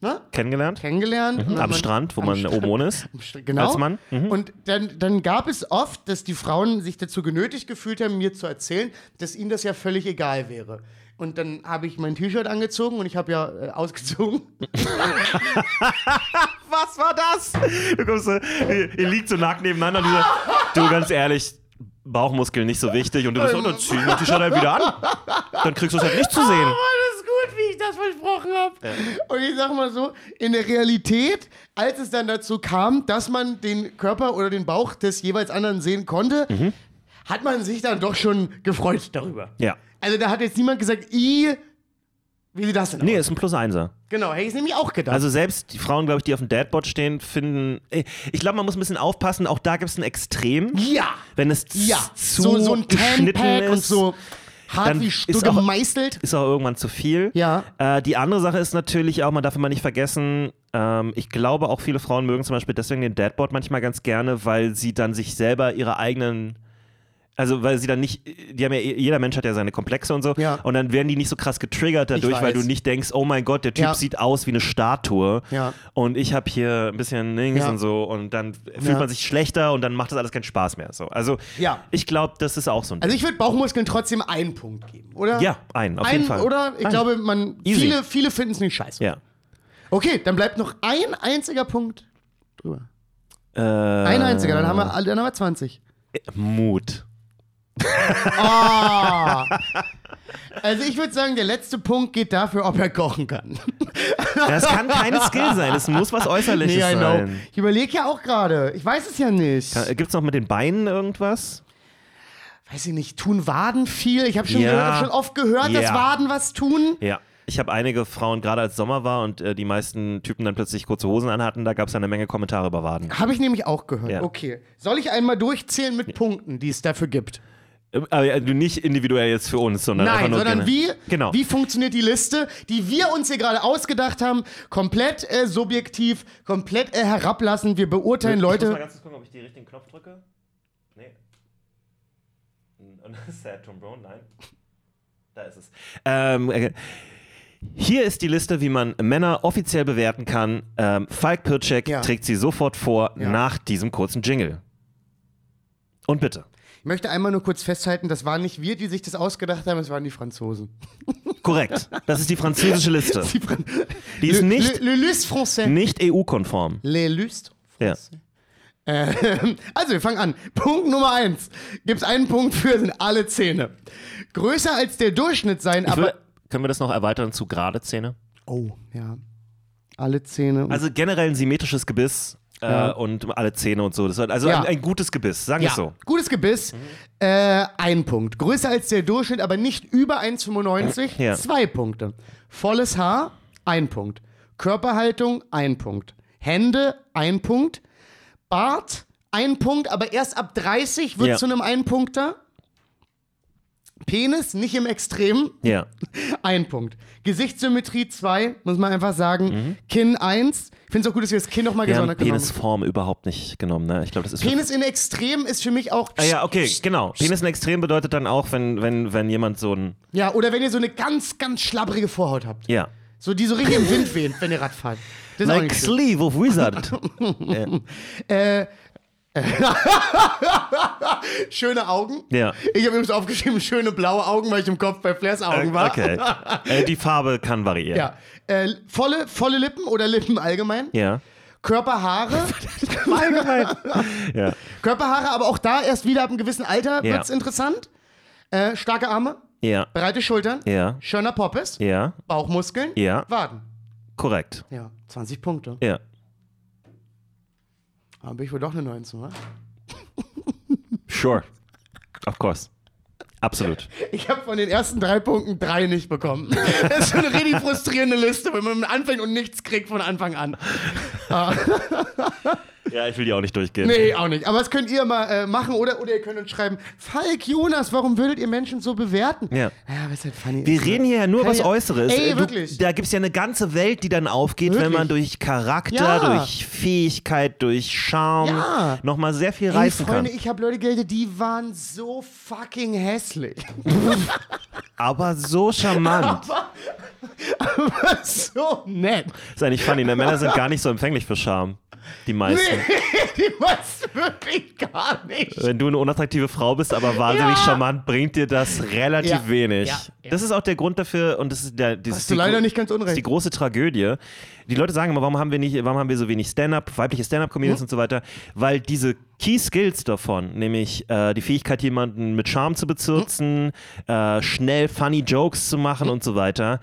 S3: ne,
S4: Kennengelernt?
S3: kennengelernt. Und
S4: Mhm. Am
S3: man-
S4: Strand, wo
S3: am
S4: man
S3: Strand.
S4: oben ohne ist.
S3: Genau.
S4: Als Mann? mhm.
S3: Und dann, dann gab es oft, dass die Frauen sich dazu genötigt gefühlt haben, mir zu erzählen, dass ihnen das ja völlig egal wäre. Und dann habe ich mein T-Shirt angezogen und ich habe ja äh, ausgezogen.
S4: was war das? Du kommst so, ihr, ihr liegt so nackt nebeneinander und du sagst, du ganz ehrlich, Bauchmuskeln nicht so wichtig und du bist unterziehen und die schaut halt wieder an. Dann kriegst du es halt nicht zu sehen.
S3: Alles gut, wie ich Oh, das versprochen habe. Und ich sag mal so, in der Realität, als es dann dazu kam, dass man den Körper oder den Bauch des jeweils anderen sehen konnte,
S4: Mhm.
S3: hat man sich dann doch schon gefreut darüber.
S4: Ja.
S3: Also da hat jetzt niemand gesagt, i, wie sieht das denn
S4: Nee,
S3: aus?
S4: ist ein Plus-Einser.
S3: Genau, hätte ich nämlich auch gedacht.
S4: Also selbst die Frauen, glaube ich, die auf dem Dadbot stehen, finden. Ich glaube, man muss ein bisschen aufpassen, auch da gibt es ein Extrem.
S3: Ja,
S4: Wenn es z-
S3: ja.
S4: zu
S3: so, so ein
S4: geschnitten
S3: Tanpack
S4: ist,
S3: und so hart
S4: dann
S3: wie
S4: ist
S3: Stuhl
S4: auch-
S3: gemeißelt.
S4: ist auch irgendwann zu viel.
S3: Ja.
S4: Äh, die andere Sache ist natürlich auch, man darf immer nicht vergessen, ähm, ich glaube auch viele Frauen mögen zum Beispiel deswegen den Deadboard manchmal ganz gerne, weil sie dann sich selber ihre eigenen. Also, weil sie dann nicht, die haben ja, jeder Mensch hat ja seine Komplexe und so.
S3: Ja.
S4: Und dann werden die nicht so krass getriggert dadurch, weil du
S3: weiß.
S4: nicht denkst, oh mein Gott, der Typ
S3: Ja.
S4: sieht aus wie eine Statue.
S3: Ja.
S4: Und ich habe hier ein bisschen links
S3: Ja.
S4: und so. Und dann fühlt
S3: Ja.
S4: man sich schlechter und dann macht das alles keinen Spaß mehr. So. Also,
S3: Ja.
S4: ich glaube, das ist auch so ein
S3: Also ich würde Bauchmuskeln trotzdem einen Punkt geben, oder?
S4: Ja, einen, auf
S3: einen,
S4: jeden Fall.
S3: Oder? Ich
S4: Einen.
S3: glaube, man
S4: Easy.
S3: viele, viele finden es nicht scheiße.
S4: Ja.
S3: Okay, dann bleibt noch ein einziger Punkt drüber.
S4: Äh,
S3: Ein einziger, dann haben wir alle- dann haben wir 20.
S4: Mut.
S3: Also ich würde sagen, der letzte Punkt geht dafür, ob er kochen kann.
S4: Das kann keine Skill sein. Es muss was Äußerliches
S3: I know.
S4: sein.
S3: Ich überlege ja auch gerade. Ich weiß es ja nicht.
S4: Gibt es noch mit den Beinen irgendwas?
S3: Weiß ich nicht. Tun Waden viel? Ich habe schon,
S4: Ja.
S3: gehört- hab schon oft gehört, dass
S4: Ja.
S3: Waden was tun.
S4: Ja. Ich habe einige Frauen, gerade als Sommer war und äh, die meisten Typen dann plötzlich kurze Hosen anhatten, da gab es eine Menge Kommentare über Waden.
S3: Habe ich nämlich auch gehört.
S4: Ja.
S3: Okay. Soll ich einmal durchzählen mit Punkten, die es dafür gibt?
S4: Ähm, Aber äh, du nicht individuell jetzt für uns, sondern einfach
S3: Nein,
S4: nur
S3: sondern
S4: gerne.
S3: wie,
S4: Genau.
S3: wie funktioniert die Liste, die wir uns hier gerade ausgedacht haben, komplett äh, subjektiv, komplett äh, herablassend. Wir beurteilen
S4: Ich muss mal
S3: Leute.
S4: ganz kurz gucken, ob ich den richtigen Knopf drücke. Nee. Und- Sad Trombone, nein. Da ist es. Ähm, äh, hier ist die Liste, wie man Männer offiziell bewerten kann. Ähm, Falk Pircek
S3: Ja.
S4: trägt sie sofort vor nach diesem kurzen Jingle. Und bitte.
S3: Ich möchte einmal nur kurz festhalten, das waren nicht wir, die sich das ausgedacht haben, es waren die Franzosen.
S4: Korrekt. Das ist die französische Liste.
S3: Die Fran
S4: Die ist nicht,
S3: Le, le Lust Français.
S4: nicht EU-konform.
S3: Le Lust
S4: Ja.
S3: Français. Ähm, also, wir fangen an. Punkt Nummer eins. Gibt's einen Punkt für, sind alle Zähne. Größer als der Durchschnitt sein,
S4: Ich
S3: aber.
S4: will, können wir das noch erweitern zu gerade Zähne?
S3: Oh, ja. Alle Zähne. und-
S4: Also generell ein symmetrisches Gebiss äh, und alle Zähne und so. Das war also
S3: Ja.
S4: ein, ein gutes Gebiss, sagen wir
S3: ja,
S4: es so.
S3: gutes Gebiss. Äh, ein Punkt. Größer als der Durchschnitt, aber nicht über 1,95.
S4: Ja.
S3: Zwei Punkte. Volles Haar, ein Punkt. Körperhaltung, ein Punkt. Hände, ein Punkt. Bart, ein Punkt, aber erst ab 30 wird
S4: Ja.
S3: zu einem Einpunkter. Penis, nicht im Extrem,
S4: Ja.
S3: ein Punkt. Gesichtssymmetrie, zwei, muss man einfach sagen. Kinn, eins. Ich finde es auch gut, dass wir das Kinn nochmal
S4: Mhm. Wir
S3: gesondert
S4: haben
S3: genommen
S4: Penisform überhaupt nicht genommen, ne? Ich glaube, das ist.
S3: Penis in Extrem ist für mich auch.
S4: ah, ja, okay, genau. Penis in Extrem bedeutet dann auch, wenn, wenn, wenn jemand so ein.
S3: Ja, oder wenn ihr so eine ganz, ganz schlabbrige Vorhaut habt.
S4: Ja.
S3: So, die so richtig im Wind weht, wenn ihr Rad fahrt. Das ist auch
S4: Like
S3: nicht schön.
S4: Sleeve of Wizard.
S3: Schöne Augen.
S4: Ja.
S3: Ich habe übrigens aufgeschrieben, schöne blaue Augen, weil ich im Kopf bei Flairs Augen war.
S4: Okay. äh, die Farbe kann variieren.
S3: Ja. Äh, volle, volle Lippen oder Lippen allgemein.
S4: Ja.
S3: Körperhaare.
S4: Allgemein. ja.
S3: Körperhaare, aber auch da erst wieder ab einem gewissen Alter
S4: Ja.
S3: wird's interessant. Äh, starke Arme,
S4: Ja.
S3: breite Schultern,
S4: Ja.
S3: schöner Poppes,
S4: Ja.
S3: Bauchmuskeln,
S4: Ja.
S3: Waden.
S4: Korrekt.
S3: Ja, 20 Punkte.
S4: Ja.
S3: Aber ich wohl doch eine 19, oder?
S4: Sure. Of course. Absolut.
S3: Ich habe von den ersten drei Punkten drei nicht bekommen. Das ist schon eine richtig frustrierende Liste, wenn man anfängt und nichts kriegt von Anfang an.
S4: Ja, ich will die auch nicht durchgehen.
S3: Nee, auch nicht. Aber das könnt ihr mal äh, machen oder, oder ihr könnt uns schreiben, Falk, Jonas, warum würdet ihr Menschen so bewerten?
S4: Ja.
S3: Ja, aber ist halt funny.
S4: Wir reden hier ja nur
S3: Kann
S4: was
S3: ja-
S4: Äußeres.
S3: Ey,
S4: Äh, du,
S3: wirklich.
S4: Da gibt es ja eine ganze Welt, die dann aufgeht,
S3: Wirklich.
S4: wenn man durch Charakter,
S3: Ja.
S4: durch Fähigkeit, durch Charme
S3: Ja.
S4: nochmal sehr viel
S3: Ey,
S4: reißen
S3: Freunde,
S4: kann.
S3: ich habe Leute geredet, die waren so fucking hässlich.
S4: Aber so charmant.
S3: so nett.
S4: ist eigentlich funny, ne? Männer sind gar nicht so empfänglich für Charme. Die meisten.
S3: Die weiß wirklich gar nicht.
S4: Wenn du eine unattraktive Frau bist, aber wahnsinnig
S3: Ja.
S4: charmant, bringt dir das relativ
S3: Ja.
S4: wenig.
S3: Ja. Ja.
S4: Das ist auch der Grund dafür und das ist der, das ist
S3: du
S4: die
S3: leider
S4: gro-
S3: nicht ganz unrecht.
S4: Das ist die große Tragödie. Die Leute sagen immer, warum haben wir nicht, warum haben wir so wenig Stand-up, weibliche Stand-up-Comedians
S3: Hm?
S4: und so weiter, weil diese Key Skills davon, nämlich äh, die Fähigkeit, jemanden mit Charme zu bezirzen,
S3: Hm?
S4: äh, schnell funny Jokes zu machen und so weiter,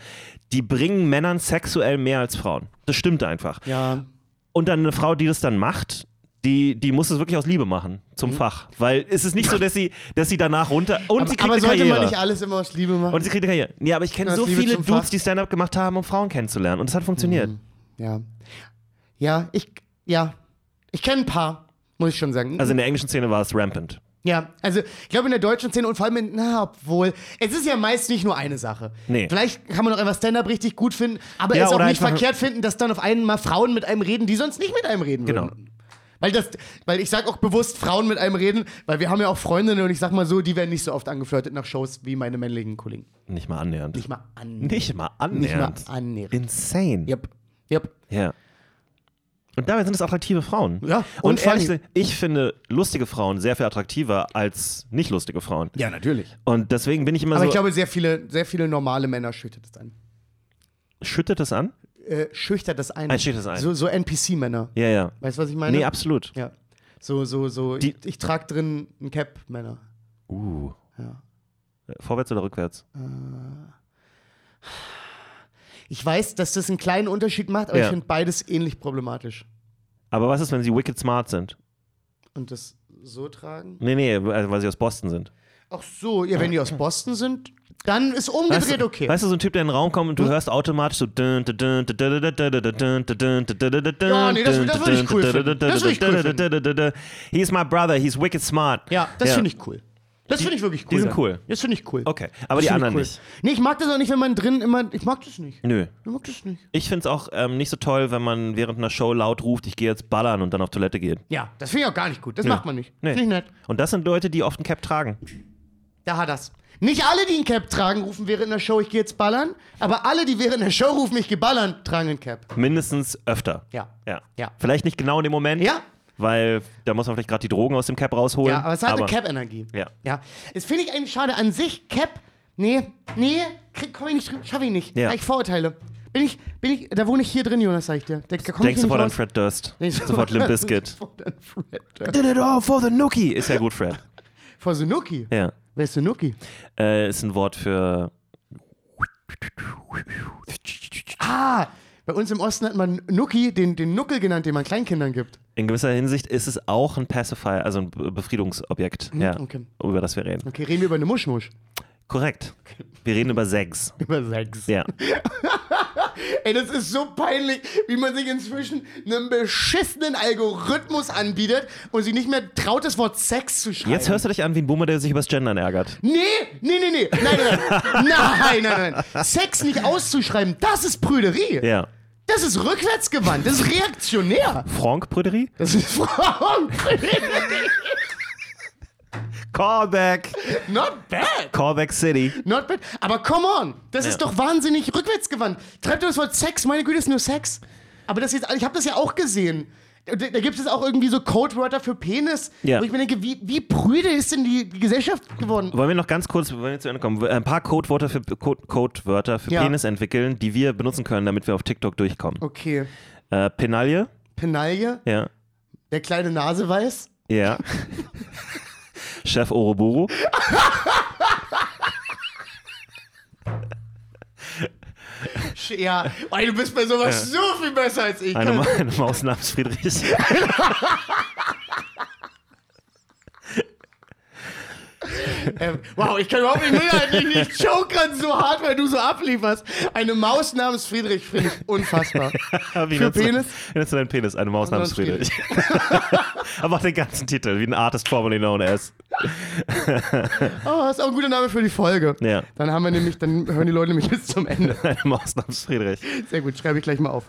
S4: die bringen Männern sexuell mehr als Frauen. Das stimmt einfach.
S3: Ja.
S4: Und dann eine Frau, die das dann macht, die, die muss es wirklich aus Liebe machen zum Fach. Weil es ist nicht so, dass sie, dass sie danach runter. Und sie kriegt
S3: Hm? Aber
S4: eine
S3: sollte
S4: Karriere.
S3: man nicht alles immer aus Liebe machen?
S4: und sie kriegt eine Karriere. Ja, aber ich kenne
S3: Aus
S4: so
S3: Liebe
S4: viele
S3: zum
S4: Dudes,
S3: Fach.
S4: die Stand-up gemacht haben, um Frauen kennenzulernen. Und das hat funktioniert.
S3: Mhm. Ja. Ja, ich, ja. Ich kenne ein paar, muss ich schon sagen.
S4: Also in der englischen Szene war es rampant.
S3: ja, also ich glaube in der deutschen Szene und vor allem in, na, obwohl, es ist ja meist nicht nur eine Sache.
S4: Nee.
S3: Vielleicht kann man doch einfach Stand-Up richtig gut finden, aber
S4: Ja,
S3: es auch
S4: oder
S3: nicht
S4: einfach-
S3: verkehrt finden, dass dann auf einmal Frauen mit einem reden, die sonst nicht mit einem reden
S4: Genau.
S3: würden. Weil das, weil ich sag auch bewusst Frauen mit einem reden, weil wir haben ja auch Freundinnen und ich sag mal so, die werden nicht so oft angeflirtet nach Shows wie meine männlichen Kollegen.
S4: Nicht mal annähernd.
S3: Nicht mal an.
S4: Nicht mal
S3: Nicht mal
S4: annähernd.
S3: annähernd.
S4: Insane.
S3: Yep. Yep.
S4: Ja. Und dabei sind es attraktive Frauen.
S3: Ja, und
S4: Und, ehrlich
S3: funny.
S4: gesagt, ich finde lustige Frauen sehr viel attraktiver als nicht lustige Frauen.
S3: Ja, natürlich.
S4: Und deswegen bin ich immer
S3: Aber
S4: so.
S3: ich glaube, sehr viele, sehr viele normale Männer schüttet es an.
S4: schüttet das an?
S3: äh, schüchtert das ein.
S4: Ah, schüchtert das ein.
S3: So, so NPC-Männer.
S4: Ja, ja.
S3: Weißt du, was ich meine?
S4: Nee, absolut.
S3: Ja. So, so, so. ich, ich trage drin ein Cap-Männer.
S4: Uh. Vorwärts oder rückwärts?
S3: Ich weiß, dass das einen kleinen Unterschied macht, aber
S4: Ja.
S3: ich finde beides ähnlich problematisch.
S4: Aber was ist, wenn sie wicked smart sind?
S3: Und das so tragen?
S4: Nee, nee, also weil sie aus Boston sind.
S3: Ach so, ja, wenn die aus Boston sind, dann ist umgedreht
S4: du,
S3: okay. Hm?
S4: Weißt du, so ein Typ, der in den Raum kommt und du hörst automatisch so. Ja, nee,
S3: das- das
S4: das
S3: würde ich cool finden. Das würde ich cool
S4: finden. He's my brother, he's wicked smart.
S3: Ja, das finde ich cool. Das finde ich wirklich cool.
S4: die sind cool.
S3: Das finde ich cool.
S4: Okay, aber
S3: Das
S4: die
S3: finde ich
S4: anderen
S3: cool.
S4: nicht.
S3: Nee, ich mag das auch nicht, wenn man drin immer. Ich mag das nicht.
S4: Nö.
S3: Ich mag das nicht.
S4: Ich find's auch ähm, nicht so toll, wenn man während einer Show laut ruft, ich gehe jetzt ballern und dann auf Toilette geht.
S3: Ja, das finde ich auch gar nicht gut. Das macht man nicht.
S4: Nee.
S3: Finde ich nett.
S4: Und das sind Leute, die oft ein Cap tragen.
S3: Da hat das. Nicht alle, die ein Cap tragen, rufen während der Show, ich gehe jetzt ballern. Aber alle, die während der Show rufen, ich gehe ballern, tragen ein Cap.
S4: Mindestens öfter.
S3: Ja.
S4: Ja.
S3: Ja.
S4: Vielleicht nicht genau in dem Moment.
S3: Ja.
S4: Weil da muss man vielleicht gerade die Drogen aus dem Cap rausholen.
S3: Ja, aber es hat eine Cap-Energie.
S4: Ja.
S3: Ja. Das finde ich eigentlich schade. An sich, Cap, nee, nee, krieg- komm ich nicht drüber, schaffe ich nicht.
S4: Ja.
S3: Da ich Vorurteile. Bin ich, bin ich, da wohne ich hier drin, Jonas, sag ich dir. Da, da komm
S4: Denkst
S3: ich hier
S4: sofort an
S3: nicht raus.
S4: Fred Durst.
S3: Denk
S4: Sofort Limp Bizkit.
S3: sofort an Fred.
S4: Did it all for the Nookie. Ist ja gut, Fred.
S3: Vor Sunuki.
S4: Ja.
S3: Wer ist Sunuki?
S4: Äh, ist ein Wort für.
S3: Ah, bei uns im Osten hat man Nuki, den, den Nuckel genannt, den man Kleinkindern gibt.
S4: In gewisser Hinsicht ist es auch ein Pacifier, also ein Be- Befriedungsobjekt, ja,
S3: Mhm, okay.
S4: über das wir reden.
S3: Okay, reden wir über eine Muschmusch.
S4: Korrekt. Wir reden über Sex.
S3: Über Sex.
S4: Ja.
S3: Ey, das ist so peinlich, wie man sich inzwischen einem beschissenen Algorithmus anbietet und sich nicht mehr traut, das Wort Sex zu schreiben.
S4: Jetzt hörst du dich an wie ein Boomer, der sich über das Gendern ärgert.
S3: Nee, nee, nee, nee. Nein, nein, nein. Nein, nein, nein. Sex nicht auszuschreiben, das ist Prüderie.
S4: Ja.
S3: Das ist rückwärtsgewandt, das ist reaktionär.
S4: Franck Prüderie?
S3: Das ist Frauen.
S4: Callback!
S3: Not bad.
S4: Callback City.
S3: Not bad. Aber come on, das ist doch wahnsinnig rückwärtsgewandt. Treibt ihr das Wort Sex? Meine Güte, ist nur Sex. Aber das jetzt, ich habe das ja auch gesehen. Da, da gibt es auch irgendwie so Codewörter für Penis.
S4: Ja.
S3: Wo ich mir denke, wie, wie prüde ist denn die, die Gesellschaft geworden?
S4: Wollen wir noch ganz kurz, bevor wir zu Ende kommen, ein paar Codewörter für, Code, Codewörter für
S3: Ja.
S4: Penis entwickeln, die wir benutzen können, damit wir auf TikTok durchkommen.
S3: Okay.
S4: Äh, Penaille.
S3: Penaille,
S4: Ja.
S3: der kleine Naseweiß.
S4: Ja. Chef Oroboro.
S3: Sch- Ja, oh, du bist bei sowas so viel besser als ich.
S4: Eine, Ma eine Maus namens Friedrich.
S3: Ähm, wow, ich kann überhaupt nicht mithalten. Ich- Ich choke gerade so hart, weil du so ablieferst. Eine Maus namens Friedrich finde ich unfassbar.
S4: Wie
S3: Für
S4: nennst du-
S3: Penis?
S4: Wie nennst du deinen Penis? Eine Maus namens
S3: Friedrich.
S4: Friedrich. Aber auch den ganzen Titel, wie ein Artist formerly known as.
S3: Oh, ist auch ein guter Name für die Folge.
S4: Ja.
S3: Dann haben wir nämlich, dann hören die Leute nämlich bis zum Ende.
S4: Eine Maus namens Friedrich.
S3: Sehr gut, schreibe ich gleich mal auf.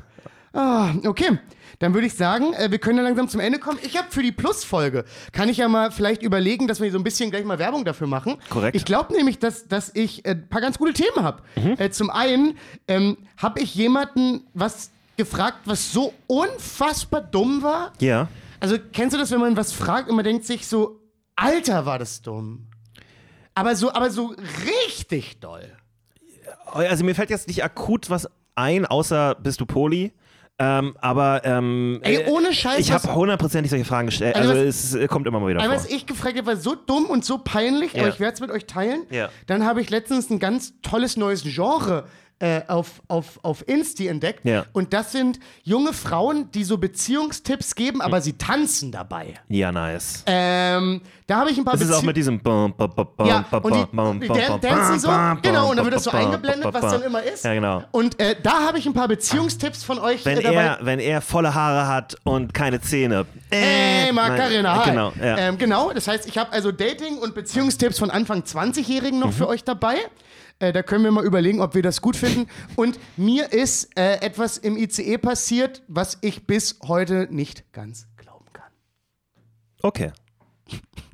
S3: Ah, okay, dann würde ich sagen, äh, wir können ja langsam zum Ende kommen. Ich habe für die Plus-Folge, kann ich ja mal vielleicht überlegen, dass wir so ein bisschen gleich mal Werbung dafür machen.
S4: Korrekt. Mhm.
S3: Ich glaube nämlich, dass, dass ich äh, ein paar ganz gute Themen habe. Äh, zum einen ähm, habe ich jemanden was gefragt, was so unfassbar dumm war.
S4: Ja.
S3: Also kennst du das, wenn man was fragt und man denkt sich so, Alter, war das dumm. Aber so, aber so richtig doll.
S4: Also mir fällt jetzt nicht akut was ein, außer bist du Poli? Ähm, aber ähm,
S3: Ey,
S4: äh,
S3: ohne Scheiß,
S4: ich
S3: was-
S4: habe hundertprozentig solche Fragen gestellt.
S3: Also
S4: Also, es äh, kommt immer mal wieder
S3: Aber
S4: vor.
S3: was ich gefragt habe, war so dumm und so peinlich,
S4: Ja.
S3: aber ich werde es mit euch teilen.
S4: Ja.
S3: Dann habe ich letztens ein ganz tolles neues Genre äh, auf, auf, auf Insti entdeckt.
S4: Ja.
S3: Und das sind junge Frauen, die so Beziehungstipps geben,
S4: Hm.
S3: aber sie tanzen dabei.
S4: Ja, nice.
S3: Ähm, da habe ich ein paar
S4: Das ist auch
S3: Bezieh-
S4: mit diesem bum, bum, bum, bum,
S3: ja,
S4: bum,
S3: und die,
S4: bum,
S3: die
S4: bum,
S3: dan-
S4: bum,
S3: dancen
S4: bum,
S3: so,
S4: bum,
S3: genau,
S4: bum,
S3: und dann wird das so
S4: bum, bum,
S3: eingeblendet, was
S4: bum.
S3: dann immer ist.
S4: Ja, genau.
S3: Und äh, da habe ich ein paar Beziehungstipps von euch
S4: Wenn
S3: äh, dabei.
S4: er, wenn er volle Haare hat und keine Zähne. Äh,
S3: Hey, Macarena,
S4: nein.
S3: hi.
S4: Genau, ja.
S3: ähm, genau, das heißt, ich habe also Dating- und Beziehungstipps von Anfang 20-Jährigen
S4: Mhm.
S3: noch für euch dabei. Äh, da können wir mal überlegen, ob wir das gut finden. Und mir ist äh, etwas im ICE passiert, was ich bis heute nicht ganz glauben kann.
S4: Okay.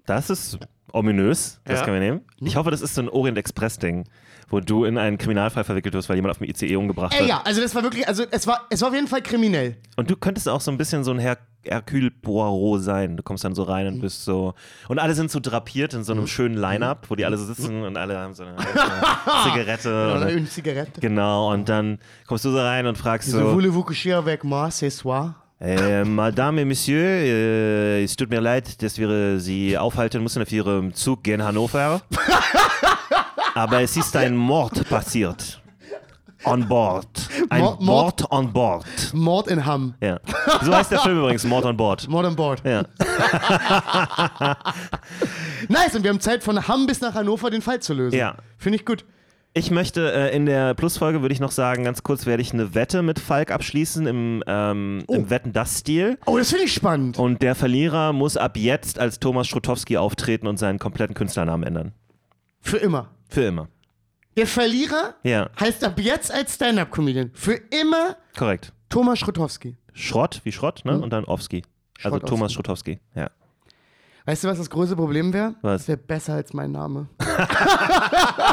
S4: Das ist ominös. Das können wir nehmen. Ich hoffe, das ist so ein Orient Express-Ding, wo du in einen Kriminalfall verwickelt wirst, weil jemand auf dem ICE umgebracht
S3: Ey,
S4: wird.
S3: ja, also das war wirklich, also es war, es war auf jeden Fall kriminell.
S4: Und du könntest auch so ein bisschen so ein Her Hercule Poirot sein. Du kommst dann so rein
S3: Mhm.
S4: und bist so. Und alle sind so drapiert in so einem schönen Line-Up, wo die
S3: Mhm.
S4: alle so sitzen und alle haben so eine, eine Zigarette.
S3: Oder
S4: Und,
S3: eine Zigarette.
S4: genau, und dann kommst du so rein und fragst
S3: So,
S4: so
S3: voulez-vous coucher avec moi ce soir?
S4: Äh, Madame et Monsieur, äh, es tut mir leid, dass wir äh, Sie aufhalten müssen auf Ihrem Zug gen Hannover. aber es ist ein Mord passiert. On board. Ein
S3: Mord- Mord-
S4: Mord on board.
S3: Mord in Hamm.
S4: Ja. So heißt der Film übrigens, Mord on board.
S3: Mord an Bord.
S4: Ja.
S3: Nice, und wir haben Zeit von Hamm bis nach Hannover den Fall zu lösen.
S4: Ja.
S3: Finde ich gut.
S4: Ich möchte äh, in der Plusfolge, würde ich noch sagen, ganz kurz werde ich eine Wette mit Falk abschließen im, ähm, im Wetten-Das-Stil.
S3: Oh, das finde ich spannend.
S4: Und der Verlierer muss ab jetzt als Thomas Strutowski auftreten und seinen kompletten Künstlernamen ändern.
S3: Für immer.
S4: Für immer.
S3: Der Verlierer
S4: Ja,
S3: heißt ab jetzt als Stand-Up-Comedian. Für immer
S4: korrekt.
S3: Thomas Schrotowski.
S4: Schrott wie Schrott,
S3: Mhm.
S4: ne? Und dann Owski. Also
S3: Schrottowski.
S4: Thomas Strutowski. Ja.
S3: Weißt du, was das größte Problem wäre?
S4: Was?
S3: Das wäre besser als mein Name.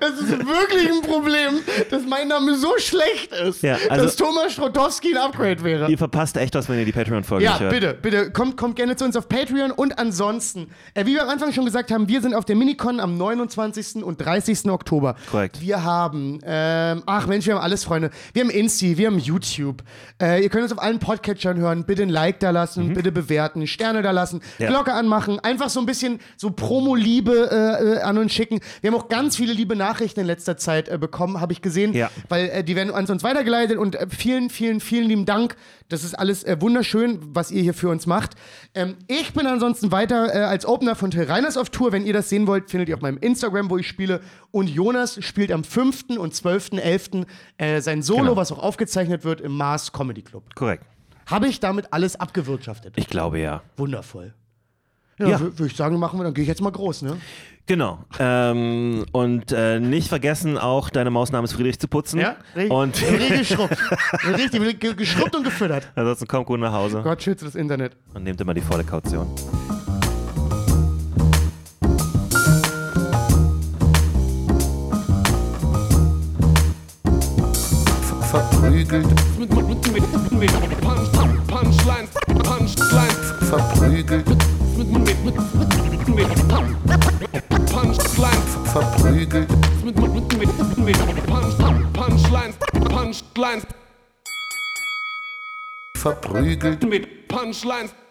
S3: das ist wirklich ein Problem, dass mein Name so schlecht ist,
S4: Ja, also-
S3: dass Thomas Schrotowski ein Upgrade wäre.
S4: Ihr verpasst echt was, wenn ihr die Patreon-Folge
S3: Ja,
S4: nicht hört.
S3: bitte, bitte, kommt, kommt gerne zu uns auf Patreon und ansonsten, äh, wie wir am Anfang schon gesagt haben, wir sind auf der Minicon am 29. und 30. Oktober.
S4: Korrekt.
S3: Wir haben, ähm, ach Mensch, wir haben alles, Freunde. Wir haben Insti, wir haben YouTube. Äh, ihr könnt uns auf allen Podcatchern hören. Bitte ein Like da lassen, bitte bewerten, Sterne da lassen,
S4: Mhm. Ja.
S3: Glocke anmachen, einfach so ein bisschen so Promo-Liebe äh, äh, an uns schicken. Wir haben auch ganz viele liebe Nachrichten in letzter Zeit äh, bekommen, habe ich gesehen,
S4: Ja.
S3: weil äh, die werden an uns weitergeleitet und äh, vielen, vielen, vielen lieben Dank. Das ist alles äh, wunderschön, was ihr hier für uns macht. Ähm, ich bin ansonsten weiter äh, als Opener von Till Reiners auf Tour. Wenn ihr das sehen wollt, findet ihr auf meinem Instagram, wo ich spiele. Und Jonas spielt am 5. und 12.11. Äh, sein Solo,
S4: Genau.
S3: was auch aufgezeichnet wird im Mars Comedy Club.
S4: Korrekt.
S3: Habe ich damit alles abgewirtschaftet.
S4: Ich glaube ja.
S3: Wundervoll. Ja,
S4: Ja.
S3: würde ich sagen, machen wir, dann gehe ich jetzt mal groß, ne?
S4: Genau. Ähm, und äh, nicht vergessen, auch deine Maus namens Friedrich zu putzen.
S3: richtig.
S4: Und
S3: Richtig geschrubbt. Richtig ge- geschrubbt und gefüttert.
S4: ansonsten kommt gut nach Hause
S3: Gott schütze das Internet.
S4: und nehmt immer die volle Kaution.
S2: verprügelt,
S1: Mit, mit, mit, mit, mit Punch, Punchlines, Punchlines,
S2: verprügelt,
S1: mit, mit, mit, mit, mit Punch, Punchlines,
S2: verprügelt.
S1: mit, mit, mit, mit, mit Punch, Punchlines, Punchlines,
S2: verprügelt.
S1: mit Punchlines.